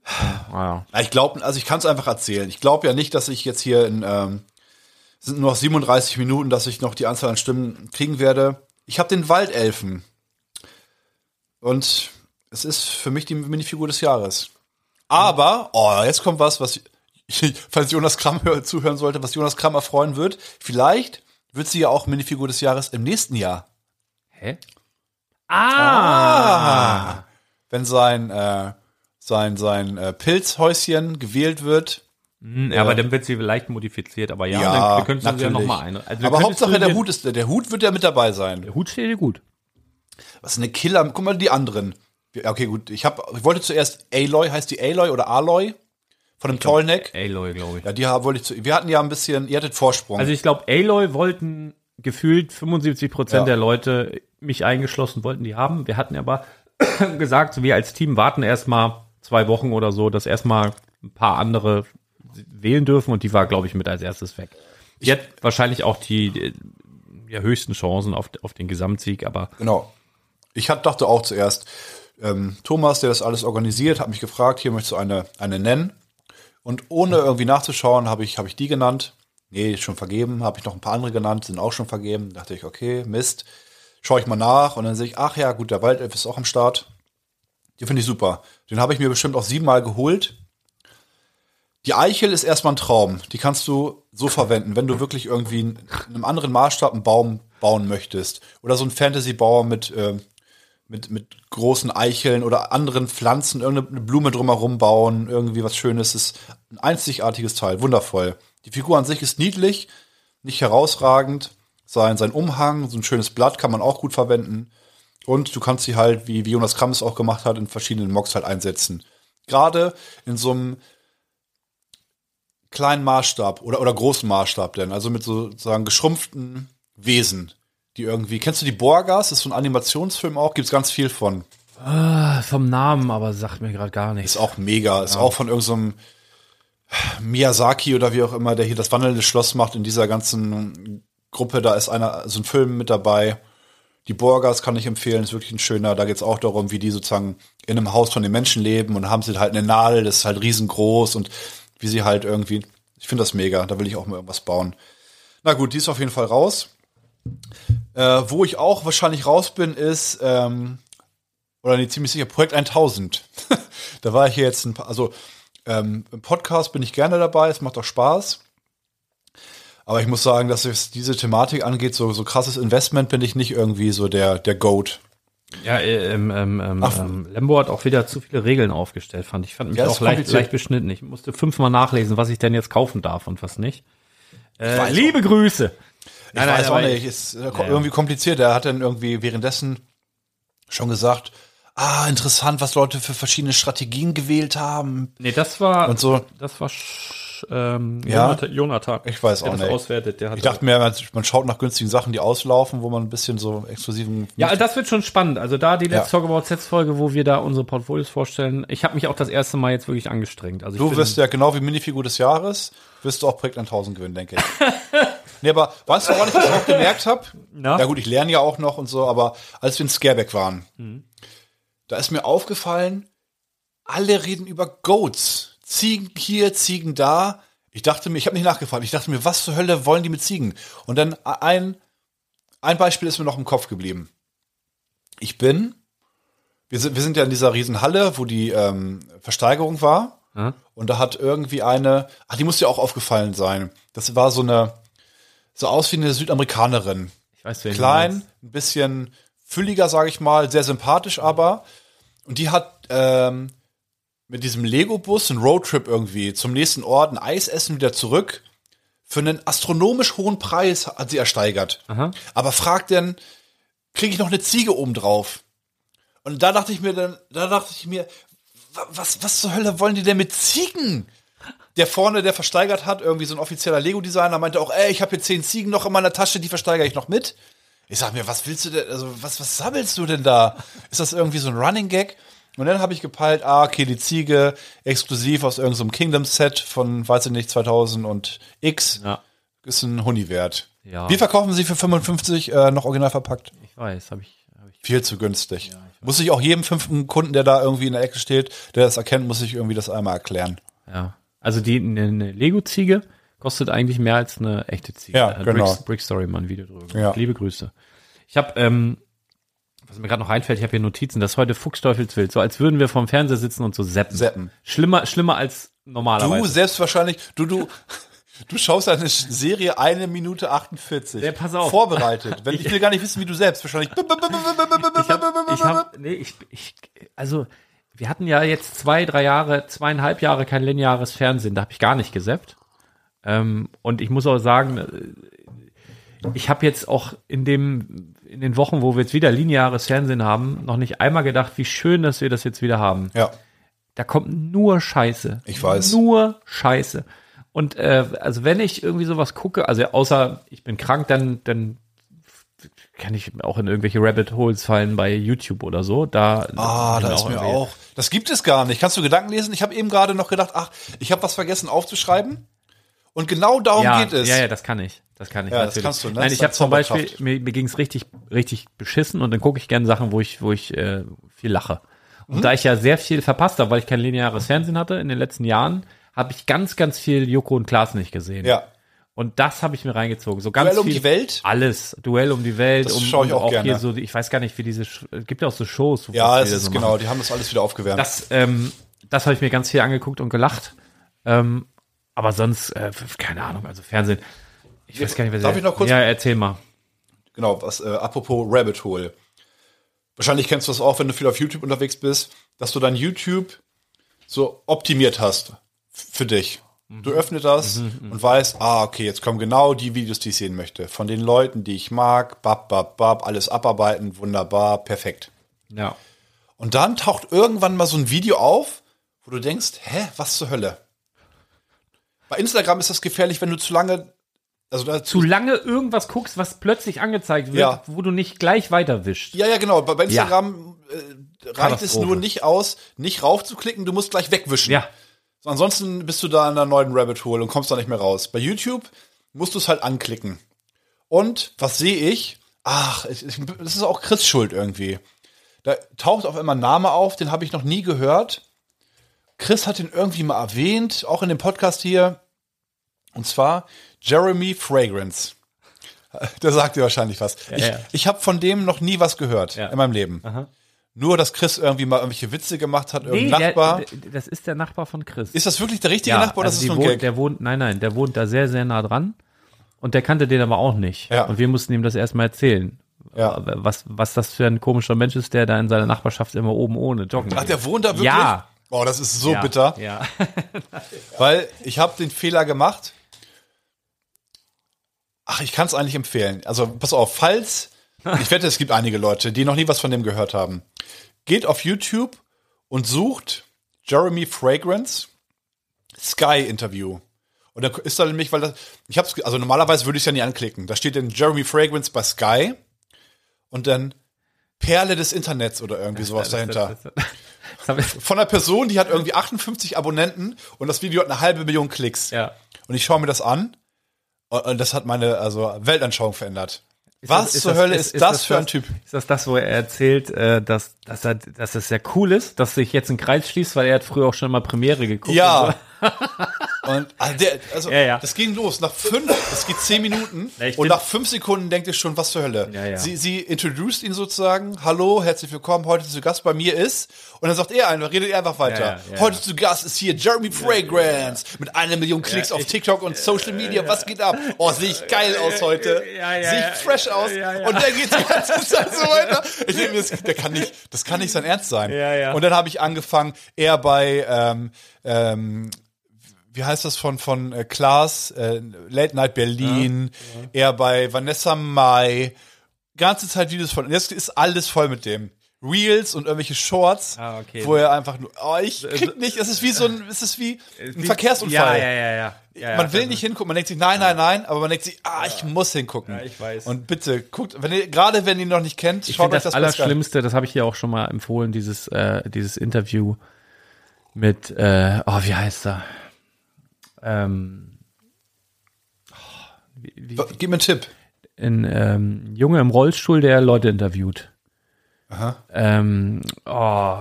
A: Ah, Ja,
B: Na, Ich glaube, also ich kann es einfach erzählen. Ich glaube ja nicht, dass ich jetzt hier in ähm, sind nur noch 37 Minuten, dass ich noch die Anzahl an Stimmen kriegen werde. Ich habe den Waldelfen und es ist für mich die Minifigur des Jahres. Aber oh, jetzt kommt was, was falls Jonas Kramm hör, zuhören sollte, was Jonas Kramm erfreuen wird. Vielleicht wird sie ja auch Minifigur des Jahres im nächsten Jahr.
A: Hä? Ah!
B: Wenn sein, äh, sein, sein äh, Pilzhäuschen gewählt wird.
C: Hm, ja, aber dann wird sie vielleicht modifiziert, aber ja,
B: Ja,
C: dann, wir können sie ja
B: natürlich.
C: nochmal ein. Also, wir
B: aber
C: könntest
B: Hauptsache
C: du
B: der
C: dir-
B: Hut ist der Hut wird ja mit dabei sein.
A: Der Hut steht dir gut.
B: Was eine Killer. Guck mal die anderen. Ja, Okay, gut. Ich hab, ich wollte zuerst Aloy, heißt die Aloy oder Aloy von dem Tollneck.
C: Aloy, glaube ich.
B: Ja, die hab- wollte ich zu. Wir hatten ja ein bisschen, ihr hattet Vorsprung.
A: Also ich glaube, Aloy wollten gefühlt 75 Prozent
B: Ja.
A: der Leute, mich eingeschlossen, wollten die haben. Wir hatten aber gesagt, wir als Team warten erstmal zwei Wochen oder so, dass erstmal ein paar andere wählen dürfen und die war, glaube ich, mit als erstes weg. Die hat wahrscheinlich auch die, die ja, höchsten Chancen auf, auf den Gesamtsieg, aber
B: Genau. Ich hat, dachte auch zuerst, ähm, Thomas, der das alles organisiert, hat mich gefragt, hier möchtest du eine, eine nennen. Und ohne irgendwie nachzuschauen, habe ich, habe ich die genannt. Nee, ist schon vergeben. Habe ich noch ein paar andere genannt, sind auch schon vergeben. Dachte ich, okay, Mist. Schaue ich mal nach und dann sehe ich, ach ja, gut, der Waldelf ist auch am Start. Den finde ich super. Den habe ich mir bestimmt auch siebenmal geholt. Die Eichel ist erstmal ein Traum. Die kannst du so verwenden, wenn du wirklich irgendwie in einem anderen Maßstab einen Baum bauen möchtest. Oder so einen Fantasy-Bauer mit, ähm, mit, mit großen Eicheln oder anderen Pflanzen, irgendeine Blume drumherum bauen, irgendwie was Schönes. Das ist ein einzigartiges Teil, wundervoll. Die Figur an sich ist niedlich, nicht herausragend. Sein, sein Umhang, so ein schönes Blatt kann man auch gut verwenden. Und du kannst sie halt, wie, wie Jonas Kramm es auch gemacht hat, in verschiedenen Mocks halt einsetzen. Gerade in so einem kleinen Maßstab oder, oder großen Maßstab denn, also mit so- sozusagen geschrumpften Wesen, die irgendwie, kennst du die Borgas? Das ist so ein Animationsfilm auch, gibt's ganz viel von.
A: Ah, vom Namen aber sagt mir gerade gar nichts.
B: Ist auch mega, ist auch von irgendeinem Miyazaki oder wie auch immer, der hier das wandelnde Schloss macht in dieser ganzen Gruppe, da ist einer, so ein Film mit dabei. Die Borgas kann ich empfehlen, ist wirklich ein schöner. Da geht's auch darum, wie die sozusagen in einem Haus von den Menschen leben und haben sie halt eine Nadel, das ist halt riesengroß und wie sie halt irgendwie. Ich finde das mega, da will ich auch mal irgendwas bauen. Na gut, die ist auf jeden Fall raus. Äh, wo ich auch wahrscheinlich raus bin, ist, ähm, oder nee, ziemlich sicher, Projekt 1000. da war ich ja jetzt ein paar, also ähm, im Podcast bin ich gerne dabei, es macht auch Spaß. Aber ich muss sagen, dass es diese Thematik angeht, so, so krasses Investment bin ich nicht irgendwie so der, der Goat.
C: Ja, äh, ähm, ähm, ähm,
B: Ach.
C: ähm, Lembo hat auch wieder zu viele Regeln aufgestellt, fand ich. Fand mich
B: Ja, ist
C: auch leicht,
B: kompliziert.
C: leicht beschnitten. Ich musste fünfmal nachlesen, was ich denn jetzt kaufen darf und was nicht. Äh,
B: weiß
C: liebe Grüße.
B: Ich weiß auch
C: aber
B: nicht, ist äh, ko- irgendwie kompliziert. Er hat dann irgendwie währenddessen schon gesagt, ah, interessant, was Leute für verschiedene Strategien gewählt haben.
C: Nee, das war,
B: Und so.
C: das war Sch- ähm,
B: Ja.
C: Jonathan- Jonathan.
B: Ich weiß
C: der
B: auch
C: das
B: nicht.
C: auswertet. Der hat
B: Ich dachte mir, man- man schaut nach günstigen Sachen, die auslaufen, wo man ein bisschen so exklusiven.
C: Ja, also das wird schon spannend. Also da die letzte
B: Ja.
C: Talk About Sets Folge, wo wir da unsere Portfolios vorstellen. Ich habe mich auch das erste Mal jetzt wirklich angestrengt. Also ich
B: Du
C: bin-
B: wirst ja genau wie Minifigur des Jahres, wirst du auch Projekt 1000 gewinnen, denke ich. nee, aber weißt du, woran ich das auch gemerkt habe?
C: Na?
B: Ja gut, ich lerne ja auch noch und so, aber als wir in Scareback waren,
C: Mhm.
B: da ist mir aufgefallen, alle reden über Goats. Ziegen hier, Ziegen da. Ich dachte mir, ich habe nicht nachgefragt, ich dachte mir, was zur Hölle wollen die mit Ziegen? Und dann ein, ein Beispiel ist mir noch im Kopf geblieben. Ich bin, wir sind, wir sind ja in dieser Riesenhalle, wo die ähm, Versteigerung war.
C: Ja.
B: Und da hat irgendwie eine, ach, die muss ja auch aufgefallen sein. Das war so eine, so aus wie eine Südamerikanerin.
A: Ich weiß, wer
B: Klein, ein bisschen fülliger, sage ich mal, sehr sympathisch aber. Und die hat ähm, mit diesem Lego-Bus einen Roadtrip irgendwie zum nächsten Ort, ein Eis essen, wieder zurück. Für einen astronomisch hohen Preis hat sie ersteigert.
C: Aha.
B: Aber fragt denn, kriege ich noch eine Ziege obendrauf? Und da dachte ich mir dann, da dachte ich mir, wa- was, was zur Hölle wollen die denn mit Ziegen? Der vorne, der versteigert hat, irgendwie so ein offizieller Lego-Designer, meinte auch, ey, ich habe hier zehn Ziegen noch in meiner Tasche, die versteigere ich noch mit. Ich sag mir, was willst du denn, also was, was sammelst du denn da? Ist das irgendwie so ein Running Gag? Und dann habe ich gepeilt, ah, okay, die Ziege, exklusiv aus irgendeinem Kingdom-Set von, weiß ich nicht, 2000 und X,
C: Ja.
B: ist ein Huni wert.
C: Ja.
B: Wir verkaufen sie für 55 äh, noch original verpackt.
C: Ich weiß, habe ich, hab ich.
B: Viel zu günstig. muss ich auch jedem fünften Kunden, der da irgendwie in der Ecke steht, der das erkennt, muss ich irgendwie das einmal erklären.
C: Ja. Also die eine, eine Lego-Ziege kostet eigentlich mehr als eine echte Ziege.
B: Ja,
C: Da hat
B: genau.
C: Brick, Brick Story mal ein Video drüber. gemacht.
B: Ja.
C: Liebe Grüße. Ich habe, ähm, was mir gerade noch einfällt, ich habe hier Notizen, dass heute Fuchsteufelswild, so als würden wir vorm Fernseher sitzen und so seppen.
B: Seppen.
C: Schlimmer, schlimmer als
B: Du
C: normalerweise.
B: selbst wahrscheinlich, du, du, Du schaust eine Serie eine Minute 48.
A: Ja, pass auf.
B: Vorbereitet. Wenn, ich will gar nicht wissen, wie du selbst wahrscheinlich.
A: Ich hab, ich hab, nee, ich, ich, also, wir hatten ja jetzt zwei, drei Jahre, zweieinhalb Jahre kein lineares Fernsehen, da habe ich gar nicht gesäppt. Ähm, und ich muss auch sagen, äh, ich habe jetzt auch in dem, in den Wochen, wo wir jetzt wieder lineares Fernsehen haben, noch nicht einmal gedacht, wie schön, dass wir das jetzt wieder haben.
B: ja.
A: Da kommt nur Scheiße.
B: Ich weiß.
A: Nur Scheiße. Und äh, also wenn ich irgendwie sowas gucke, also außer ich bin krank, dann, dann kann ich auch in irgendwelche Rabbit Holes fallen bei YouTube oder so. Da
B: Ah, da
A: Genau,
B: ist mir
A: irgendwie.
B: auch. Das gibt es gar nicht. Kannst du Gedanken lesen? Ich habe eben gerade noch gedacht, ach, ich habe was vergessen aufzuschreiben. Und genau darum
A: ja,
B: geht es.
A: Ja, ja, das kann ich. Das kann ich
B: Ja, das
A: natürlich.
B: kannst du, ne?
A: Nein,
B: Das
A: ich
B: ist
A: habe zum Beispiel,
B: Zauberkraft.
A: mir, mir ging's richtig, richtig beschissen und dann gucke ich gerne Sachen, wo ich, wo ich äh, viel lache. Und
B: Mhm.
A: da ich ja sehr viel verpasst habe, weil ich kein lineares Fernsehen hatte in den letzten Jahren, habe ich ganz, ganz viel Joko und Klaas nicht gesehen.
B: Ja.
A: Und das habe ich mir reingezogen. So ganz
B: Duell um
A: viel,
B: die Welt?
A: Alles. Duell um die Welt.
B: Das
A: um,
B: schaue ich
A: um
B: auch gerne.
A: Hier so, die- ich weiß gar nicht, wie diese, Sch- es gibt ja auch so Shows. wo
B: Ja,
A: das
B: es
A: wieder
B: ist
A: so machen.
B: genau. Die haben das alles wieder aufgewärmt.
A: Das, ähm, das habe ich mir ganz viel angeguckt und gelacht. Ähm, aber sonst, äh, f- keine Ahnung, also Fernsehen. Ich weiß gar nicht, was
B: Darf ich noch kurz-
A: Ja, erzähl mal.
B: genau, was äh, apropos Rabbit Hole. Wahrscheinlich kennst du das auch, wenn du viel auf YouTube unterwegs bist, dass du dein YouTube so optimiert hast f- für dich. Du öffnest das und weißt, ah, okay, jetzt kommen genau die Videos, die ich sehen möchte. Von den Leuten, die ich mag, bab, bab, bab, alles abarbeiten, wunderbar, perfekt.
A: Ja.
B: Und dann taucht irgendwann mal so ein Video auf, wo du denkst, hä, was zur Hölle? Bei Instagram ist das gefährlich, wenn du zu lange, also da
A: Zu lange irgendwas guckst, was plötzlich angezeigt wird,
B: Ja.
A: wo du nicht gleich weiterwischst.
B: Ja, ja, genau. Bei bei Instagram äh, reicht es
A: Katastrophe.
B: nur nicht aus, nicht raufzuklicken, du musst gleich wegwischen.
A: Ja.
B: So, Ansonsten bist du da in einer neuen Rabbit Hole und kommst da nicht mehr raus. Bei YouTube musst du es halt anklicken. Und was sehe ich? Ach, es ist- das ist auch Chris Schuld irgendwie. Da taucht auf einmal ein Name auf, den habe ich noch nie gehört. Chris hat den irgendwie mal erwähnt, auch in dem Podcast hier. Und zwar Jeremy Fragrance. Der sagt dir wahrscheinlich was. ich
A: ja.
B: ich habe von dem noch nie was gehört in meinem Leben. Nur, dass Chris irgendwie mal irgendwelche Witze gemacht hat, irgendein Nachbar.
A: Der, der, das ist der Nachbar von Chris.
B: ist das wirklich der richtige Nachbar oder
A: also
B: ist
A: die
B: das nur ein
A: wohnt,
B: Gag?
A: der wohnt, nein, nein, der wohnt da sehr, sehr nah dran. Und der kannte den aber auch nicht.
B: Ja.
A: Und wir mussten ihm das erstmal erzählen.
B: Ja.
A: Was, was das für ein komischer Mensch ist, der da in seiner Nachbarschaft immer oben ohne joggen
B: Ach,
A: geht.
B: der wohnt da wirklich?
A: Ja.
B: Oh, das ist so
A: ja.
B: bitter.
A: Ja.
B: Weil ich habe den Fehler gemacht. Ach, ich kann es eigentlich empfehlen. Also pass auf, falls ich wette, es gibt einige Leute, die noch nie was von dem gehört haben. Geht auf YouTube und sucht Jeremy Fragrance Sky Interview. Und da ist da nämlich, weil das, ich hab's, ge- also normalerweise würde ich es ja nie anklicken. Da steht dann Jeremy Fragrance bei Sky und dann Perle des Internets oder irgendwie sowas dahinter.
A: Das hab ich,
B: von einer Person, die hat irgendwie 58 Abonnenten und das Video hat eine halbe Million Klicks.
A: ja.
B: Und ich schaue mir das an und, und das hat meine also Weltanschauung verändert. Was
A: das- ist
B: zur
A: das-
B: Hölle
A: ist-
B: ist,
A: ist
B: das,
A: das
B: für ein
A: das-
B: Typ?
A: Ist das das, wo er erzählt, äh, dass, dass, er, dass das sehr cool ist, dass sich jetzt ein Kreis schließt, weil er hat früher auch schon mal Premiere geguckt. Und
B: Ja. Und also der, also
A: Ja, ja.
B: das ging los. Nach fünf, es geht zehn Minuten
A: Ja, ich
B: und
A: bin-
B: nach fünf Sekunden denkt ihr schon, was zur Hölle.
A: Ja, ja.
B: Sie, sie introduced ihn sozusagen. Hallo, herzlich willkommen. Heute zu Gast bei mir ist. Und dann sagt er einfach, redet er einfach weiter.
A: Ja, ja, ja,
B: Heute
A: ja.
B: zu Gast ist hier Jeremy Fragrance mit einer Million Klicks auf TikTok und Social Media. Was geht ab? Oh, sehe ich geil aus heute.
A: ja, ja,
B: sehe
A: ja,
B: ich fresh aus.
A: ja, ja.
B: Und der geht die ganze Zeit so weiter. Ich denke, mir, das, der kann nicht, das kann nicht sein Ernst sein.
A: Ja, ja.
B: Und dann habe ich angefangen, eher bei ähm, ähm, wie heißt das von von äh, Klaas, äh, Late Night Berlin, eher bei Vanessa Mai, ganze Zeit Videos von. Jetzt ist alles voll mit dem. Reels und irgendwelche Shorts,
A: Ah, okay. Äh,
B: wo er einfach nur, oh, ich krieg nicht, es ist wie so ein, es ist wie ein
A: so.
B: Verkehrsunfall.
A: Äh, Ja, ja, ja. ja. ja ja,
B: Man will nicht hingucken, man denkt sich, nein, nein, nein, aber man denkt sich, ah, ich muss hingucken.
A: Ja, ich weiß.
B: Und bitte, guckt, wenn ihr, gerade wenn ihr ihn noch nicht kennt,
A: Ich
B: schaut
A: finde
B: euch
A: das,
B: das, mal an.
A: Allerschlimmste, das habe ich hier auch schon mal empfohlen, dieses, äh, dieses Interview mit, äh, oh, wie heißt er? Ähm, oh, wie, wie,
B: So, Gib mir einen Tipp.
A: ein ähm, Junge im Rollstuhl, der Leute interviewt. Aha. Ähm, oh.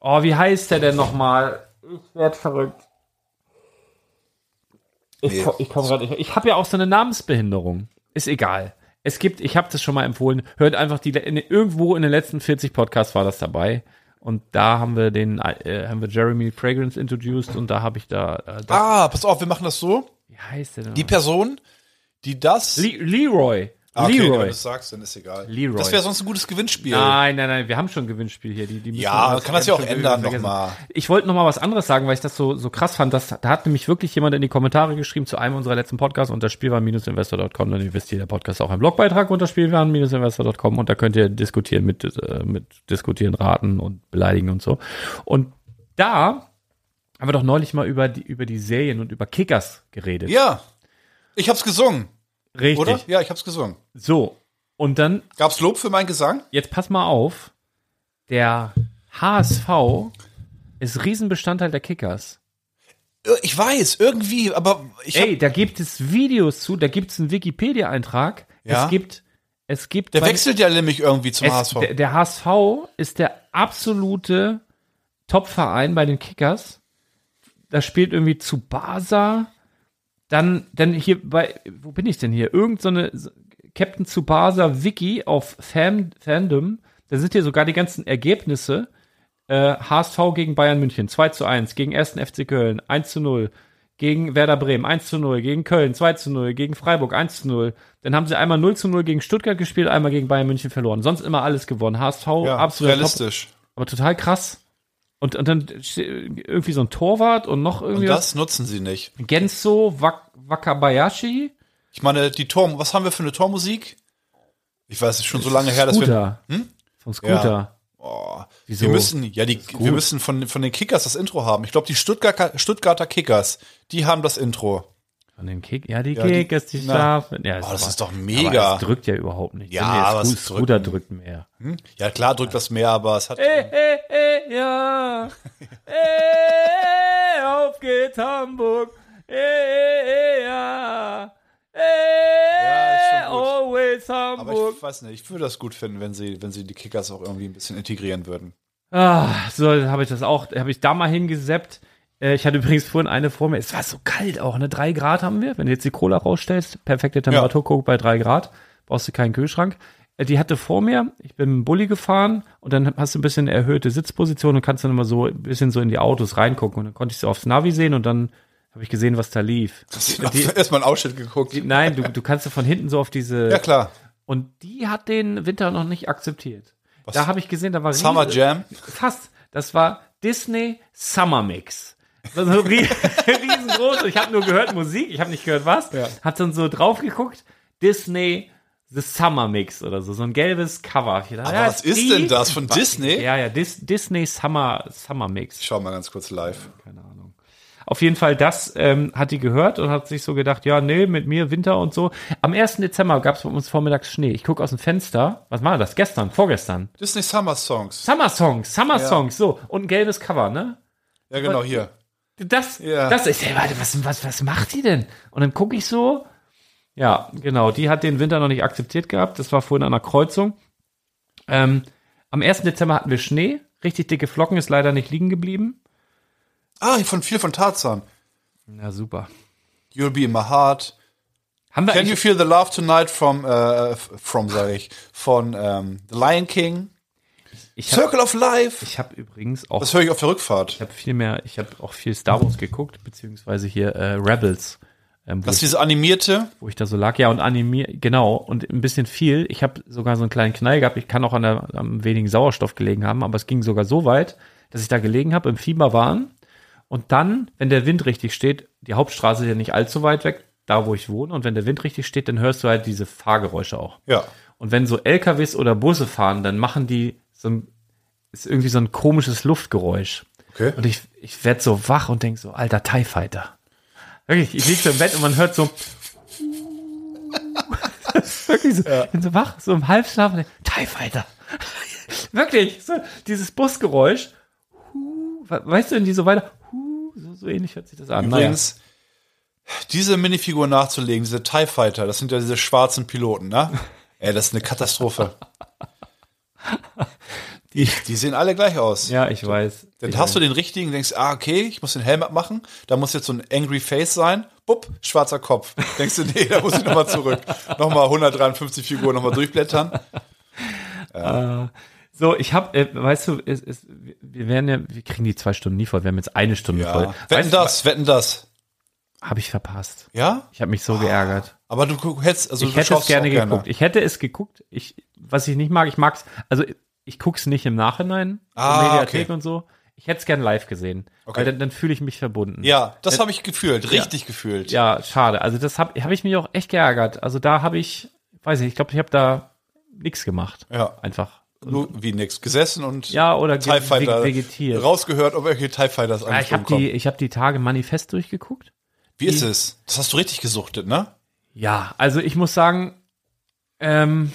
A: oh, wie heißt der denn nochmal? Ich werd verrückt. Ich,
B: Nee.
A: ko- ich komme gerade nicht. Ich habe ja auch so eine Namensbehinderung. Ist egal. Es gibt, ich habe das schon mal empfohlen, hört einfach die, in, irgendwo in den letzten 40 Podcasts war das dabei. Und da haben wir den, äh, haben wir Jeremy Fragrance introduced und da habe ich da, äh, das,
B: Ah, pass auf, wir machen das so.
A: Wie heißt der denn?
B: Die Person, die das.
A: Le Leroy.
B: Ah, okay, wenn du
A: Leroy.
B: das sagst, dann ist egal.
A: Leroy. Ah.
B: Das wäre sonst ein gutes Gewinnspiel.
A: Nein, nein, nein, wir haben schon ein Gewinnspiel hier. Die, die müssen
B: Ja,
A: wir-
B: man kann das ja auch
A: schon
B: ändern
A: vergessen.
B: nochmal.
A: Ich wollte nochmal was anderes sagen, weil ich das so, so krass fand. Dass, da hat nämlich wirklich jemand in die Kommentare geschrieben zu einem unserer letzten Podcasts unter spielwaren-investor.com. Dann wisst ihr, der Podcast ist auch ein Blogbeitrag unter spielwaren-investor.com und da könnt ihr diskutieren mit, äh, mit diskutieren, raten und beleidigen und so. Und da haben wir doch neulich mal über die, über die Serien und über Kickers geredet.
B: Ja. Ich hab's gesungen,
A: Richtig.
B: oder? Ja, ich hab's gesungen.
A: So. Und dann
B: Gab's Lob für meinen Gesang?
A: jetzt pass mal auf, der HSV ist Riesenbestandteil der Kickers.
B: Ir- Äh, Ich weiß, irgendwie, aber ich hab,
A: Ey, da gibt es Videos zu, da gibt es einen Wikipedia-Eintrag.
B: Ja.
A: Es gibt, es gibt.
B: der
A: beim-
B: wechselt ja nämlich irgendwie zum
A: es,
B: HSV.
A: Der, der HSV ist der absolute Top-Verein bei den Kickers. Da spielt irgendwie Tsubasa. Dann, dann hier bei, wo bin ich denn hier? Irgend so eine so- Captain Tsubasa Wiki auf Fan, Fandom. Da sind hier sogar die ganzen Ergebnisse. Äh, HSV gegen Bayern München 2 zu 1, gegen 1. FC Köln 1 zu 0, gegen Werder Bremen 1 zu 0, gegen Köln 2 zu 0, gegen Freiburg 1 zu 0. Dann haben sie einmal 0 zu 0 gegen Stuttgart gespielt, einmal gegen Bayern München verloren. Sonst immer alles gewonnen. HSV
B: ja,
A: absolut
B: realistisch.
A: aber total krass. Und, und dann ste- irgendwie so ein Torwart und noch
B: Und
A: irgendwie
B: das nutzen sie nicht.
A: was. Genso Wak Wakabayashi.
B: Ich meine, die Tor, was haben wir für eine Tormusik? Ich weiß, es ist schon so lange her, dass wir. Hm?
A: Scooter. Vom Scooter.
B: Oh,
A: Wieso?
B: Wir müssen, ja, die, wir müssen von, von den Kickers das Intro haben. Ich glaube, die Stuttgarter, Stuttgarter Kickers, die haben das Intro.
A: Von den Kick. Ja, die
B: die-
A: Kick ist die
B: na.
A: Strafe. Ja,
B: Oh, das
A: aber-
B: ist doch
A: Aber
B: mega.
A: es drückt ja überhaupt nicht.
B: Ja,
A: Nee,
B: aber es
A: Sco- Scooter drückt mehr.
B: Ja, klar drückt das mehr, aber es hat.
A: Ey, ey, ey, ja. Ey, auf geht Hamburg. Ey, ey, ey, ja. Ey,
B: Ja, ist schon gut.
A: always
B: Aber
A: Hamburg.
B: ich weiß nicht, ich würde das gut finden, wenn sie, wenn sie die Kickers auch irgendwie ein bisschen integrieren würden.
A: Ah, so habe ich das auch, habe ich da mal hingeseppt. Äh, Ich hatte übrigens vorhin eine vor mir, es war so kalt auch, ne? Drei Grad haben wir, wenn du jetzt die Cola rausstellst, perfekte Temperatur, guck bei drei Grad, brauchst du keinen Kühlschrank. Äh, Die hatte vor mir, ich bin mit dem Bulli gefahren und dann hast du ein bisschen erhöhte Sitzposition und kannst dann immer so ein bisschen so in die Autos reingucken und dann konnte ich so aufs Navi sehen und dann habe ich gesehen, was da lief.
B: Erstmal ein Ausschnitt geguckt.
A: Die- Nein, du, du kannst so von hinten so auf diese,
B: Ja, klar.
A: und die hat den Winter noch nicht akzeptiert. Da habe ich gesehen, da war
B: Summer
A: riesen-
B: Jam.
A: Fast. Das war Disney Summer Mix. So ein rie- riesengroß. Ich habe nur gehört Musik, ich habe nicht gehört was.
B: Ja.
A: Hab dann so drauf geguckt. Disney The Summer Mix oder so. So ein gelbes Cover. Ich dachte,
B: Aber
A: ja,
B: was ist
A: die-
B: denn das von Disney?
A: Ja, ja, Dis Disney Summer, Summer Mix.
B: Ich schau mal ganz kurz live.
A: Keine Ahnung. Auf jeden Fall, das ähm, hat die gehört und hat sich so gedacht, ja, nee, mit mir Winter und so. Am 1. Dezember gab es bei uns vormittags Schnee. Ich gucke aus dem Fenster. Was war das? Gestern, vorgestern.
B: Disney Summer Songs.
A: Summer Songs, Summer Songs, so. Und ein gelbes Cover, ne?
B: Ja, genau, hier.
A: Das,
B: Ja.
A: das ist, hey, warte, was, was, was macht die denn? Und dann gucke ich so. Ja, genau, die hat den Winter noch nicht akzeptiert gehabt. Das war vorhin an einer Kreuzung. Ähm, am 1. Dezember hatten wir Schnee. Richtig dicke Flocken, ist leider nicht liegen geblieben.
B: Ah, von viel von Tarzan.
A: Na super.
B: You'll be in my heart.
A: Haben wir
B: Can you
A: eigentlich,
B: feel the love tonight from, äh, f- from, sag ich, von ähm, The Lion King?
A: ich habe
B: Circle of Life.
A: hab übrigens auch
B: Das höre ich auf der Rückfahrt.
A: ich hab viel mehr, ich habe auch viel Star Wars geguckt, beziehungsweise hier äh, Rebels, ähm, wo,
B: Das ist
A: ich,
B: diese animierte.
A: wo ich da so lag. Ja, und animiert, genau, und ein bisschen viel. Ich habe sogar so einen kleinen Knall gehabt. Ich kann auch an der, am wenigen Sauerstoff gelegen haben, aber es ging sogar so weit, dass ich da gelegen habe, im Fieber waren. Und dann, wenn der Wind richtig steht, die Hauptstraße ist ja nicht allzu weit weg, da wo ich wohne, und wenn der Wind richtig steht, dann hörst du halt diese Fahrgeräusche auch.
B: Ja.
A: Und wenn so LKWs oder Busse fahren, dann machen die so ein, ist irgendwie so ein komisches Luftgeräusch.
B: Okay.
A: Und ich, ich werde so wach und denke so, alter E TIE Fighter. Wirklich, ich liege so im Bett und man hört so. Das ist wirklich so, ich bin so wach, so im Halbschlaf und denk, TIE Fighter. Wirklich, so dieses Busgeräusch. Hu, we- Weißt du, wenn die so weiter, hu, so, so ähnlich hört sich das an. Naja.
B: Übrigens, diese Minifigur nachzulegen, diese TIE Fighter, das sind ja diese schwarzen Piloten, ne? Ey, das ist eine Katastrophe. Die, die sehen alle gleich aus.
A: Ja, ich weiß.
B: Dann
A: ich
B: hast du den richtigen, denkst, ah, okay, ich muss den Helm abmachen, da muss jetzt so ein Angry Face sein, bupp, schwarzer Kopf. Denkst du, nee, da muss ich nochmal zurück. Nochmal 153 Figuren nochmal durchblättern.
A: So, ich hab, äh, weißt du, es, es, wir werden ja, wir kriegen die zwei Stunden nie voll, wir haben jetzt eine Stunde
B: Ja.
A: voll.
B: Wetten
A: Weißt,
B: das, wetten das.
A: Habe ich verpasst.
B: Ja?
A: Ich habe mich so geärgert.
B: Aber du gu- hättest, also
A: ich
B: Ah, du
A: hätte es
B: schaust
A: gerne
B: auch
A: geguckt. Ich hätte es geguckt. Ich, was ich nicht mag, ich mag's. Also ich guck's nicht im Nachhinein.
B: Ah,
A: in Mediathek
B: okay.
A: und so. Ich hätte es gern live gesehen.
B: Okay.
A: Weil dann, dann fühle ich mich verbunden.
B: Ja, das habe ich gefühlt, richtig gefühlt.
A: Ja, schade. Also das habe hab ich mich auch echt geärgert. Also da habe ich, weiß nicht, ich glaube, ich habe da nichts gemacht.
B: Ja.
A: Einfach.
B: Nur wie nix. Gesessen und
A: Ja, oder ge-
B: TIE Fighter
A: veg- vegetiert.
B: rausgehört, ob irgendwelche TIE Fighters
A: Ja, Ah, ich habe
B: angeflogen
A: die,
B: kommen.
A: ich hab die Tage Manifest durchgeguckt.
B: Wie ist es? Das hast du richtig gesuchtet, ne?
A: Ja, also ich muss sagen, ähm,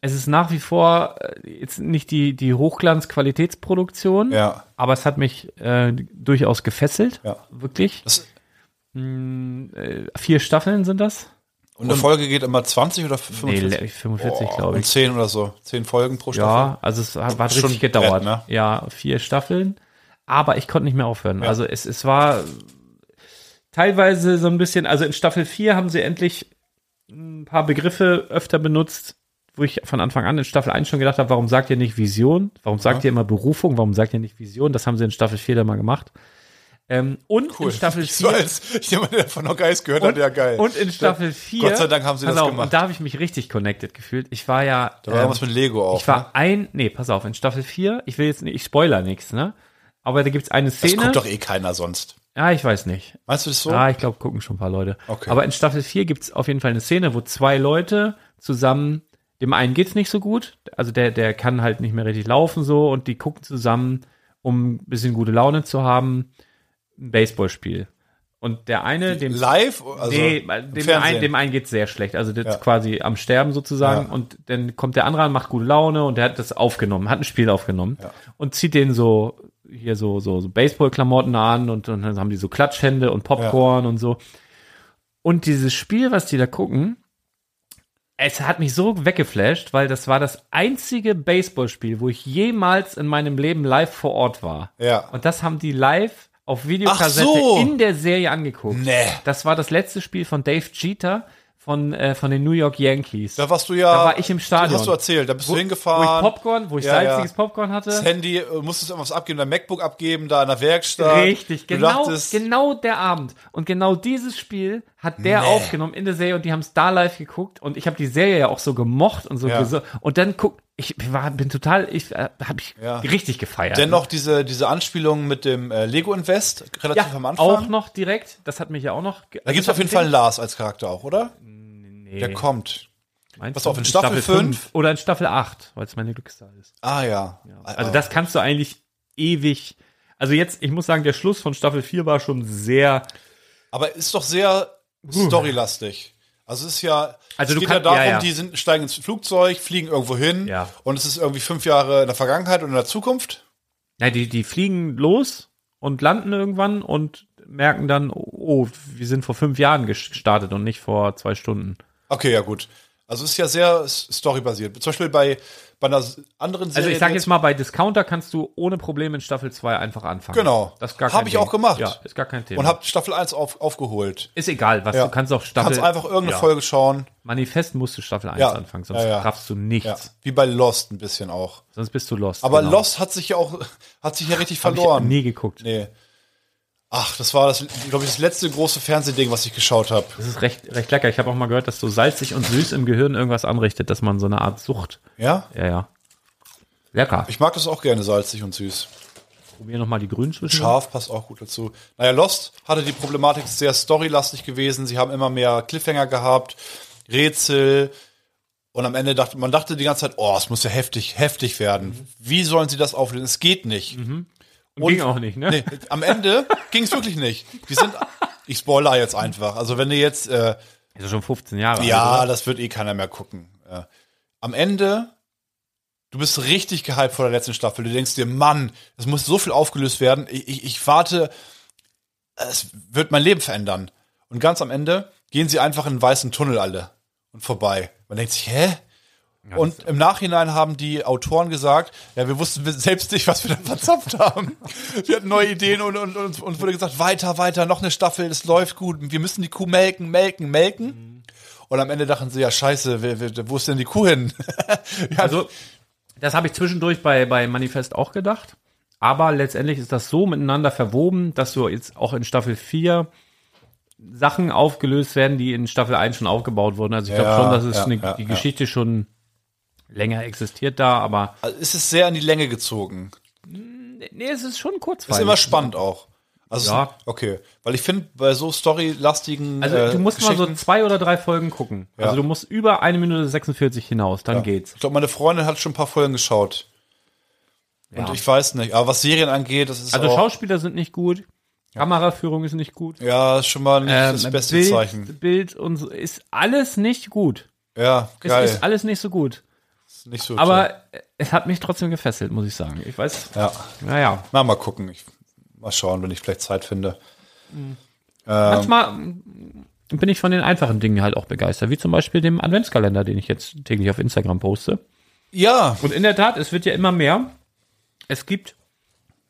A: es ist nach wie vor äh, jetzt nicht die, die Hochglanz-Qualitätsproduktion,
B: Ja.
A: aber es hat mich äh, durchaus gefesselt.
B: Ja.
A: Wirklich.
B: Das,
A: Äh, vier Staffeln sind das?
B: und eine Folge geht immer 20 oder 45?
A: Nee, 45,
B: Boah,
A: glaube ich.
B: Und 10 oder so. 10 Folgen pro Staffel.
A: Ja, also es hat, hat
B: Schon
A: richtig gedauert.
B: Brett, ne?
A: Ja, vier Staffeln. Aber ich konnte nicht mehr aufhören. Also es, es war teilweise so ein bisschen, also in Staffel 4 haben sie endlich ein paar Begriffe öfter benutzt, wo ich von Anfang an in Staffel 1 schon gedacht habe, warum sagt ihr nicht Vision? Warum sagt ihr immer Berufung? Warum sagt ihr nicht Vision? Das haben sie in Staffel 4 dann mal gemacht. Ähm, und in Staffel
B: Ich so
A: 4
B: als ich jemand, der von No Geist gehört hat, ja geil.
A: und in Staffel 4
B: Gott sei Dank haben sie
A: Pass
B: das
A: auf,
B: gemacht.
A: Und da habe ich mich richtig connected gefühlt. Ich war ja
B: Da war
A: ähm,
B: irgendwas mit Lego auch. ne?
A: ich war ein, nee, pass auf, in Staffel 4, ich will jetzt nicht, ich spoiler nichts, ne? Aber da gibt's eine
B: das
A: Szene.
B: guckt doch eh keiner sonst.
A: ja, ich weiß nicht.
B: Meinst du das so?
A: Ah, ich glaube, gucken schon ein paar Leute.
B: Okay.
A: Aber in Staffel 4 gibt's auf jeden Fall eine Szene, wo zwei Leute zusammen, dem einen geht's nicht so gut, also der, der kann halt nicht mehr richtig laufen so und die gucken zusammen, um ein bisschen gute Laune zu haben, ein Baseballspiel. Und der eine, dem
B: Live? Also
A: nee,
B: im
A: dem
B: Fernsehen.
A: einen, dem einen geht's sehr schlecht. Also der
B: Ja.
A: ist quasi am Sterben sozusagen.
B: Ja.
A: Und dann kommt der andere an, macht gute Laune und der hat das aufgenommen, hat ein Spiel aufgenommen und zieht den so hier so, so, so Baseball-Klamotten an und, und dann haben die so Klatschhände und Popcorn und so. Und dieses Spiel, was die da gucken, es hat mich so weggeflasht, weil das war das einzige Baseballspiel, wo ich jemals in meinem Leben live vor Ort war.
B: Ja.
A: Und das haben die live auf Videokassette
B: Ach so.
A: in der Serie angeguckt.
B: Nee.
A: Das war das letzte Spiel von Dave Jeter von, äh, von den New York Yankees.
B: Da warst du ja.
A: Da war ich im Stadion.
B: Hast du erzählt. Da bist du
A: wo ich
B: hingefahren.
A: Popcorn, wo ich
B: Ja, ja.
A: salziges Popcorn hatte.
B: das Handy, äh, musstest irgendwas abgeben, dein MacBook abgeben, da in der Werkstatt.
A: Richtig,
B: Du
A: genau,
B: dachtest,
A: genau der Abend. Und genau dieses Spiel hat der
B: Nee.
A: aufgenommen in der Serie und die haben es da live geguckt. Und ich habe die Serie ja auch so gemocht und so.
B: Ja.
A: geso- Und dann guck, ich war, bin total, ich äh, habe ich
B: Ja.
A: richtig gefeiert.
B: Dennoch diese, diese Anspielung mit dem äh, Lego Invest, relativ
A: ja,
B: am Anfang.
A: auch noch direkt. Das hat mich ja auch noch.
B: Da gibt es auf jeden Fall einen Lars als Charakter auch, oder?
A: Nee,
B: Der kommt.
A: Meinst
B: pass
A: du?
B: auf, in Staffel
A: fünf
B: fünf?
A: Oder in Staffel 8, weil es meine Glückszahl ist.
B: Ah ja. Ah,
A: Also
B: ah.
A: das kannst du eigentlich ewig. Also jetzt, ich muss sagen, der Schluss von Staffel 4 war schon sehr.
B: Aber ist doch sehr storylastig. Also es ist ja,
A: Also
B: es
A: du
B: geht
A: kannst-
B: ja darum,
A: ja, ja.
B: die sind, steigen ins Flugzeug, fliegen irgendwo hin
A: Ja.
B: und es ist irgendwie fünf Jahre in der Vergangenheit und in der Zukunft.
A: Na, die, die fliegen los und landen irgendwann und merken dann, oh, oh, wir sind vor fünf Jahren ges- gestartet und nicht vor zwei Stunden.
B: Okay, ja gut. Also es ist ja sehr s- storybasiert. Zum Beispiel bei, bei einer s- anderen Serie.
A: Also ich sage
B: die
A: jetzt mal, bei Discounter kannst du ohne Probleme in Staffel 2 einfach anfangen.
B: Genau.
A: Das ist gar
B: Hab
A: kein
B: ich
A: Ding.
B: auch gemacht.
A: Ja, ist gar kein Thema.
B: und hab Staffel 1 auf, aufgeholt.
A: ist egal, was
B: Ja.
A: du kannst auch Staffel
B: Kannst einfach irgendeine
A: ja.
B: Folge schauen.
A: Manifest musst du Staffel 1
B: Ja.
A: anfangen, sonst
B: Ja, ja.
A: raffst du
B: Ja,
A: nichts.
B: wie bei Lost ein bisschen auch.
A: Sonst bist du lost.
B: Aber
A: genau.
B: Lost hat sich ja auch hat sich ja richtig
A: Hab ich
B: verloren.
A: nie geguckt.
B: Nee. Ach, das war das glaube ich das letzte große Fernsehding, was ich geschaut habe.
A: Das ist recht, recht lecker. Ich habe auch mal gehört, dass so salzig und süß im Gehirn irgendwas anrichtet, dass man so eine Art Sucht.
B: Ja?
A: Ja, ja. Lecker. Ich
B: Ich mag das auch gerne salzig und süß.
A: probiere nochmal die grünen zwischen.
B: Scharf passt auch gut dazu. Naja, Lost hatte die Problematik ist sehr storylastig gewesen. Sie haben immer mehr Cliffhanger gehabt, Rätsel. Und am Ende dachte man dachte die ganze Zeit, oh, es muss ja heftig, heftig werden. Wie sollen sie das auflösen? Es geht nicht.
A: Mhm. Ging auch nicht, ne?
B: Nee, am Ende ging es wirklich nicht. Die sind, ich spoiler jetzt einfach. Also wenn du jetzt äh,
A: Ist ja schon 15 Jahre alt.
B: Ja, das wird eh keiner mehr gucken. Ja. Am Ende, du bist richtig gehypt vor der letzten Staffel. Du denkst dir, Mann, es muss so viel aufgelöst werden. Ich, ich, ich warte, es wird mein Leben verändern. Und ganz am Ende gehen sie einfach in einen weißen Tunnel alle und vorbei. Man denkt sich, hä? und im Nachhinein haben die Autoren gesagt, ja, wir wussten wir selbst nicht, was wir da verzapft haben. Wir hatten neue Ideen und, und, und uns wurde gesagt, weiter, weiter, noch eine Staffel, es läuft gut, wir müssen die Kuh melken, melken, melken. Und am Ende dachten sie, ja, scheiße, wer, wer, wo ist denn die Kuh hin? ja,
A: Also, das habe ich zwischendurch bei, bei Manifest auch gedacht. Aber letztendlich ist das so miteinander verwoben, dass du jetzt auch in Staffel 4 Sachen aufgelöst werden, die in Staffel 1 schon aufgebaut wurden. Also ich glaube
B: Ja,
A: schon, dass es
B: ja,
A: eine,
B: ja,
A: die
B: ja.
A: Geschichte schon länger existiert da, aber
B: Also es ist sehr in die Länge gezogen.
A: nee, es ist schon
B: Ist
A: kurzweilig.
B: immer spannend auch. Also
A: Ja.
B: okay, weil ich finde bei so storylastigen
A: also
B: äh,
A: du musst mal so
B: Geschichten-
A: zwei oder drei Folgen gucken. Also du musst über eine Minute 46 hinaus, dann geht's.
B: Ich glaube, meine Freundin hat schon ein paar Folgen geschaut. Und ich weiß nicht, aber was Serien angeht, das ist
A: Also
B: auch,
A: Schauspieler sind nicht gut, Kameraführung ist nicht gut.
B: ja ist schon mal nicht das
A: Ähm,
B: beste
A: Bild,
B: Zeichen.
A: Bild und so ist alles nicht gut.
B: Ja,
A: Es
B: geil.
A: ist alles nicht so gut.
B: Ist nicht so toll.
A: Aber es hat mich trotzdem gefesselt, muss ich sagen. Ich weiß,
B: ja,
A: naja.
B: na mal gucken, ich, mal schauen, wenn ich vielleicht Zeit finde. Ähm.
A: Manchmal mm, bin ich von den einfachen Dingen halt auch begeistert, wie zum Beispiel dem Adventskalender, den ich jetzt täglich auf Instagram poste.
B: Ja,
A: Und in der Tat, es wird ja immer mehr. Es gibt,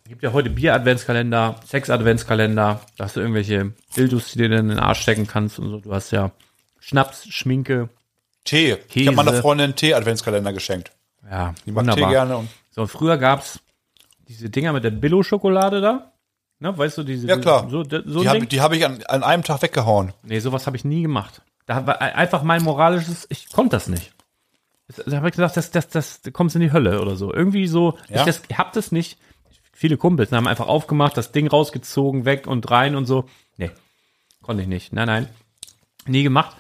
A: gibt ja heute Bier-Adventskalender, Sex-Adventskalender, da hast du irgendwelche Dildos, die dir dann in den Arsch stecken kannst und so. Du hast ja Schnaps, Schminke.
B: Tee. Ich habe
A: Käse.
B: meiner Freundin einen Tee-Adventskalender geschenkt.
A: Ja,
B: Die mag Tee gerne und
A: So, früher gab's diese Dinger mit der Billo-Schokolade da. Ne, weißt du, diese.
B: Ja, klar.
A: So, so
B: die
A: ein Ding.
B: habe die hab ich an, an einem Tag weggehauen.
A: Nee, sowas habe ich nie gemacht. Da war e-, einfach mein moralisches, ich konnte das nicht. Da habe ich gesagt, das, das, das, du kommst in die Hölle oder so. Irgendwie so,
B: Ja?
A: ich das, ich hab das nicht. Viele Kumpels haben einfach aufgemacht, das Ding rausgezogen, weg und rein und so. Nee, konnte ich nicht. Nein, nein, nie gemacht.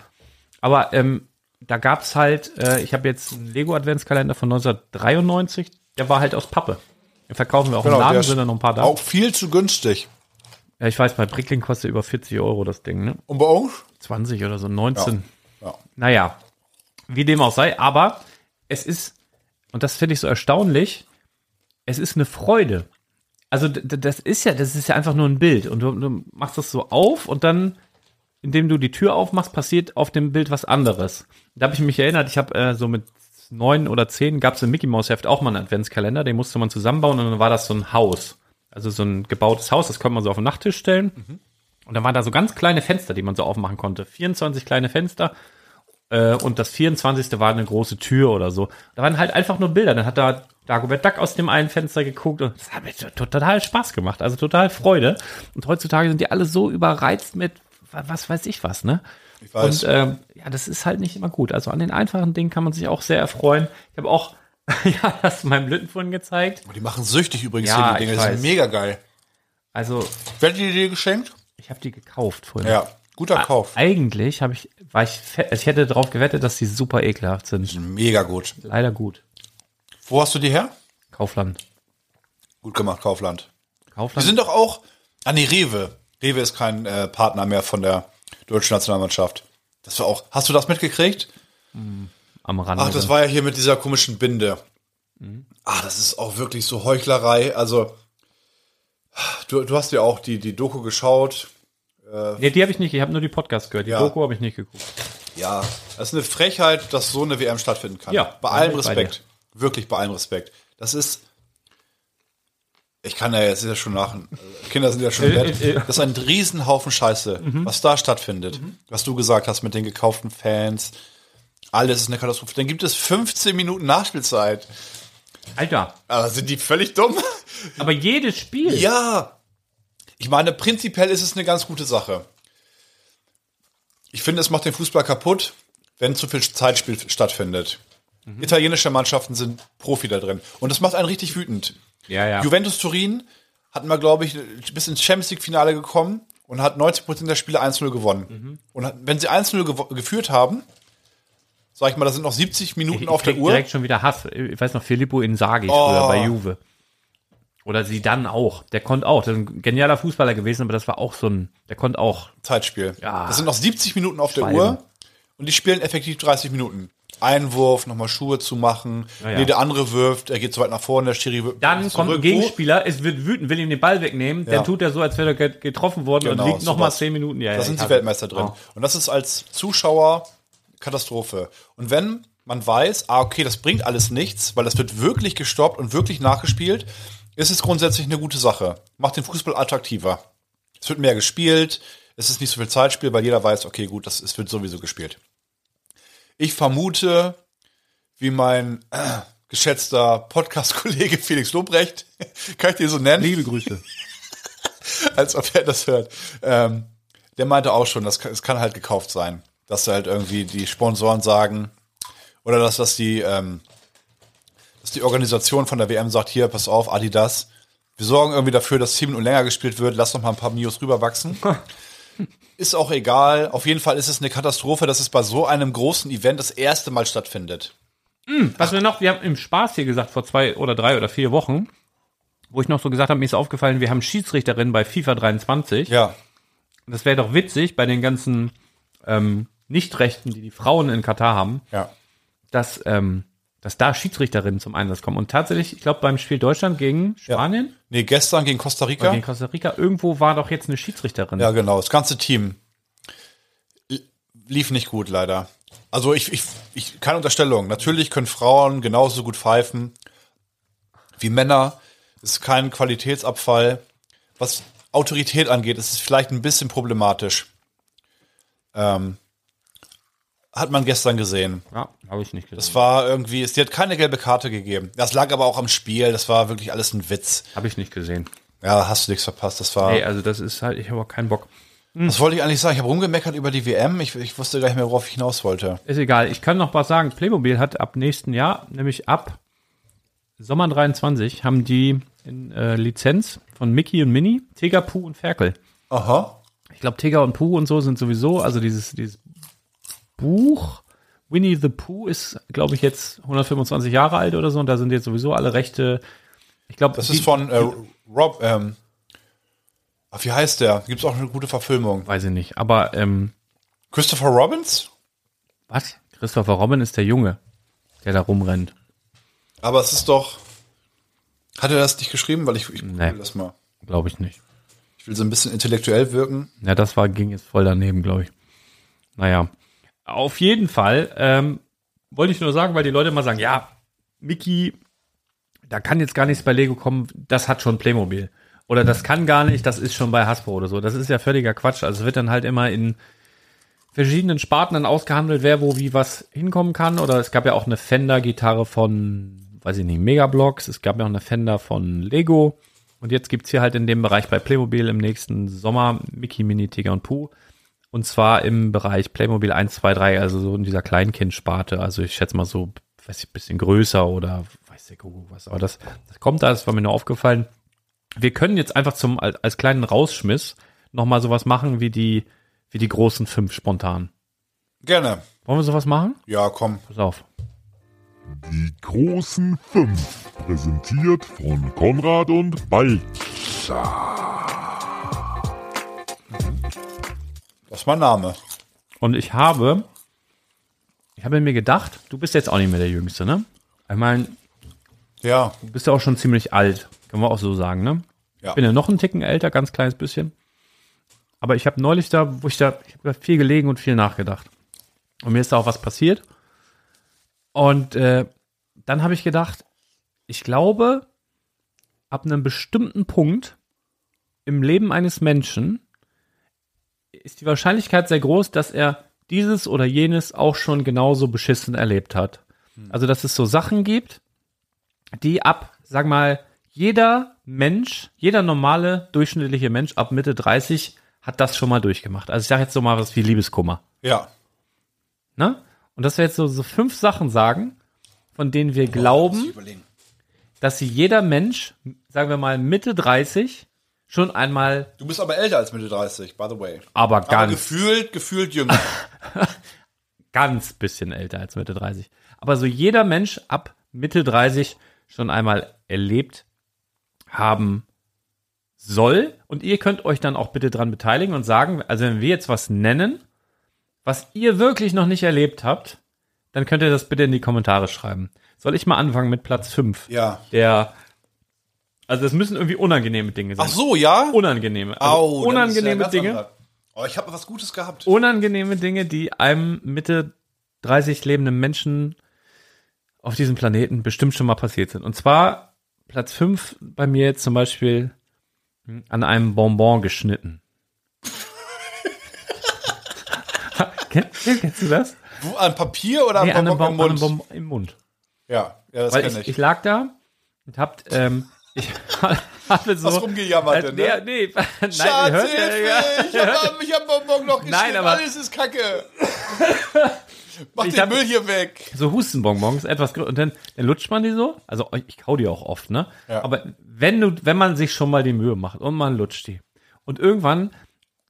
A: Aber ähm, da gab's halt, äh, ich habe jetzt einen Lego-Adventskalender von 1993, der war halt aus Pappe. Den verkaufen wir auch im
B: Genau, der
A: Laden,
B: ist
A: sind da noch ein paar da.
B: Auch viel zu günstig.
A: Ja, ich weiß, bei Brickling kostet über 40 Euro das Ding, ne?
B: Und bei uns?
A: 20 oder so, 19.
B: Ja.
A: Naja, wie dem auch sei, aber es ist, und das finde ich so erstaunlich, es ist eine Freude. Also d- d- das ist ja, das ist ja einfach nur ein Bild und du, du machst das so auf und dann, indem du die Tür aufmachst, passiert auf dem Bild was anderes. Da habe ich mich erinnert, ich habe äh, so mit neun oder zehn gab es im Mickey Mouse Heft auch mal einen Adventskalender, den musste man zusammenbauen und dann war das so ein Haus. Also so ein gebautes Haus, das konnte man so auf den Nachttisch stellen. Und dann waren da so ganz kleine Fenster, die man so aufmachen konnte. 24 kleine Fenster äh, und das 24. war eine große Tür oder so. Da waren halt einfach nur Bilder. Dann hat da Dagobert Duck aus dem einen Fenster geguckt und das hat mir to- total Spaß gemacht, also total Freude. Und heutzutage sind die alle so überreizt mit wa- was weiß ich was, ne?
B: Ich weiß.
A: Und ähm, ja, das ist halt nicht immer gut. Also an den einfachen Dingen kann man sich auch sehr erfreuen. Ich habe auch, ja, hast du meinem Lüttenfuhren gezeigt.
B: die machen süchtig übrigens
A: Ja,
B: hier die Dinge.
A: ich
B: Das
A: weiß.
B: ist mega geil.
A: Also
B: Wer hat die dir geschenkt?
A: ich habe die gekauft vorhin.
B: Ja, guter Kauf.
A: Eigentlich habe ich, war ich, fe- also ich hätte darauf gewettet, dass die super ekelhaft sind.
B: Mega gut.
A: Leider gut.
B: Wo hast du die her?
A: Kaufland.
B: Gut gemacht, Kaufland. Die
A: Kaufland.
B: sind doch auch. Ah, nee, Rewe. Rewe ist kein äh, Partner mehr von der deutschen Nationalmannschaft. Das war auch. Hast du das mitgekriegt?
A: am Rande.
B: Ach, das war ja hier mit dieser komischen Binde. Ah, das ist auch wirklich so Heuchlerei. Also, du, du hast ja auch die, die Doku geschaut.
A: nee, die habe ich nicht, ich habe nur die Podcasts gehört. Die
B: Ja.
A: Doku habe ich nicht geguckt.
B: Ja, das ist eine Frechheit, dass so eine WM stattfinden kann.
A: Ja,
B: bei allem
A: bin ich bei
B: Respekt. wirklich bei allem Respekt. Das ist. Ich kann ja jetzt ist ja schon lachen. Kinder sind ja schon wert.
A: äh, Mhm. äh.
B: Das ist ein Riesenhaufen Scheiße, was da stattfindet.
A: Mhm.
B: Was du gesagt hast mit den gekauften Fans. Alles ist eine Katastrophe. Dann gibt es 15 Minuten Nachspielzeit.
A: Alter,
B: Aber sind die völlig dumm?
A: aber jedes Spiel.
B: Ja. Ich meine, prinzipiell ist es eine ganz gute Sache. Ich finde, es macht den Fußball kaputt, wenn zu viel Zeitspiel stattfindet. Italienische Mannschaften sind Profi da drin. Und das macht einen richtig wütend.
A: Ja, ja.
B: Juventus Turin hatten wir, glaube ich, bis ins Champions League-Finale gekommen und hat 90% der Spiele 1-0 gewonnen. Und hat- wenn sie 1-0 gewo- geführt haben, sag ich mal, das sind noch 70 Minuten
A: ich
B: auf der
A: krieg
B: Uhr. Oh.
A: direkt schon wieder Hass. Ich weiß noch, Filippo Inzaghi früher bei Juve. Oder sie dann auch. Der konnte auch. Das ist ein genialer Fußballer gewesen, aber das war auch so ein, der konnte auch.
B: Zeitspiel.
A: Ja.
B: Das sind noch 70 Minuten auf der
A: Schwalben.
B: Uhr und die spielen effektiv 30 Minuten. Einwurf, nochmal Schuhe zu machen.
A: ja.
B: Nee, der andere wirft, er geht zu weit nach vorne, der Schiri wirft.
A: Dann kommt ein
B: zurück.
A: Gegenspieler, es wird wütend, will ihm den Ball wegnehmen, dann tut er so, als wäre er get- getroffen worden
B: Genau,
A: und liegt nochmal
B: sowas.
A: zehn Minuten. Ja,
B: Da
A: ja,
B: sind
A: ich
B: die
A: hasse-
B: Weltmeister drin.
A: Oh.
B: Und das ist als Zuschauer Katastrophe. Und wenn man weiß, ah, okay, das bringt alles nichts, weil das wird wirklich gestoppt und wirklich nachgespielt, ist es grundsätzlich eine gute Sache. Macht den Fußball attraktiver. Es wird mehr gespielt, es ist nicht so viel Zeitspiel, weil jeder weiß, okay, gut, das es wird sowieso gespielt. Ich vermute, wie mein äh, geschätzter Podcast-Kollege Felix Lobrecht, kann ich den so nennen?
A: Liebe Grüße.
B: als ob er das hört. Ähm, der meinte auch schon, das kann, es kann halt gekauft sein. Dass halt irgendwie die Sponsoren sagen, oder dass, dass die, ähm, dass die Organisation von der WM sagt, hier, pass auf, Adidas, wir sorgen irgendwie dafür, dass Team und länger gespielt wird, lass noch mal ein paar Mios rüberwachsen. ist auch egal. Auf jeden Fall ist es eine Katastrophe, dass es bei so einem großen Event das erste Mal stattfindet.
A: Was wir noch, wir haben im Spaß hier gesagt, vor zwei oder drei oder vier Wochen, wo ich noch so gesagt habe, mir ist aufgefallen, wir haben Schiedsrichterin bei FIFA 23.
B: Ja.
A: Das wäre doch witzig bei den ganzen ähm, Nichtrechten, die die Frauen in Katar haben,
B: Ja.
A: dass, ähm, dass da Schiedsrichterinnen zum Einsatz kommen. Und tatsächlich, ich glaube, beim Spiel Deutschland gegen Spanien,
B: Nee, gestern gegen Costa Rica.
A: gegen Costa Rica, irgendwo war doch jetzt eine Schiedsrichterin.
B: Ja, genau. Das ganze Team L- lief nicht gut, leider. Also ich, ich, ich keine Unterstellung. Natürlich können Frauen genauso gut pfeifen wie Männer. Ist kein Qualitätsabfall. Was Autorität angeht, ist es vielleicht ein bisschen problematisch. Ähm, hat man gestern gesehen.
A: Ja, habe ich nicht
B: Es
A: gesehen.
B: war irgendwie, es die hat keine gelbe Karte gegeben. Das lag aber auch am Spiel. Das war wirklich alles ein Witz.
A: Habe ich nicht gesehen.
B: Ja, hast du nichts verpasst. Das war.
A: Ey, also das ist halt, ich habe auch keinen Bock.
B: Was wollte ich eigentlich sagen? Ich habe rumgemeckert über die WM. Ich, ich wusste gar nicht mehr, worauf ich hinaus wollte.
A: Ist egal, ich kann noch was sagen. Playmobil hat ab nächsten Jahr, nämlich ab Sommer 23, haben die in, äh, Lizenz von Mickey und Minnie, Tega, Puh und Ferkel.
B: Aha.
A: Ich glaube, Tega und Puh und so sind sowieso, also dieses, dieses Buch Winnie the Pooh ist, glaube ich, jetzt 125 Jahre alt oder so und da sind jetzt sowieso alle Rechte. Ich glaube,
B: Das ist von äh, Rob. Ähm, ach, wie heißt der? Gibt es auch eine gute Verfilmung?
A: Weiß ich nicht, aber ähm,
B: Christopher Robbins?
A: was? Christopher Robin ist der Junge, der da rumrennt.
B: Aber es ist doch. Hat er das nicht geschrieben? Weil ich, ich google
A: Nee.
B: das mal.
A: Glaube ich nicht.
B: Ich will so ein bisschen intellektuell wirken.
A: Ja, das war, ging jetzt voll daneben, glaube ich. Naja. Auf jeden Fall ähm, wollte ich nur sagen, weil die Leute immer sagen, ja, Mickey, da kann jetzt gar nichts bei Lego kommen, das hat schon Playmobil. Oder das kann gar nicht, das ist schon bei Hasbro oder so. Das ist ja völliger Quatsch. Also es wird dann halt immer in verschiedenen Sparten dann ausgehandelt, wer wo wie was hinkommen kann. Oder es gab ja auch eine Fender-Gitarre von, weiß ich nicht, Megablocks. Es gab ja auch eine Fender von Lego. Und jetzt gibt's hier halt in dem Bereich bei Playmobil im nächsten Sommer Mickey, Mini, Tiger und Pooh. Und zwar im Bereich Playmobil 1, 2, 3, also so in dieser Kleinkindsparte. Also ich schätze mal so, weiß ich, bisschen größer oder weiß der Kuckuck was. Aber das, das kommt da, das war mir nur aufgefallen. Wir können jetzt einfach zum, als als kleinen Rausschmiss nochmal sowas machen wie die, wie die großen fünf spontan.
B: Gerne.
A: Wollen wir sowas machen?
B: Ja, komm.
A: Pass auf.
D: Die großen fünf, präsentiert von Konrad und Balthasar.
B: Das ist mein Name.
A: Und ich habe, ich habe mir gedacht, du bist jetzt auch nicht mehr der Jüngste, ne? Ich meine,
B: Ja.
A: du bist ja auch schon ziemlich alt, können wir auch so sagen, ne?
B: Ja.
A: Ich bin ja noch einen Ticken älter, ganz kleines bisschen. Aber ich habe neulich da, wo ich da, ich habe da viel gelegen und viel nachgedacht. Und mir ist da auch was passiert. Und äh, dann habe ich gedacht, ich glaube, ab einem bestimmten Punkt im Leben eines Menschen ist die Wahrscheinlichkeit sehr groß, dass er dieses oder jenes auch schon genauso beschissen erlebt hat. Also, dass es so Sachen gibt, die ab, sag mal, jeder Mensch, jeder normale, durchschnittliche Mensch ab Mitte 30 hat das schon mal durchgemacht. Also ich sage jetzt so mal was wie Liebeskummer.
B: Ja.
A: Ne? Und dass wir jetzt so, so fünf Sachen sagen, von denen wir glauben,
B: Überlegen.
A: dass sie jeder Mensch, sagen wir mal Mitte 30, schon einmal,
B: Du bist aber älter als Mitte 30, by the way.
A: aber
B: Aber
A: ganz,
B: gefühlt, gefühlt jünger.
A: ganz bisschen älter als Mitte 30, aber so jeder Mensch ab Mitte 30 schon einmal erlebt haben soll. Und ihr könnt euch dann auch bitte dran beteiligen und sagen, also wenn wir jetzt was nennen, was ihr wirklich noch nicht erlebt habt, dann könnt ihr das bitte in die Kommentare schreiben. Soll ich mal anfangen mit Platz 5?
B: ja.
A: Der, also es müssen irgendwie unangenehme Dinge sein.
B: Ach so, ja?
A: Unangenehme. Also
B: Au, dann ist ja
A: unangenehme
B: ganz
A: Dinge
B: anders. Oh, ich habe was Gutes gehabt.
A: unangenehme Dinge, die einem Mitte 30 lebenden Menschen auf diesem Planeten bestimmt schon mal passiert sind. Und zwar Platz 5 bei mir jetzt zum Beispiel hm, an einem Bonbon geschnitten. kennst, kennst du das?
B: Du, an Papier oder
A: Nee,
B: am
A: an einem, bon
B: Bonbon im
A: an einem
B: Mund?
A: Bonbon im Mund.
B: Ja, ja, das
A: Weil
B: kenn
A: ich, ich lag da und hab, ähm, ich habe so.
B: Was rumgejammert denn,
A: Nee,
B: ne?
A: nee, nein, ihr
B: Schatz,
A: hört ja-
B: Hilfe! Ich hab, ich hab Bonbon noch geschnitten,
A: aber-
B: alles ist kacke. Mach
A: Ich
B: den
A: hab-
B: Müll hier weg.
A: so Hustenbonbons, etwas grö- und dann, dann lutscht man die so. Also ich- ich kau die auch oft, ne?
B: Ja.
A: Aber wenn du, wenn man sich schon mal die Mühe macht und man lutscht die und irgendwann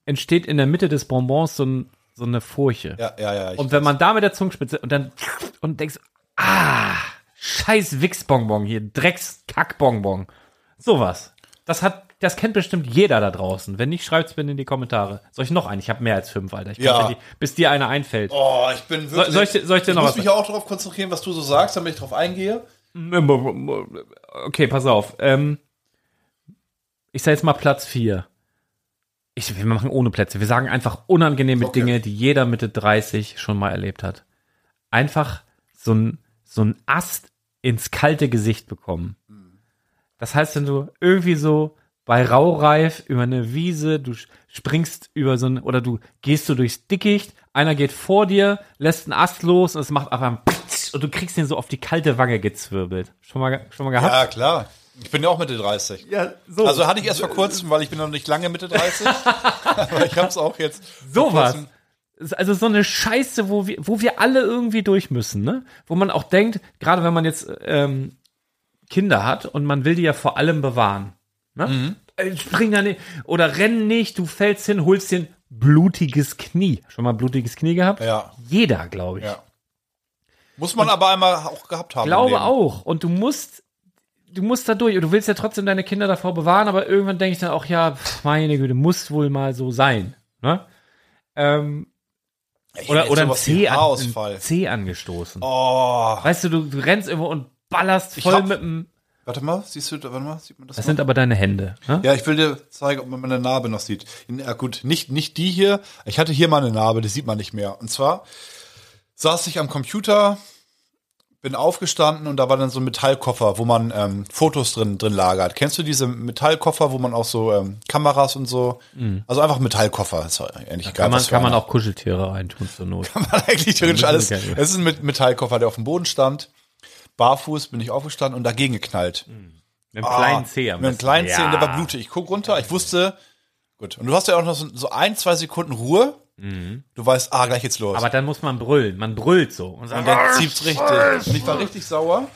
A: entsteht in der Mitte des Bonbons so, ein, so eine Furche.
B: Ja, ja, ja. Ich,
A: und wenn man da mit der Zungenspitze und dann und denkst, ah, scheiß Wichsbonbon hier, Dreckskackbonbon. Sowas. Das hat das kennt bestimmt jeder da draußen. Wenn nicht, schreibt's bitte in die Kommentare. Soll ich noch einen? Ich habe mehr als fünf, Alter. Ich kann
B: Ja.
A: nicht- bis dir einer einfällt.
B: oh, ich bin wirklich.
A: soll ich dir- soll ich dir noch
B: muss
A: was
B: mich ja auch darauf konzentrieren, was du so sagst, damit ich drauf eingehe.
A: Okay, pass auf. Ähm, ich sage jetzt mal Platz 4. Ich, wir machen ohne Plätze. Wir sagen einfach unangenehme
B: Okay.
A: Dinge, die jeder Mitte 30 schon mal erlebt hat. Einfach so ein, so ein Ast ins kalte Gesicht bekommen. Das heißt, wenn du irgendwie so bei Raureif über eine Wiese, du sch- springst über so ein, oder du gehst so durchs Dickicht, einer geht vor dir, lässt einen Ast los und es macht einfach ein Pitsch und du kriegst den so auf die kalte Wange gezwirbelt. Schon mal, ge- schon mal gehabt?
B: Ja, klar. Ich bin ja auch Mitte 30.
A: Ja, so.
B: Also hatte ich erst vor kurzem, weil ich bin noch nicht lange Mitte 30. aber ich hab's auch jetzt.
A: Sowas.
B: kurzem-
A: Ist Also so eine Scheiße, wo wir, wo wir alle irgendwie durch müssen, ne? Wo man auch denkt, gerade wenn man jetzt ähm, Kinder hat und man will die ja vor allem bewahren. Ne?
B: Mhm.
A: Äh, Spring da nicht oder renn nicht, du fällst hin, holst dir ein blutiges Knie. Schon mal ein blutiges Knie gehabt?
B: Ja.
A: Jeder, glaube ich.
B: Ja. Muss man aber einmal auch gehabt haben. im
A: Glaube
B: Leben.
A: auch. Und du musst, du musst da durch. Und du willst ja trotzdem deine Kinder davor bewahren, aber irgendwann denke ich dann auch, ja, pf, meine Güte, muss wohl mal so sein. Ne? Ähm,
B: Ich
A: oder
B: hab
A: oder ein
B: jetzt sowas wie
A: C, an, ein
B: Haarausfall.
A: C angestoßen.
B: Oh.
A: Weißt du, du, du rennst irgendwo und ballerst voll
B: hab-
A: mit dem.
B: Warte mal, siehst du, warte mal, sieht man das?
A: Das
B: noch?
A: sind aber deine Hände. Ne?
B: Ja, ich will dir zeigen, ob man meine Narbe noch sieht. Ja, gut, nicht, nicht die hier. Ich hatte hier mal eine Narbe, die sieht man nicht mehr. Und zwar saß ich am Computer, bin aufgestanden und da war dann so ein Metallkoffer, wo man ähm, Fotos drin, drin lagert. Kennst du diese Metallkoffer, wo man auch so ähm, Kameras und so? Also einfach Metallkoffer. Ist ja eigentlich egal,
A: Mhm. Kann, man,
B: was für
A: kann man
B: einer.
A: auch Kuscheltiere reintun zur Not.
B: War eigentlich theoretisch alles.
A: wir gerne.
B: Es ist ein Met- Metallkoffer, der auf dem Boden stand. Barfuß bin ich aufgestanden und dagegen geknallt.
A: Mit einem
B: Ah,
A: kleinen C am
B: Mit einem
A: besten.
B: kleinen
A: ja.
B: Zeh, der war blutig. Ich guck runter, ich wusste, gut. Und du hast ja auch noch so, so ein, zwei Sekunden Ruhe.
A: Mhm.
B: Du weißt, ah, gleich geht's los.
A: Aber dann muss man brüllen. Man brüllt so. Und sagt,
B: und dann zieht's richtig. Und ich war richtig sauer.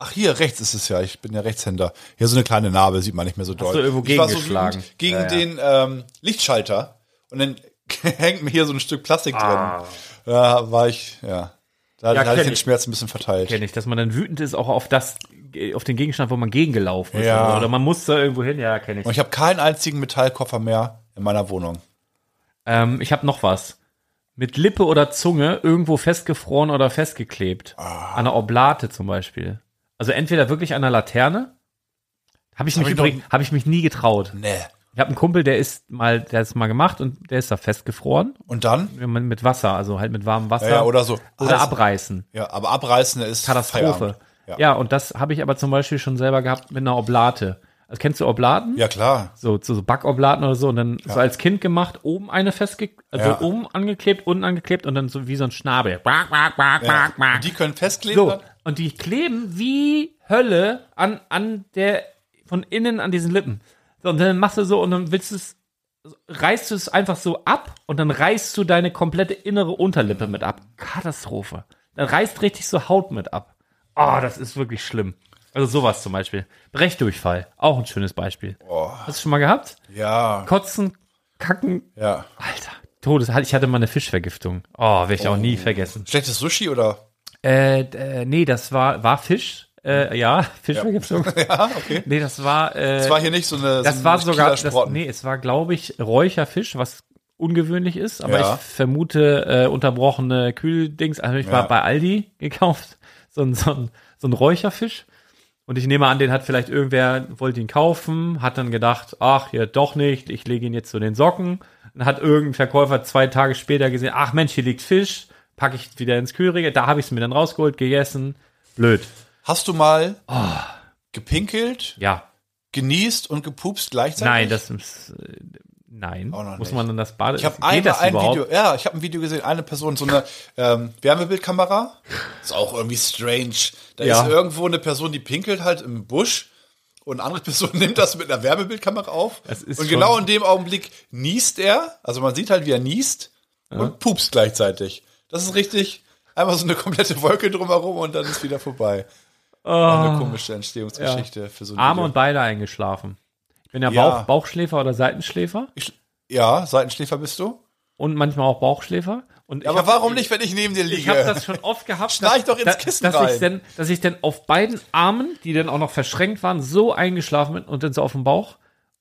B: Ach, hier, rechts ist es ja. Ich bin ja Rechtshänder. Hier so eine kleine Narbe, sieht man nicht mehr so doll.
A: du irgendwo
B: ich war so
A: gegengeschlagen?
B: wütend gegen
A: Ja, ja.
B: den ähm, Lichtschalter. Und dann hängt mir hier so ein Stück Plastik drin. Da war ich, ja. Da,
A: Ja,
B: da hatte ich
A: kenn
B: den
A: ich.
B: Schmerz ein bisschen verteilt.
A: kenne ich, dass man dann wütend ist auch auf das, auf den Gegenstand, wo man gegengelaufen ist.
B: Ja.
A: Oder man muss da irgendwo hin. Ja, kenne ich.
B: Und ich habe keinen einzigen Metallkoffer mehr in meiner Wohnung.
A: Ähm, ich habe noch was. Mit Lippe oder Zunge irgendwo festgefroren oder festgeklebt.
B: Ah.
A: An einer Oblate zum Beispiel. Also entweder wirklich an einer Laterne. Habe ich, mich
B: ich
A: übrigens, hab ich mich nie getraut.
B: Nee.
A: Ich habe einen Kumpel, der ist mal, der hat's mal gemacht und der ist da festgefroren.
B: Und dann?
A: Wenn man Mit Wasser, also halt mit warmem Wasser.
B: Ja, ja, oder so.
A: Oder
B: Also-
A: abreißen.
B: Ja, aber abreißen ist
A: Katastrophe.
B: Feierabend.
A: Ja.
B: Ja.
A: und das habe ich aber zum Beispiel schon selber gehabt mit einer Oblate. Also kennst du Oblaten?
B: Ja, klar.
A: so, so, so Backoblaten oder so und dann so als Kind gemacht, oben eine festgeklebt, also
B: Ja.
A: oben angeklebt, unten angeklebt und dann so wie so ein Schnabel. Quack, quack, quack,
B: Ja.
A: quack, quack.
B: Und Die können festkleben.
A: So,
B: dann?
A: und die kleben wie Hölle an, an der, von innen an diesen Lippen. So, und dann machst du so und dann willst du es, reißt du es einfach so ab und dann reißt du deine komplette innere Unterlippe mit ab. Katastrophe. Dann reißt richtig so Haut mit ab. Oh, das ist wirklich schlimm. Also sowas zum Beispiel. Brechdurchfall, auch ein schönes Beispiel.
B: Oh.
A: Hast du schon mal gehabt?
B: Ja,
A: Kotzen, Kacken.
B: ja.
A: Alter, Todes. Ich hatte mal eine Fischvergiftung. Oh, werde ich auch nie vergessen.
B: Schlechtes Sushi oder?
A: Äh, d- äh nee, das war, war Fisch. Äh, ja, Fischvergiftung.
B: Ja, okay.
A: Nee, das war, äh,
B: Das war hier nicht so eine. so
A: das
B: ein
A: war sogar, das,
B: Killersprotten.
A: nee, es war, glaube ich, Räucherfisch, was ungewöhnlich ist, aber
B: Ja.
A: ich vermute äh, unterbrochene Kühldings. Also ich war
B: Ja.
A: bei Aldi gekauft, so ein, so, ein, so ein Räucherfisch. Und ich nehme an, den hat vielleicht irgendwer, wollte ihn kaufen, hat dann gedacht, ach, ja, doch nicht, ich lege ihn jetzt zu den Socken. Dann hat irgendein Verkäufer zwei Tage später gesehen, ach Mensch, hier liegt Fisch, packe ich wieder ins Kühlregal. Da habe ich es mir dann rausgeholt, gegessen. Blöd.
B: Hast du mal gepinkelt,
A: Oh. Ja,
B: genießt und gepupst gleichzeitig?
A: nein, das ist, äh, nein.
B: Auch noch
A: Muss
B: nicht.
A: man dann das Bade...
B: Ich habe
A: Geht
B: einmal
A: das
B: ein
A: überhaupt?
B: Video, ja, ich habe ein Video gesehen, eine Person, so eine ähm, Wärmebildkamera. Ist auch irgendwie strange. Da
A: Ja.
B: ist irgendwo eine Person, die pinkelt halt im Busch und eine andere Person nimmt das mit einer Wärmebildkamera auf.
A: Das ist
B: und
A: schon-
B: genau in dem Augenblick niest er, also man sieht halt, wie er niest und pupst gleichzeitig. Das ist richtig. Einmal so eine komplette Wolke drumherum und dann ist wieder vorbei. Auch Eine komische Entstehungsgeschichte für so ein
A: Ah. Arme
B: Video.
A: und Beine eingeschlafen. Ich bin ja,
B: Ja.
A: Bauch, Bauchschläfer oder Seitenschläfer
B: Ich, ja, Seitenschläfer bist du.
A: und manchmal auch Bauchschläfer. Und
B: Aber
A: ich hab,
B: warum nicht, wenn ich neben dir liege?
A: ich habe das schon oft gehabt,
B: Schnarch doch ins
A: dass-
B: Kissen
A: dass,
B: rein.
A: Ich denn, dass ich dann auf beiden Armen, die dann auch noch verschränkt waren, so eingeschlafen bin und dann so auf dem Bauch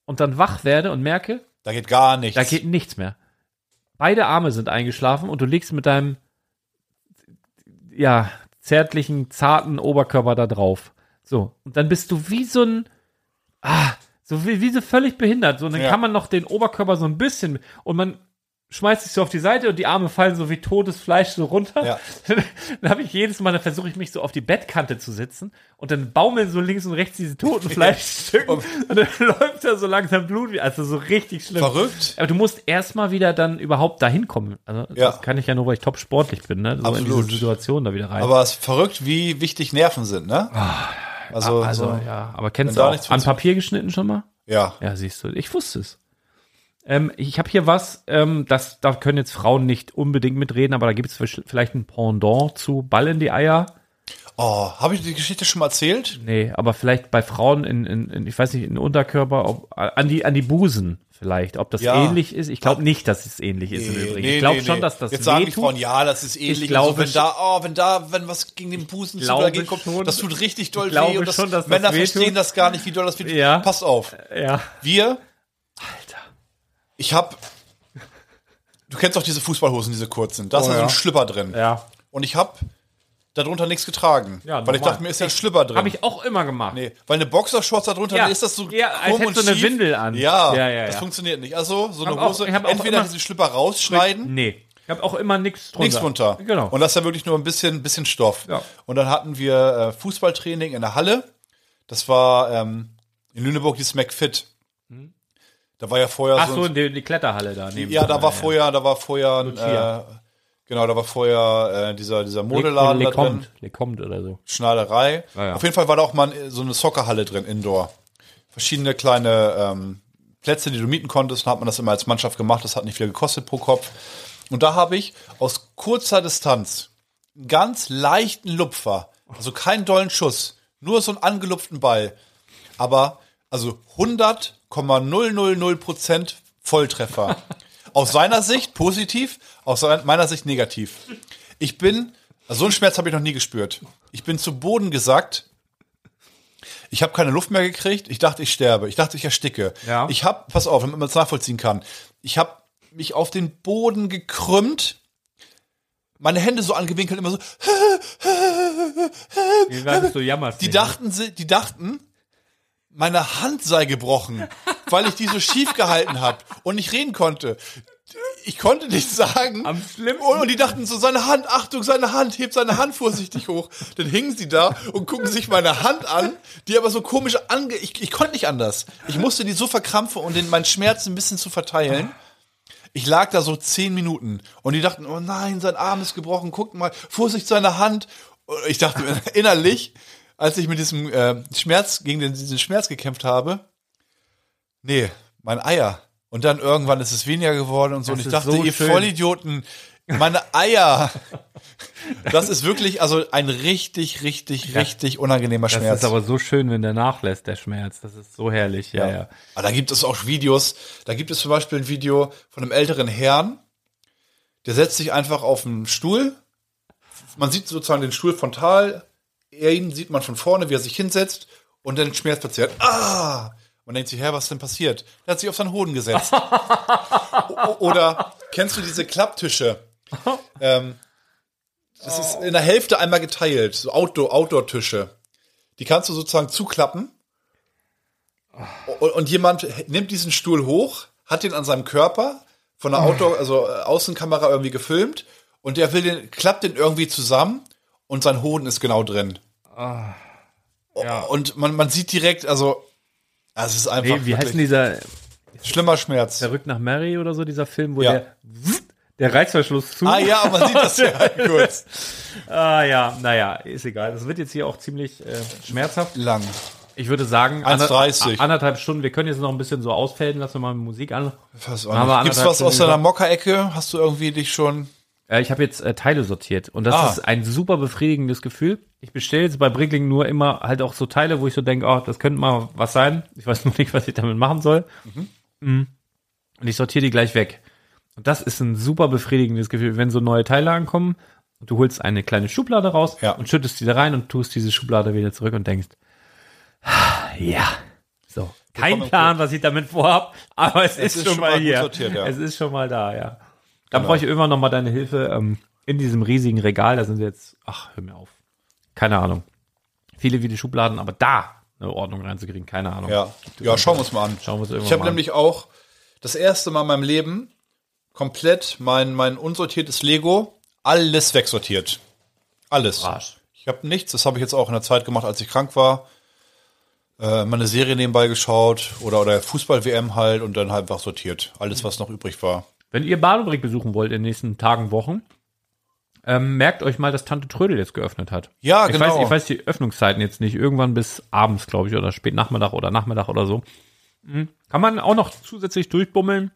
A: und dann wach werde und merke,
B: da geht gar nichts.
A: da geht nichts mehr. Beide Arme sind eingeschlafen und du liegst mit deinem ja, zärtlichen, zarten Oberkörper da drauf. So, und dann bist du wie so ein ah, so wie, wie so völlig behindert. So, und dann
B: Ja.
A: kann man noch den Oberkörper so ein bisschen und man schmeißt sich so auf die Seite und die Arme fallen so wie totes Fleisch so runter.
B: Ja.
A: dann habe ich jedes Mal, dann versuche ich mich so auf die Bettkante zu sitzen und dann baumeln so links und rechts diese toten Fleischstücken und, dann läuft da so langsam Blut wie also so richtig schlimm.
B: Verrückt.
A: Aber du musst erstmal wieder dann überhaupt dahin kommen. Also
B: Ja.
A: das kann ich ja nur, weil ich top sportlich bin, ne? So in
B: Absolut.
A: diese Situation da wieder rein.
B: Aber es ist verrückt, wie wichtig Nerven sind, ne? Also,
A: also,
B: so,
A: ja, aber kennst
B: Wenn
A: du
B: da
A: auch
B: nichts
A: an
B: funktioniert.
A: Papier geschnitten schon mal?
B: ja.
A: Ja, siehst du, ich wusste es. Ähm, ich habe hier was, ähm, das, da können jetzt Frauen nicht unbedingt mitreden, aber da gibt es vielleicht ein Pendant zu Ball in die Eier.
B: Oh, habe ich die Geschichte schon mal erzählt?
A: Nee, aber vielleicht bei Frauen in, in, in ich weiß nicht, in den Unterkörper, ob, an, die, an die Busen vielleicht, ob das
B: Ja.
A: ähnlich ist. Ich glaube nicht, dass es ähnlich ist im Übrigen. ich glaube schon, dass das
B: Jetzt sagen die
A: wehtut.
B: Frauen, ja, das ist ähnlich.
A: glaube
B: wenn
A: schon-
B: da, oh, wenn da, wenn was gegen den Busen
A: Ich
B: zu
A: glaube
B: dagegen kommt,
A: schon-
B: das tut richtig doll
A: ich glaube
B: weh. Und das,
A: schon, dass das
B: Männer
A: wehtut.
B: verstehen das gar nicht, wie doll das wehtut.
A: Ja.
B: Pass auf.
A: Ja.
B: Wir,
A: Alter.
B: ich habe, du kennst doch diese Fußballhosen, diese kurzen. Da
A: Oh,
B: ist ja so ein
A: ja.
B: Schlipper drin.
A: Ja.
B: Und ich habe darunter nichts getragen.
A: Ja,
B: weil ich
A: normal.
B: dachte, mir ist ja ein Schlipper drin.
A: Habe ich auch immer gemacht.
B: Nee, weil eine Boxershorts da drunter
A: Ja.
B: ist das so
A: Ja, als
B: krumm
A: hättest du eine
B: schief.
A: Windel an.
B: Ja,
A: Ja, ja,
B: das
A: ja.
B: funktioniert nicht. Also so eine
A: auch-
B: Hose,
A: ich hab auch
B: entweder
A: immer-
B: diesen Schlipper rausschneiden,
A: Nee. Ich habe auch immer nichts drunter.
B: nichts drunter.
A: Genau.
B: Und das ist ja wirklich nur ein bisschen, bisschen Stoff.
A: Ja.
B: Und dann hatten wir äh, Fußballtraining in der Halle. Das war ähm, in Lüneburg dieses McFit. Da war ja vorher
A: Hm. Ach
B: so ein-
A: so, die, die Kletterhalle da neben.
B: ja, da war vorher, da war vorher, ein, äh,
A: Lucia.
B: genau, da war vorher äh, dieser dieser Modeladen da drin.
A: Lekommt. Lekommt oder so.
B: Schneiderei.
A: Ja, ja.
B: Auf jeden Fall war da auch mal so eine Soccerhalle drin, Indoor. Verschiedene kleine ähm, Plätze, die du mieten konntest, dann hat man das immer als Mannschaft gemacht, das hat nicht viel gekostet pro Kopf. Und da habe ich aus kurzer Distanz einen ganz leichten Lupfer, also keinen dollen Schuss, nur so einen angelupften Ball, aber also 100,000 Prozent Volltreffer. aus seiner Sicht positiv, aus sein- meiner Sicht negativ. Ich bin, also so einen Schmerz habe ich noch nie gespürt. Ich bin zu Boden gesackt. Ich habe keine Luft mehr gekriegt. Ich dachte, ich sterbe. Ich dachte, ich ersticke.
A: Ja.
B: Ich habe, pass auf, damit man es nachvollziehen kann. Ich habe mich auf den Boden gekrümmt, meine Hände so angewinkelt, immer so.
A: Wie gesagt, du jammerst.
B: Die dachten, sie- die dachten, meine Hand sei gebrochen, weil ich die so schief gehalten habe und nicht reden konnte. Ich konnte nichts sagen.
A: Am schlimmsten-
B: Und, und die dachten so, seine Hand, Achtung, seine Hand, hebt seine Hand vorsichtig hoch. Dann hingen sie da und gucken sich meine Hand an, die aber so komisch ange... Ich, ich konnte nicht anders. Ich musste die so verkrampfen, um den, meinen Schmerz ein bisschen zu verteilen. Ich lag da so zehn Minuten und die dachten, oh nein, sein Arm ist gebrochen, guck mal, Vorsicht, seine Hand. Und ich dachte mir innerlich, als ich mit diesem äh, Schmerz, gegen den, diesen Schmerz gekämpft habe, nee, mein Eier. Und dann irgendwann ist es weniger geworden und so. und ich
A: ist
B: dachte,
A: so
B: ihr
A: schön.
B: Vollidioten, meine Eier. Das ist wirklich, also ein richtig, richtig, richtig unangenehmer
A: Das
B: Schmerz.
A: ist aber so schön, wenn der nachlässt, der Schmerz. Das ist so herrlich, ja, ja.
B: Aber da gibt es auch Videos. Da gibt es zum Beispiel ein Video von einem älteren Herrn, der setzt sich einfach auf einen Stuhl. Man sieht sozusagen den Stuhl frontal. Er ihn sieht man von vorne, wie er sich hinsetzt und dann schmerzplatziert. Ah! Man denkt sich, Herr, was ist denn passiert? Der hat sich auf seinen Hoden gesetzt. O- Oder kennst du diese Klapptische? Ähm, das ist in der Hälfte einmal geteilt, so Outdoor- Outdoor-Tische. Die kannst du sozusagen zuklappen und, und jemand nimmt diesen Stuhl hoch, hat den an seinem Körper von der Outdoor, also äh, Außenkamera irgendwie gefilmt und der will den, klappt den irgendwie zusammen und sein Hoden ist genau drin.
A: Ah, ja.
B: Und man, man sieht direkt, also ah, es ist einfach
A: Nee, wie heißt denn
B: wirklich
A: dieser
B: schlimmer Schmerz.
A: Verrückt nach Mary oder so, dieser Film, wo
B: Ja.
A: der der Reißverschluss zu.
B: Ah ja, aber man sieht das ja halt kurz.
A: ah ja, naja, ist egal. Das wird jetzt hier auch ziemlich äh, schmerzhaft.
B: Lang.
A: Ich würde sagen,
B: 1,30.
A: ander- anderthalb Stunden. Wir können jetzt noch ein bisschen so ausfällen, lassen wir mal Musik an. Haben
B: Weiß auch
A: wir
B: nicht. Gibt's
A: anderthalb
B: was aus
A: Stunden
B: deiner
A: gesagt.
B: Mocker-Ecke? Hast du irgendwie dich schon.
A: Äh, ich habe jetzt äh, Teile sortiert und das
B: Ah.
A: ist ein super befriedigendes Gefühl. Ich bestelle jetzt bei Brickling nur immer halt auch so Teile, wo ich so denke, oh, das könnte mal was sein. Ich weiß noch nicht, was ich damit machen soll.
B: Mhm.
A: Mm. Und ich sortiere die gleich weg. Und das ist ein super befriedigendes Gefühl, wenn so neue Teile ankommen und du holst eine kleine Schublade raus
B: Ja.
A: und schüttest die da rein und tust diese Schublade wieder zurück und denkst, ja, so. Kein
B: Willkommen im
A: Plan, was ich damit vorhab, aber es, ist,
B: ist
A: schon
B: schon
A: mal
B: mal gut
A: hier.
B: sortiert, ja. Genau.
A: Es ist schon mal da, ja. Da brauche ich irgendwann noch mal deine Hilfe ähm, in diesem riesigen Regal. Da sind wir jetzt, ach, hör mir auf. Keine Ahnung. Viele, viele Schubladen, aber da eine Ordnung reinzukriegen, keine Ahnung.
B: Ja, ja schauen wir uns mal an.
A: Schauen wir uns irgendwann
B: ich habe
A: mal an.
B: nämlich auch das erste Mal in meinem Leben komplett mein, mein unsortiertes Lego alles wegsortiert. Alles.
A: Arsch.
B: Ich habe nichts. Das habe ich jetzt auch in der Zeit gemacht, als ich krank war. Äh, meine Serie nebenbei geschaut oder, oder Fußball-WM halt und dann halt einfach sortiert. Alles, was noch übrig war.
A: Wenn ihr Badenbrück besuchen wollt in den nächsten Tagen, Wochen, ähm, merkt euch mal, dass Tante Trödel jetzt geöffnet hat.
B: Ja,
A: ich
B: genau.
A: Weiß, ich weiß die Öffnungszeiten jetzt nicht. Irgendwann bis abends, glaube ich, oder spät Nachmittag oder Nachmittag oder so. Mhm. Kann man auch noch zusätzlich durchbummeln.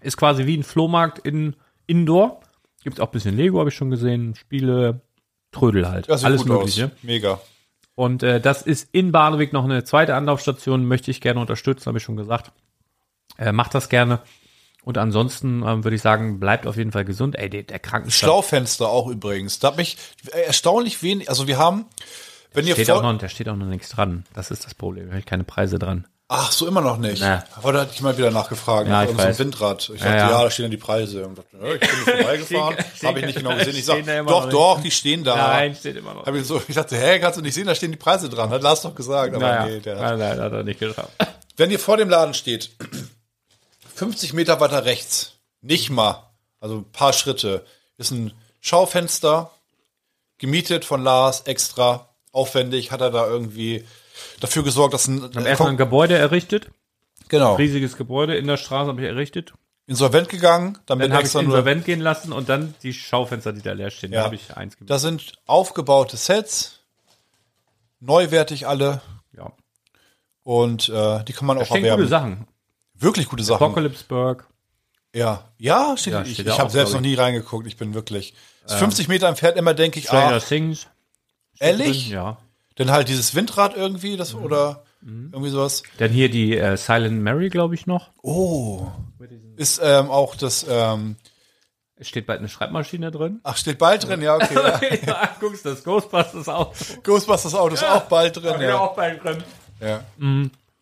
A: Ist quasi wie ein Flohmarkt in Indoor. Gibt auch ein bisschen Lego, habe ich schon gesehen. Spiele, Trödel halt.
B: Ja, sieht
A: Alles
B: gut
A: Mögliche.
B: aus. Mega.
A: Und äh, das ist in Bahnweg noch eine zweite Anlaufstation, möchte ich gerne unterstützen, habe ich schon gesagt. Äh, macht das gerne. Und ansonsten ähm, würde ich sagen, bleibt auf jeden Fall gesund. Ey, der, der Krankenstand
B: Schlaufenster auch übrigens. Da hat mich äh, erstaunlich wenig. Also wir haben, wenn ihr
A: steht
B: vor-
A: auch noch, da steht auch noch nichts dran. Das ist das Problem. Da habe ich keine Preise dran.
B: Ach, so immer noch nicht.
A: Na.
B: Aber da hatte ich mal wieder nachgefragt.
A: Ja, ich
B: Irgend so ein
A: weiß.
B: Windrad. Ich
A: Ja,
B: dachte, ja,
A: ja.
B: da stehen dann die Preise. Und dachte, ja, ich bin vorbeigefahren.
A: Stehen-
B: Habe ich nicht genau gesehen. Ich
A: stehen
B: sag,
A: da immer
B: doch,
A: noch
B: doch, die stehen da.
A: steht immer noch.
B: Hab ich, so, ich dachte, hä, kannst du nicht sehen, da stehen die Preise dran. Hat Lars doch gesagt. Aber
A: Naja,
B: nee, der
A: nein,
B: hat.
A: nein, hat er nicht geschafft.
B: Wenn ihr vor dem Laden steht, 50 Meter weiter rechts, nicht mal, also ein paar Schritte, ist ein Schaufenster, gemietet von Lars, extra, aufwendig, hat er da irgendwie dafür gesorgt, dass ein,
A: Erstmal ein Gebäude errichtet.
B: genau,
A: Riesiges Gebäude in der Straße habe ich errichtet.
B: insolvent gegangen,
A: Dann
B: dann, bin
A: habe ich
B: extra nur
A: insolvent gehen lassen und dann die Schaufenster, die da leer stehen.
B: Ja.
A: Da habe ich eins gemacht.
B: Da sind aufgebaute Sets, neuwertig alle
A: Ja.
B: und äh, die kann man auch
A: Stehen gute
B: erwerben.
A: Sachen.
B: Wirklich gute Sachen.
A: Apocalypse Burg.
B: Ja, ja, steht,
A: Ja,
B: ich,
A: steht
B: ich
A: da
B: habe
A: auch,
B: selbst noch
A: glaub Ähm,
B: nie reingeguckt. Ich bin wirklich 50 Meter entfernt immer denke ich,
A: Stranger
B: ah,
A: Things.
B: ehrlich?
A: Ja. Mhm.
B: Dann halt dieses Windrad irgendwie, das oder irgendwie sowas.
A: Dann hier die äh, Silent Mary, glaube ich, noch.
B: Oh, ist ähm, auch das. Ähm,
A: Es steht bald eine Schreibmaschine drin.
B: ach, steht bald drin, ja okay. Ja.
A: ja, guckst, das Ghostbusters auch.
B: Ghostbusters Auto ist auch bald drin.
A: Ja, genau.
B: Ja,
A: auch bald drin.
B: ja.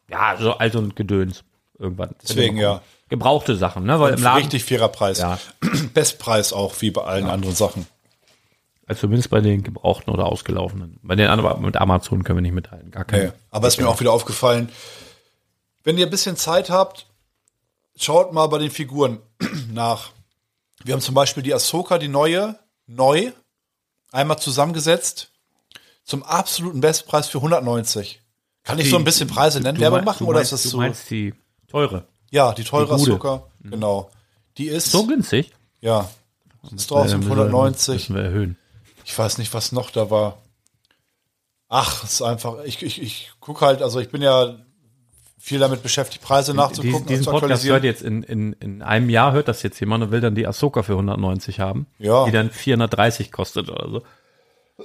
A: Ja, so alt und Gedöns. Irgendwann.
B: Deswegen, ja.
A: Gebrauchte Sachen, ne? Weil im Laden,
B: Richtig fairer Preis.
A: Ja.
B: Bestpreis auch wie bei allen anderen Sachen.
A: also zumindest bei den gebrauchten oder ausgelaufenen. Bei den anderen, mit Amazon können wir nicht mitteilen. Gar keine.
B: Nee, aber ist mir auch wieder aufgefallen. Wenn ihr ein bisschen Zeit habt, schaut mal bei den Figuren nach. Wir haben zum Beispiel die Ahsoka, die neue, neu, einmal zusammengesetzt, zum absoluten Bestpreis für 190. Kann ich so ein bisschen Preise nennen?
A: Du
B: Werbung
A: mein-
B: machen
A: du
B: oder
A: meinst,
B: ist das
A: Du
B: zu?
A: meinst die teure.
B: ja, die teure
A: die Mhm. gute.
B: Ahsoka, genau. Die ist,
A: So günstig.
B: ja, ist draußen
A: Äh, müssen wir-
B: 190.
A: Müssen wir erhöhen.
B: Ich weiß nicht, was noch da war. Ach, ist einfach, ich, ich, ich gucke halt, also ich bin ja viel damit beschäftigt, Preise
A: Dies,
B: nachzugucken und
A: diesen
B: zu
A: Podcast hört
B: aktualisieren.
A: jetzt in, in, in einem Jahr, hört das jetzt jemand und will dann die Ahsoka für 190 haben,
B: Ja.
A: die dann 430 kostet oder so.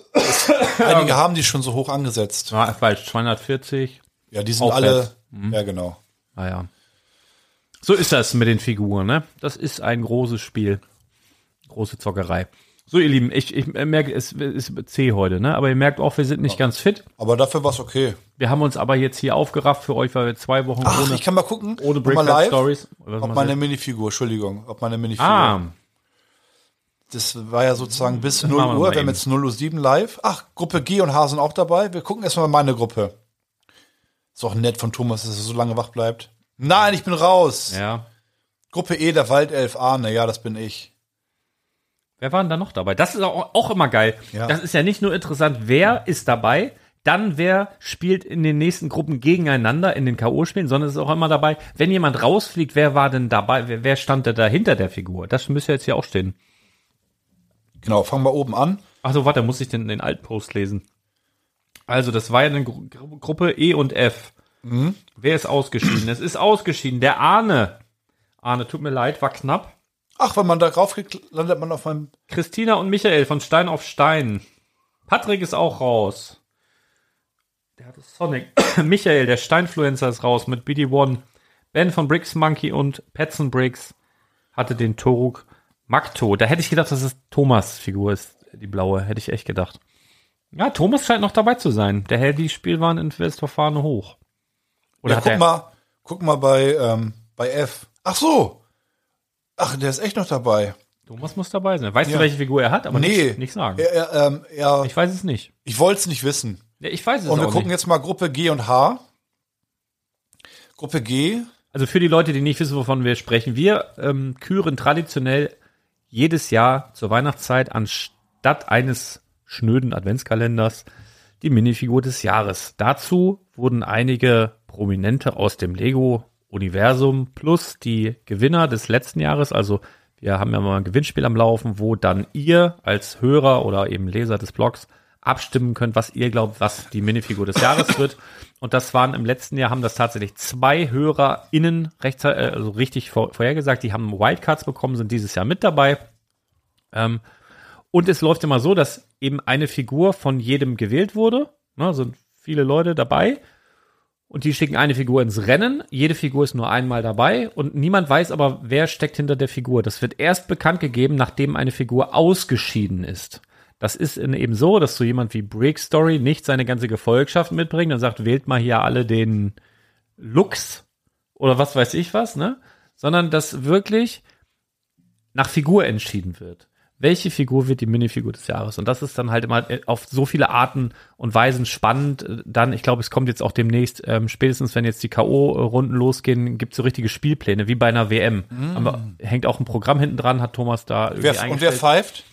B: Einige haben die schon so hoch angesetzt.
A: Ah, falsch, 240.
B: Ja, die sind
A: Aufwärts. Mhm.
B: alle, ja genau.
A: Ah ja. So ist das mit den Figuren, ne? Das ist ein großes Spiel. Große Zockerei. So, ihr Lieben, ich, ich merke, es ist zäh heute, ne? Aber ihr merkt auch, wir sind nicht ganz fit.
B: Aber dafür war es okay.
A: Wir haben uns aber jetzt hier aufgerafft für euch, weil wir zwei Wochen
B: Ach,
A: ohne,
B: ich kann mal gucken,
A: ohne
B: ob mal
A: Breakfast
B: live,
A: Stories.
B: ob meine Minifigur, Entschuldigung, ob meine Minifigur.
A: ah, Mhm.
B: Das war ja sozusagen bis
A: machen
B: 0
A: wir
B: Uhr,
A: mal
B: wir haben
A: eben.
B: jetzt 0.07 Uhr live. Ach, Gruppe G und H sind auch dabei. Wir gucken erstmal meine Gruppe. Ist auch nett von Thomas, dass er so lange wach bleibt. Nein, ich bin raus.
A: ja.
B: Gruppe E, der Waldelf Arne, ja, das bin ich.
A: Wer war denn da noch dabei? Das ist auch, auch immer geil.
B: Ja.
A: Das ist ja nicht nur interessant, wer ist dabei, dann wer spielt in den nächsten Gruppen gegeneinander in den K.O.-Spielen, sondern es ist auch immer dabei, wenn jemand rausfliegt, wer war denn dabei, wer, wer stand da dahinter der Figur? Das müsste jetzt hier auch stehen.
B: Genau, fangen wir oben an.
A: Achso, warte, muss ich denn den Altpost lesen? Also, das war ja eine Gru Gru- Gruppe E und F. Wer ist ausgeschieden? Es ist ausgeschieden. Der Arne. Arne, tut mir leid, war knapp.
B: Ach, wenn man da raufklickt, landet man auf meinem.
A: Christina und Michael von Stein auf Stein. Patrick ist auch raus. Der hatte Sonic. Michael, der Steinfluencer, ist raus mit BD1. Ben von Bricks Monkey und Petzen Bricks hatte den Toruk Makto. Da hätte ich gedacht, dass es Thomas Figur ist, die blaue. Hätte ich echt gedacht. Ja, Thomas scheint noch dabei zu sein. Der hält die Spielwaren in Westverfahren hoch. Oder
B: Ja,
A: hat er?
B: guck mal, guck mal bei, ähm, bei F. Ach so. Ach, der ist echt noch dabei.
A: Thomas muss dabei sein. Weißt
B: Ja.
A: du, welche Figur er hat? Aber
B: Nee.
A: nicht, nicht sagen.
B: Er, er, ähm, er, ich
A: Ich weiß es nicht.
B: wollte es nicht wissen.
A: Ja, Ich weiß es
B: Und wir
A: auch
B: gucken
A: nicht.
B: jetzt mal Gruppe G und H. Gruppe G.
A: Also für die Leute, die nicht wissen, wovon wir sprechen, wir ähm, küren traditionell jedes Jahr zur Weihnachtszeit anstatt eines schnöden Adventskalenders die Minifigur des Jahres. Dazu wurden einige Prominente aus dem Lego-Universum plus die Gewinner des letzten Jahres, also wir haben ja mal ein Gewinnspiel am Laufen, wo dann ihr als Hörer oder eben Leser des Blogs abstimmen könnt, was ihr glaubt, was die Minifigur des Jahres wird. Und das waren im letzten Jahr, haben das tatsächlich zwei HörerInnen recht, äh, also richtig vor, vorhergesagt. Die haben Wildcards bekommen, sind dieses Jahr mit dabei. Ähm, und es läuft immer so, dass eben eine Figur von jedem gewählt wurde. Ne, sind viele Leute dabei. Und die schicken eine Figur ins Rennen. Jede Figur ist nur einmal dabei. Und niemand weiß aber, wer steckt hinter der Figur. Das wird erst bekannt gegeben, nachdem eine Figur ausgeschieden ist. Das ist in- eben so, dass so jemand wie Break Story nicht seine ganze Gefolgschaft mitbringt und sagt, wählt mal hier alle den Lux oder was weiß ich was, ne? Sondern dass wirklich nach Figur entschieden wird. Welche Figur wird die Minifigur des Jahres? Und das ist dann halt immer äh, auf so viele Arten und Weisen spannend. Äh, Dann, ich glaube, es kommt jetzt auch demnächst, ähm, spätestens wenn jetzt die K.O.-Runden losgehen, gibt es so richtige Spielpläne, wie bei einer WM. Aber hängt auch ein Programm hinten dran, hat Thomas da irgendwie
B: Mm. Wer, und wer
A: eingestellt.
B: pfeift?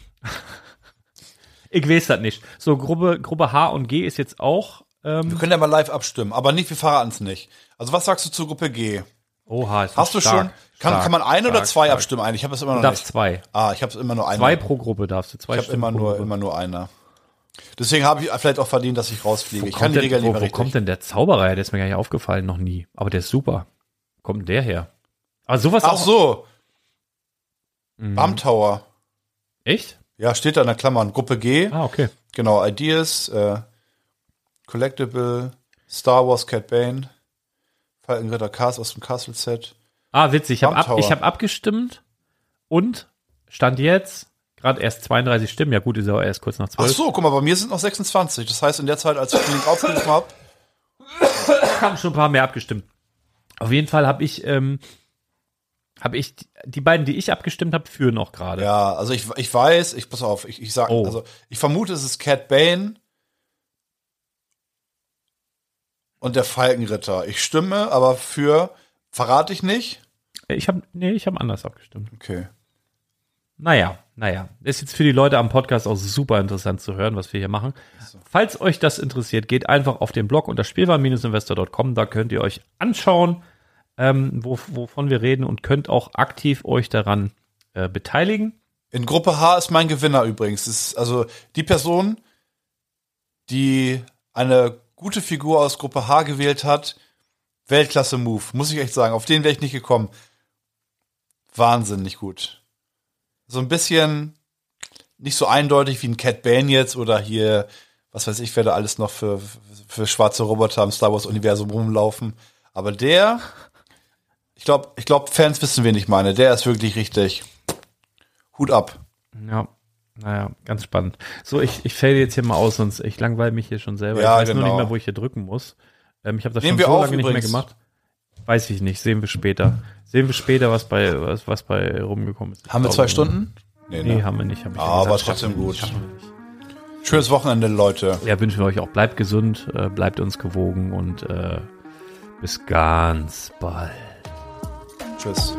A: Ich weiß das nicht. So, Gruppe, Gruppe H und G ist jetzt auch. Ähm,
B: Wir können ja mal live abstimmen, aber nicht, wir verraten es nicht. Also was sagst du zu Gruppe G?
A: oha, ist
B: Hast du schon? Kann, kann man ein oder zwei abstimmen eigentlich? Ich habe es immer
A: Du
B: noch
A: darfst
B: nicht.
A: zwei.
B: Ah, ich habe es immer nur eine.
A: Zwei pro Gruppe darfst du. Zwei
B: ich habe
A: Stimmen
B: immer
A: pro
B: nur
A: Gruppe.
B: immer nur eine. Deswegen habe ich vielleicht auch verdient, dass ich rausfliege. Ich kann
A: Kommt
B: die
A: denn,
B: Regeln nicht
A: wo,
B: mehr
A: wo
B: richtig.
A: kommt denn der Zauberer her? Der ist mir gar nicht aufgefallen, noch nie. Aber der ist super. Wo Kommt denn der her? Aber sowas
B: Ach
A: auch. Mhm.
B: so. Bamtower.
A: Echt?
B: Ja, steht da in der Klammern. Gruppe G.
A: Ah, okay.
B: Genau, Ideas, äh, Collectible, Star Wars Cat Bane, Falkenritter Cast aus dem Castle Set.
A: Ah, witzig. Ich habe ab,
B: Bumtower.
A: ich hab abgestimmt und stand jetzt gerade erst 32 Stimmen. Ja, gut, ist ja auch erst kurz nach
B: Ach
A: 12.
B: so, guck mal, bei mir sind noch 26. Das heißt, in der Zeit, als ich den Link aufgerufen habe,
A: haben schon ein paar mehr abgestimmt. Auf jeden Fall habe ich, ähm, habe ich die beiden, die ich abgestimmt habe, führen auch gerade.
B: Ja, also ich, ich weiß, ich pass auf, ich, ich sag,
A: Oh.
B: also ich vermute, es ist Cat Bane und der Falkenritter. Ich stimme, aber für verrate ich nicht.
A: Ich habe, nee, ich habe anders abgestimmt.
B: Okay.
A: Naja, naja, ist jetzt für die Leute am Podcast auch super interessant zu hören, was wir hier machen. Falls euch das interessiert, geht einfach auf den Blog unter spielwaren-investor.com. Da könnt ihr euch anschauen, ähm, wo, wovon wir reden und könnt auch aktiv euch daran äh, beteiligen.
B: In Gruppe H ist mein Gewinner übrigens. Es Ist also die Person, die eine gute Figur aus Gruppe H gewählt hat. Weltklasse Move, muss ich echt sagen. Auf den wäre ich nicht gekommen. Wahnsinnig gut. So ein bisschen nicht so eindeutig wie ein Cat Bane jetzt oder hier, was weiß ich, wer da alles noch für, für schwarze Roboter im Star Wars Universum rumlaufen. Aber der, ich glaube, ich glaub, Fans wissen, wen ich meine. Der ist wirklich richtig. Hut ab.
A: Ja, naja, ganz spannend. So, ich, ich fade jetzt hier mal aus, sonst ich langweile mich hier schon selber.
B: Ja,
A: ich weiß nur
B: genau.
A: nicht mehr, wo ich hier drücken muss. Ähm, ich habe das
B: Nehmen
A: schon
B: wir
A: so
B: auf
A: lange nicht mehr
B: übrigens.
A: gemacht. Weiß ich nicht, sehen wir später. Sehen wir später, was bei, was, was bei rumgekommen ist. Ich
B: Haben wir
A: glaube,
B: zwei Stunden? ne?
A: Nee, haben wir nicht. Hab ich ja
B: Aber
A: gesagt,
B: trotzdem
A: schaffen wir
B: gut.
A: nicht, schaffen wir nicht.
B: Schönes Wochenende, Leute.
A: Ja, wünschen wir euch auch, bleibt gesund, äh, bleibt uns gewogen und äh, bis ganz bald.
B: Tschüss.